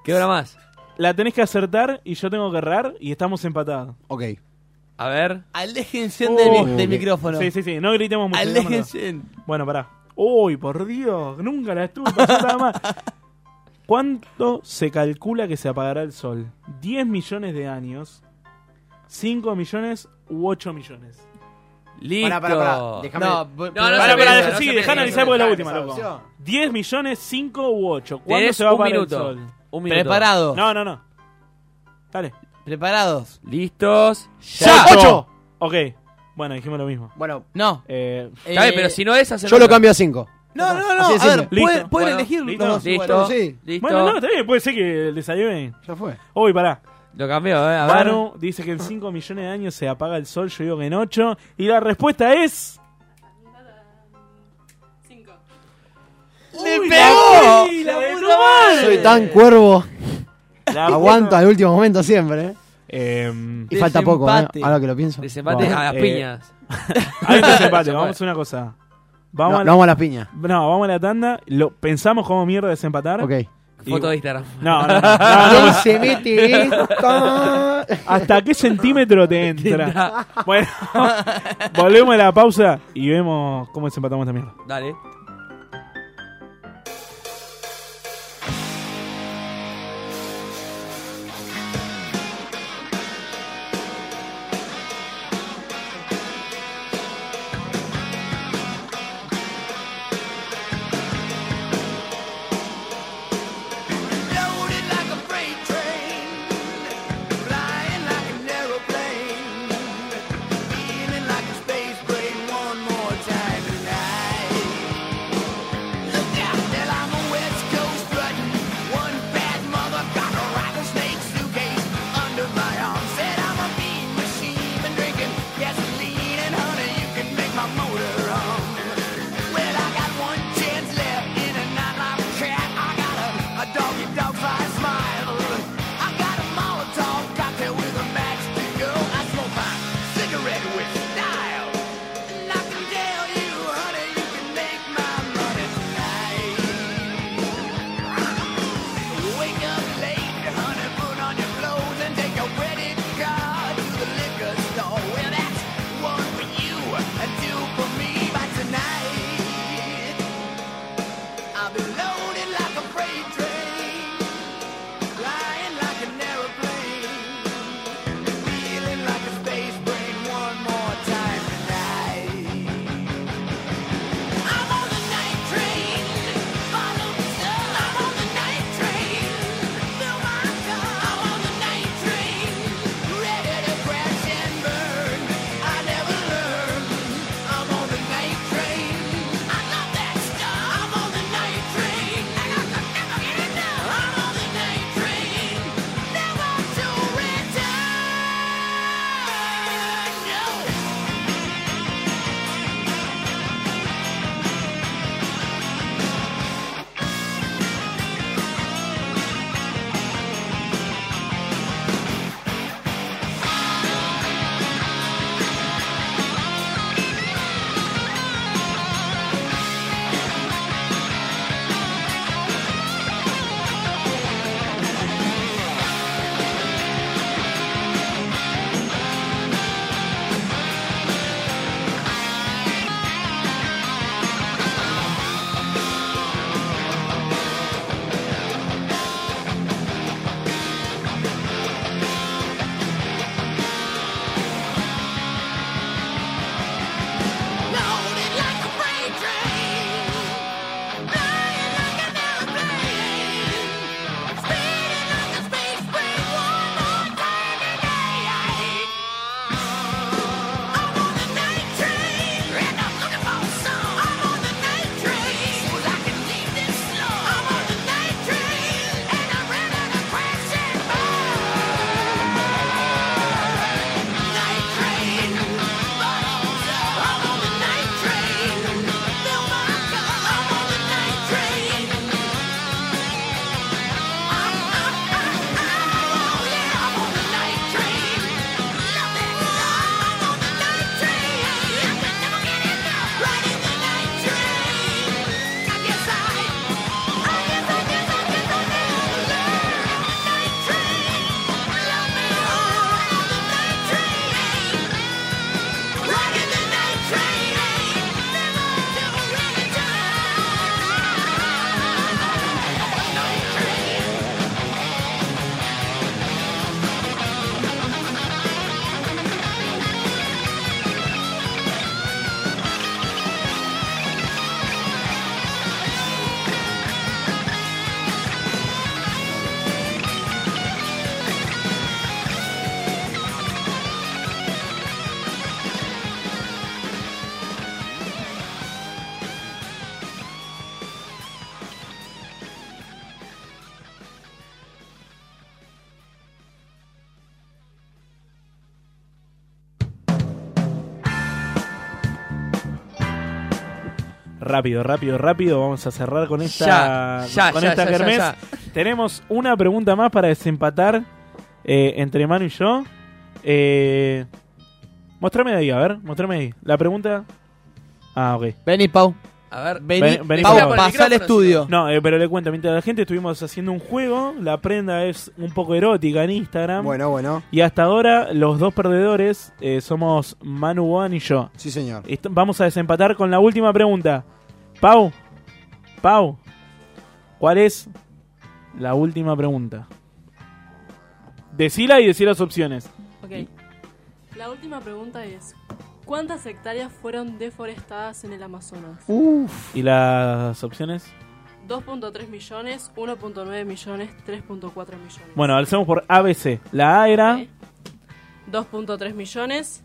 Queda una más. la tenés que acertar y yo tengo que errar y estamos empatados. Ok. A ver. Aléjense del, mi- Oh. del micrófono. Sí, sí, sí. No gritemos mucho. digámoslo. Aléjense. Bueno, pará. Uy, por Dios, nunca la estuve pasando más. ¿Cuánto se calcula que se apagará el sol? ¿10 millones de años? ¿5 millones u 8 millones? Listo. Déjame. No, bo- No, no, Pará, se pará, piensa, dejá- sí, se dejá piensa, analizar no porque es la se última, piensa, loco. opción. 10 millones, 5 u 8. ¿Cuándo Tenés se va a un apagar el minuto. sol? Un minuto. preparados. No, no, no. Dale. Preparados. ¿Listos? ¡Ya! ¡Ocho! Ok. Bueno, dijimos lo mismo. Bueno, No. Eh, Está bien, Eh, pero si no es, hacen yo lo otra. cambio a cinco. No, no, no. Así de A ver, pueden, simple. Listo. pueden Bueno, elegir listo. los dos. Listo. igual. Sí, Listo. bueno, no, está bien. Puede ser que les ayuden. ya fue. Uy, pará. Lo cambió, eh. A ver. Manu dice que en 5 millones de años se apaga el sol, yo digo que en 8. Y la respuesta es. 5. ¡Le ¡Uy, pegó! la- la de tu ¡La madre! Soy tan cuervo. La Aguanto puta- al último momento siempre. ¿eh? Em, Y falta poco, ¿eh? Desempate. ahora que lo pienso. Desempate Bueno, a las eh, piñas. hay un desempate, vamos a una cosa. Vamos, No, a, no, la, vamos a las piñas. no, vamos a la tanda. Lo, pensamos cómo mierda desempatar. Ok. Y- Foto de Instagram. No, no, no, no, no. se mete esta? ¿Hasta qué centímetro te entra? Bueno, volvemos a la pausa y vemos cómo desempatamos esta mierda. Dale. Loaded like a freight train, flying like an aeroplane, feeling like a space brain one more time tonight. Rápido, rápido, rápido. Vamos a cerrar con esta, Ya, ya, con ya, esta ya, ya, kermés. ya. Tenemos una pregunta más para desempatar eh, entre Manu y yo. Eh, mostrame ahí, a ver, mostrame ahí. La pregunta. Ah, ok. Vení, Pau. A ver, Vení, Pau, pasá al estudio. No, eh, pero le cuento, mientras la gente estuvimos haciendo un juego, la prenda es un poco erótica en Instagram. Bueno, bueno. Y hasta ahora los dos perdedores eh, somos Manu Juan y yo. Sí, señor. vamos a desempatar con la última pregunta. Pau, Pau, ¿cuál es la última pregunta? Decila y decí las opciones. Ok. La última pregunta es: ¿Cuántas hectáreas fueron deforestadas en el Amazonas? ¿Y las opciones? 2.3 millones, 1.9 millones, 3.4 millones. Bueno, alzamos por ABC. La A era... 2.3 millones,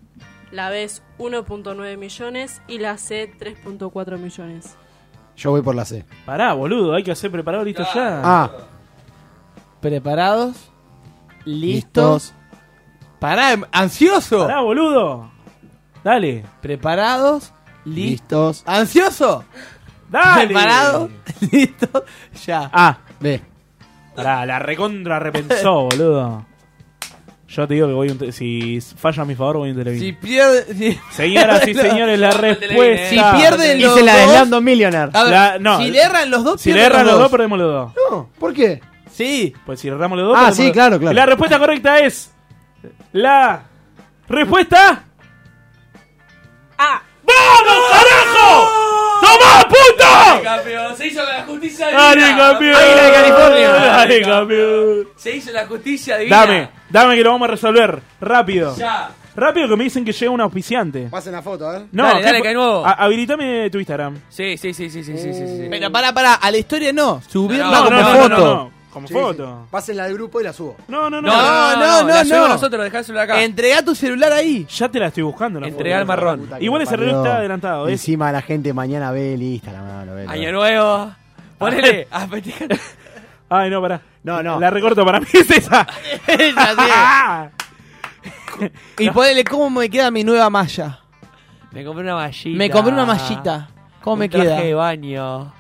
la B es 1.9 millones y la C 3.4 millones. Yo voy por la C. Pará, boludo, hay que hacer preparado, listo ya. Ah. Preparados. Listos. Pará, em- ansioso. Pará, boludo. Dale. Preparados. Listos. Ansioso. Dale. Preparados. Listos. Ya. Ah. B. Pará, la recontra repensó, boludo. Yo te digo que voy un te- si falla a mi favor voy a un Si televín. pierde. Si... Señoras y señores, la respuesta. Si pierden los la dos. Millionaire. A ver, La- no, si le erran los dos, Si le pierden erran los dos, perdemos los dos. No, ¿por qué? Sí. Pues si erramos los dos. Ah, perdemos sí, los- claro, claro. Y la respuesta correcta es. La. Respuesta. ¡Vamos, carajo! ¡Tomá, ¡Dale, puto! campeón! Se hizo la justicia ¡Dale, divina. campeón! Águila de California. ¡Dale, campeón! Se hizo la justicia divina. Dame, dame que lo vamos a resolver. Rápido. Ya. Rápido que me dicen que llega un auspiciante. Pasen la foto, eh. a ver. No, Dale, dale, tipo- que hay nuevo. ha- habilitame tu Instagram. Sí, sí, sí, sí, sí, sí, Uh. sí, sí. Pero pará, pará. A la historia no. Subirla No, no, como no, no, foto. no, no. Como Sí, foto. sí. Pásenla al grupo y la subo. No, no, no. No, no, no, la subimos no. nosotros, dejá el celular acá. Entregá tu celular ahí. Ya te la estoy buscando. La Entregá el marrón. Igual ese reloj está adelantado. ¿eh? Encima la gente mañana ve el Instagram. No, lo ve, lo ve. Año nuevo. Ponele a festejar. Ah, Ay, no, pará. No, no. La recorto para mí es esa. Ya sé. y ponele cómo me queda mi nueva malla. Me compré una mallita. Me compré una mallita. ¿Cómo Un me traje queda? de baño.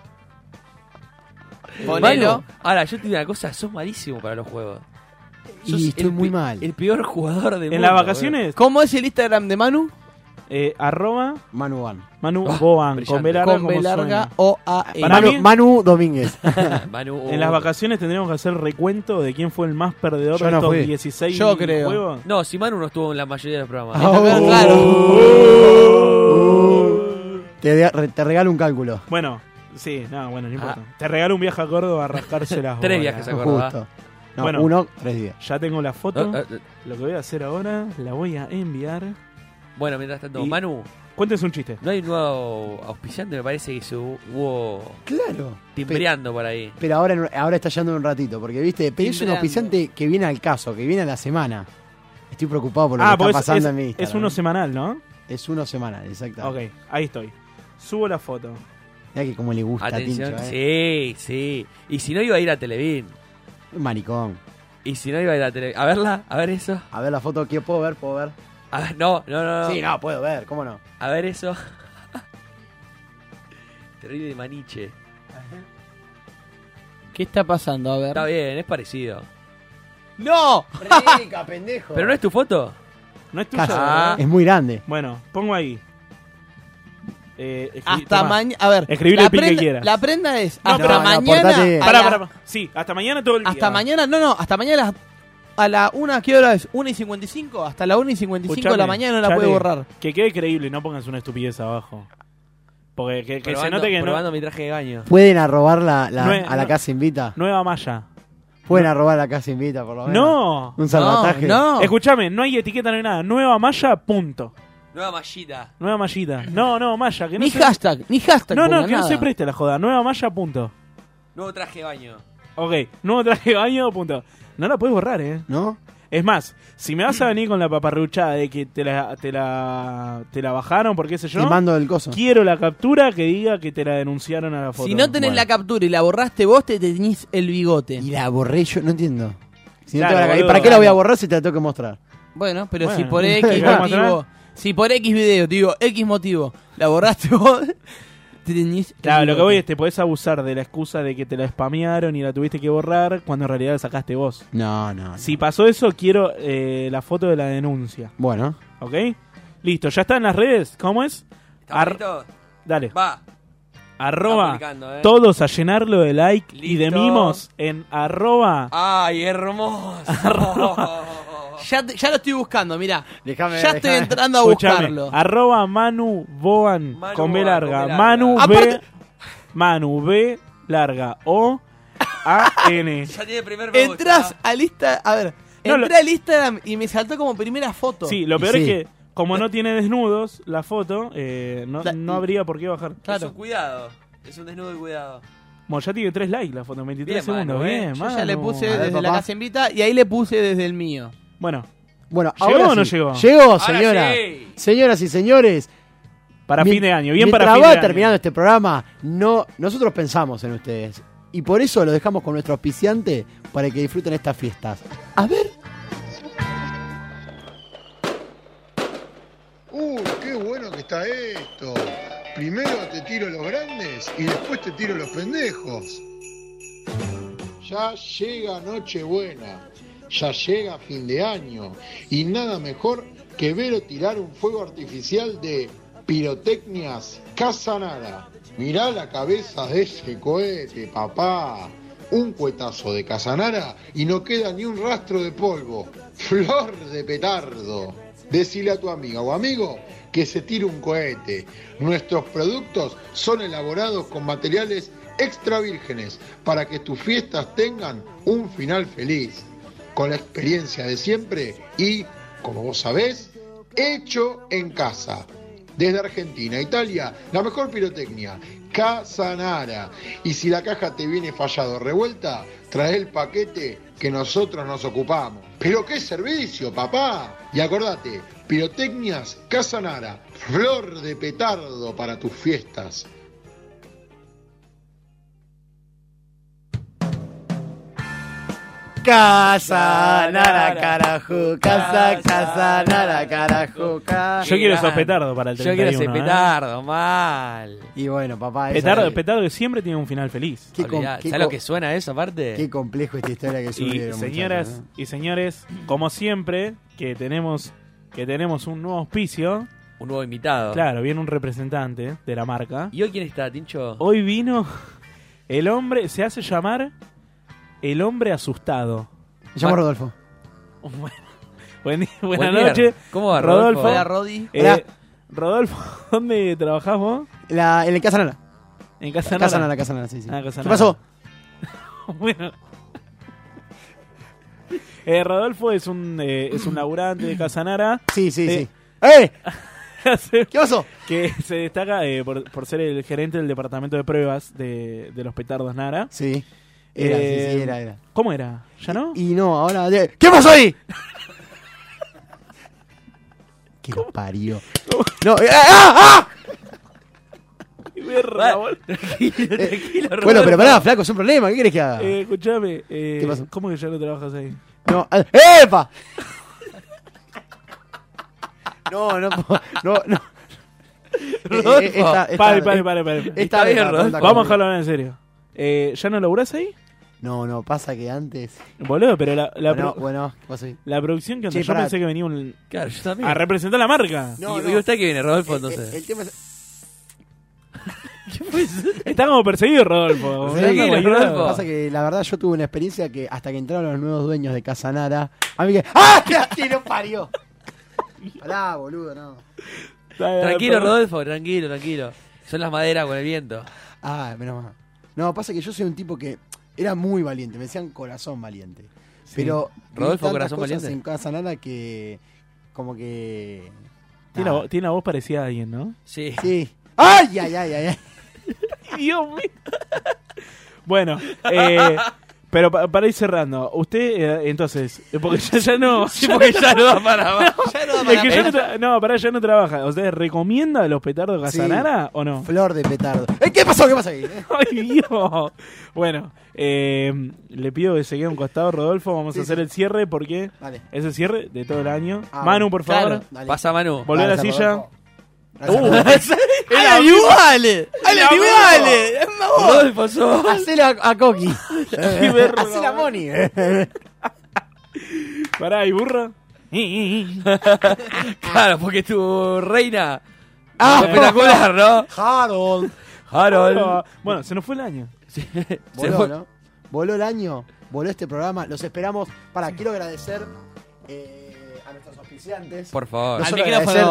Ponelo. Manu, ahora, yo te digo una cosa, sos malísimo para los juegos. Y Sos estoy el muy pi- mal. El peor jugador del mundo. eh. En las boludo. vacaciones, ¿Cómo es el Instagram de Manu? eh, arroba Manu Van. Manu Ah, Boan, brillante. con B larga. Con B como larga suena. o A E. Para Manu, mí- Manu Domínguez. Manu, uh. En las vacaciones tendríamos que hacer recuento de quién fue el más perdedor Yo de no estos fui. 16 Yo creo. uh. juegos. No, si Manu no estuvo en la mayoría de los programas. Ah, oh. Oh. Te, de- re- te regalo un cálculo. Bueno, sí, no, bueno, no importa. Te regalo un viaje a Córdoba a rascarse Ah. las Tres bolas. viajes a Córdoba. Justo. No, Bueno. uno, tres días. Ya tengo la foto. Ah, ah, ah. Lo que voy a hacer ahora, la voy a enviar. Bueno, mientras tanto, Y- Manu, Cuéntes un chiste. no hay un nuevo auspiciante, me parece que se hubo Claro. timbreando por ahí. Pero ahora, en- ahora está yendo en un ratito, porque viste, pedís un Timbrando. auspiciante que viene al caso, que viene a la semana. Estoy preocupado por lo Ah, que porque está es, pasando es- en mi Instagram. es uno semanal, ¿no? Es uno semanal, exacto. Ok, ahí estoy. Subo la foto. Mirá que como le gusta a Tincho, Atención. ¿eh? Sí, sí. Y si no iba a ir a Televín. Un Maricón. Y si no iba a ir a Televín. A verla, a ver eso. A ver la foto, ¿qué puedo ver? ¿Puedo ver? A ver, no, no, no. no. Sí, no, puedo ver, ¿cómo no? A ver eso. Terrible de maniche. ¿Qué está pasando? A Está ver. bien, es parecido. ¡No! Rica, pendejo. ¿Pero no es tu foto? No es tuya. Casi. Ah. Es muy grande. Bueno, pongo ahí. Eh, escribí- Hasta tomá. mañana. A ver. Escribile la el pin que prenda- quieras. La prenda es No, hasta pero- mañana. portate bien. a Pará, la- pará, pará. Sí, hasta mañana todo el día. Hasta mañana. No, no. Hasta mañana a las- a la 1. ¿Qué hora es? 1 y 55. Hasta la 1 y 55 de la Escuchame, mañana no la Chale, puede borrar. Que quede creíble, no pongas una estupidez abajo. Porque que, que se Probando- note que no. probando mi traje de baño. ¿Pueden arrobar la, la- No es- a la no. casa invita? Nueva malla. ¿Pueden arrobar la casa invita, por lo menos? No. Un salvataje. No, no. Escuchame, no hay etiqueta, no hay nada. Nueva malla, punto. Nueva mallita. Nueva mallita. No, no, malla. Que no ni se- hashtag. Ni hashtag. No, no, pongan que no se nada. preste la joda. Nueva malla, punto. Nuevo traje de baño. Ok, nuevo traje de baño, punto. No la puedes borrar, eh. ¿No? Es más, si me vas a venir con la paparruchada de que te la, te la, te la bajaron, por qué sé yo, Te mando del coso. quiero la captura que diga que te la denunciaron a la foto. Si no tenés Bueno. la captura y la borraste vos, te tenés el bigote. Y la borré yo, no entiendo. Si no te Claro, van a caer, boludo. ¿Para qué la voy a borrar si te la tengo que mostrar? Bueno, pero Bueno. si por X ¿Querés motivo. Si por X video, digo, X motivo, la borraste vos, tenés. Claro, lo que voy es te podés abusar de la excusa de que te la spamearon y la tuviste que borrar cuando en realidad la sacaste vos. No, no. Si pasó eso, quiero eh, la foto de la denuncia. Bueno. ¿Ok? Listo, ya está en las redes. ¿Cómo es? Ar- Dale. Va. Arroba. publicando, eh. Todos a llenarlo de like y de Listo. mimos en arroba. ¡Ay, hermoso! Ya, te- ya lo estoy buscando, mirá. Déjame, ya estoy déjame. entrando a Escuchame, buscarlo. Arroba Manu Boan, Boan con B larga. con B larga. Manu B. Aparte- Manu B larga. O A N. Entrás al Instagram. A ver, No, lo- entré al Instagram y me saltó como primera foto. Sí, lo peor es que, como no tiene desnudos, la foto eh, no, no habría por qué bajar. Es un cuidado. Es un desnudo de cuidado. Bueno, ya tiene 3 likes la foto, en 23 Bien, segundos. Manu, eh. Bien, Yo ya le puse Manu. desde la casa invita y ahí le puse desde el mío. Bueno. Bueno, ¿Llegó ahora o no sí. llegó? Llegó, Ahora señora. sí. Señoras y señores. Para mi- fin de año, bien mientras para fin va de año. terminando este programa, no, nosotros pensamos en ustedes. Y por eso lo dejamos con nuestro auspiciante para que disfruten estas fiestas. A ver. ¡Uh, qué bueno que está esto! Primero te tiro los grandes y después te tiro los pendejos. Ya llega Nochebuena, ya llega fin de año y nada mejor que ver o tirar un fuego artificial de pirotecnias Casanara. Mirá la cabeza de ese cohete, papá. Un cuetazo de Casanara y no queda ni un rastro de polvo. Flor de petardo. Decile a tu amiga o amigo que se tire un cohete. Nuestros productos son elaborados con materiales extra vírgenes para que tus fiestas tengan un final feliz, con la experiencia de siempre y, como vos sabés, hecho en casa. Desde Argentina, Italia, la mejor pirotecnia, Casanara. Y si la caja te viene fallado o revuelta, trae el paquete que nosotros nos ocupamos. Pero qué servicio, papá. Y acordate, pirotecnias Casanara, flor de petardo para tus fiestas. Casa, nara, carajo. Casa, casa, nara, carajo. Yo quiero esos petardos para el 31. Yo quiero ese ¿eh? petardo, mal. Y bueno, papá. esa Petardo, es- petardo que siempre tiene un final feliz. Qué com- Olvidá, qué ¿Sabes lo co- que suena eso aparte? Qué complejo este. esta historia que Y subieron. señoras muchachos, y señores, como siempre, que tenemos, que tenemos un nuevo auspicio. Un nuevo invitado. Claro, viene un representante de la marca. ¿Y hoy quién está, Tincho? Hoy vino el hombre, se hace llamar el hombre asustado. ¿eh? Me llamo Rodolfo. Buen- Buen Buenas día. noches. ¿Cómo va, Rodolfo? Hola, Rodi. Eh, Hola. Rodolfo, ¿dónde trabajás vos? La, en el Casa Nara. En Casa Nara. Casa Nara, Casa Nara, sí, sí. Ah, Casa ¿Qué Nara. pasó? bueno. Eh, Rodolfo es un, eh, es un laburante de Casanara. Sí, sí, Eh, sí. ¿Qué pasó? Que se destaca eh, por, por ser el gerente del departamento de pruebas de, de los petardos Nara. Eh, Sí. Era, sí, sí, era, era. ¿Cómo era? ¿Ya no? Y no, ahora. de- ¿Qué pasó ahí? que lo parió. No, eh, ¡ah! ¡ah! tranquilo, tranquilo, Eh, Bueno, pero Rodolfo. pará, flaco, es un problema. ¿Qué querés que haga? Eh, escuchame, eh, ¿Qué pasó? ¿cómo que ya no trabajas ahí? No, ah, ¡Epa! No, no, po- no, Oh, no. Rodolfo. Eh, eh, esta- esta- Pare, pare, pare, pare. esta vez la- la- la- Vamos a dejarlo hablar en serio. Eh, ¿Ya no laburás ahí? No, no, pasa que antes. Boludo, pero la, la, bueno, pro- bueno, ¿qué pasó ahí? la producción que onda, Che, yo pará. pensé que venía un. Claro, yo también. A representar la marca. No, ¿Y- no. y usted qué viene, Rodolfo, Eh, eh, entonces? El, tema es. Está como perseguido, Rodolfo. Sí, Boludo, lo que boludo. pasa que la verdad yo tuve una experiencia que hasta que entraron los nuevos dueños de Casanara, a mí que ¡Ah! ¡Que lo parió! Pará, boludo, no. Eh, Tranquilo, Rodolfo, tranquilo, tranquilo. Son las maderas con el viento. Ah, menos mal. No, pasa que yo soy un tipo que era muy valiente, me decían corazón valiente. Pero vi Rodolfo, tantas corazón cosas valiente. en casa nada que como que Tiene, la, vo- tiene la voz parecida a alguien, ¿no? Sí. Ah. Sí. Ay, ay, ay, ay. ay. Dios mío. Bueno, eh, pero pa- para ir cerrando, usted, eh, entonces, eh, porque ya, ya no. Sí, porque ya no da para más. Ya no da Es para que ya no, más. tra- no, pará, ya no trabaja. ¿Usted recomienda los petardos Sí. Casanara o no? Flor de petardo. Eh, ¿Qué pasó? ¿Qué pasó ahí? Eh, ¡Ay, Dios! Bueno, eh, le pido que se quede a un costado, Rodolfo. Vamos Sí, a hacer sí. el cierre porque Vale. es el cierre de todo el año. Ah, Manu, bueno. por Claro, favor. dale. Pasa, Manu. Uh, Volvé a la Dale, silla. Rodolfo. ¡Eran iguales! ¡Eran iguales! ¡Es una voz! Rodolfo, sos- Hacela a Coqui. Qué verga, Hacela a boludo. Moni. Pará, ¿y burra? claro, porque tu reina. Ah, espectacular, ¿no? Harold. Harold. Bueno, se nos fue el año. Se Voló, fue. ¿no? Voló el año, voló este programa. Los esperamos. Para, quiero agradecer eh, a nuestros auspiciantes. Por favor. Nosotros agradecer, si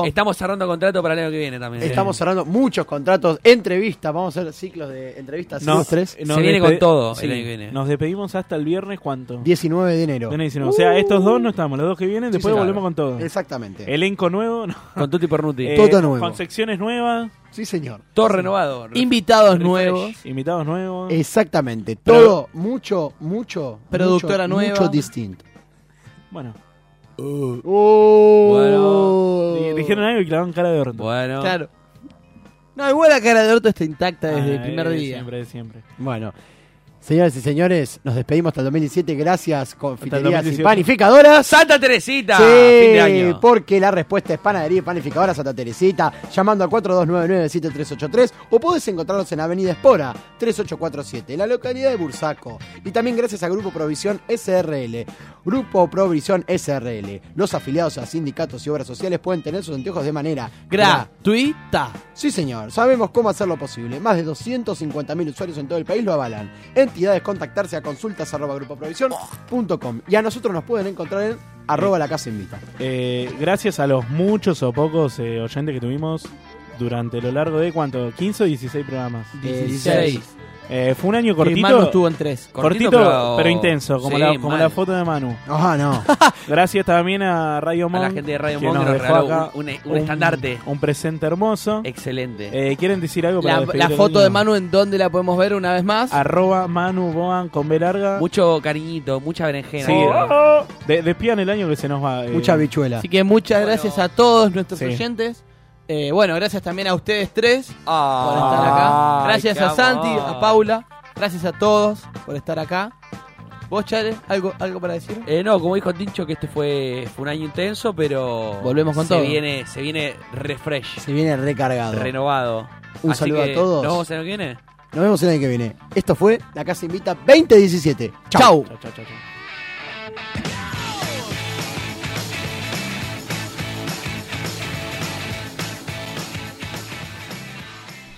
no- Estamos cerrando contrato para el año que viene también. Estamos cerrando muchos contratos, entrevistas. Vamos a hacer ciclos de entrevistas. Nos- tres. nos despe- sí, Nos despedimos hasta el viernes, ¿cuánto? 19 de enero. Viene 19. O sea, estos dos no estamos, los dos que vienen, Sí, después señor. volvemos con todo. Exactamente. Elenco nuevo, no. Con Tutti Pernuti. Eh, Todo nuevo. Con secciones nuevas. Sí, señor. Todo renovado. Invitados nuevos. Invitados nuevos. Exactamente. Pero- Todo, mucho, mucho. Productora mucho, nueva. Mucho distinto. Bueno. Uh. Oh. Di- Dijeron algo y clavaron cara de orto. Bueno. Claro. No, igual la cara de orto está intacta desde el Ah, primer eh, día. Siempre, de siempre. Bueno. Señoras y señores, nos despedimos hasta el 2017. Gracias, confiterías y 2018. panificadoras. Santa Teresita. Sí, Fin de año. porque la respuesta es panadería y panificadora Santa Teresita, llamando a 4299-7383 o podés encontrarlos en Avenida Espora 3847, la localidad de Bursaco. Y también gracias a Grupo Provisión SRL. Grupo Provisión SRL. Los afiliados a sindicatos y obras sociales pueden tener sus anteojos de manera gratuita. Gratuita. Sí, señor. Sabemos cómo hacerlo posible. Más de 250.000 usuarios en todo el país lo avalan. Entidades contactarse a consultas arroba grupoprovisión.com. Y a nosotros nos pueden encontrar en arroba la casa invita. Eh, gracias a los muchos o pocos eh, oyentes que tuvimos durante lo largo de cuánto, 15 o 16 programas. 16. Eh, fue un año Que cortito. Manu estuvo en tres. Cortito, Cortito, pero... pero- intenso, como, Sí, la, como mal. la foto de Manu. Ajá, Ah, no. Gracias también a Radio Monk. la gente de Radio que Monk nos que nos dejó regaló acá un- un- un estandarte. Un presente hermoso. Excelente. Eh, ¿Quieren decir algo para La, despedir la el foto de año? Manu, ¿en dónde la podemos ver una vez más? Arroba Manu Boan con B larga. Mucho cariñito, mucha berenjena. Sí, Oh, de- despidan el año que se nos va. eh. Mucha bichuela. Así que muchas gracias a todos nuestros Sí. oyentes. Eh, bueno, gracias también a ustedes tres por estar Ah. Ay, acá. Gracias qué a Santi, amor. a Paula. Gracias a todos por estar acá. ¿Vos, Chale, algo, algo para decir? Eh, no, como dijo Tincho, que este fue, fue un año intenso, pero. Volvemos con se todo. Viene, se viene refresh, Se viene recargado. renovado. Un Así saludo que, a todos. ¿Nos vemos el año que viene? Nos vemos el año que viene. Esto fue La Casa Invita 2017. Chau. Chau, chau, chau, chau.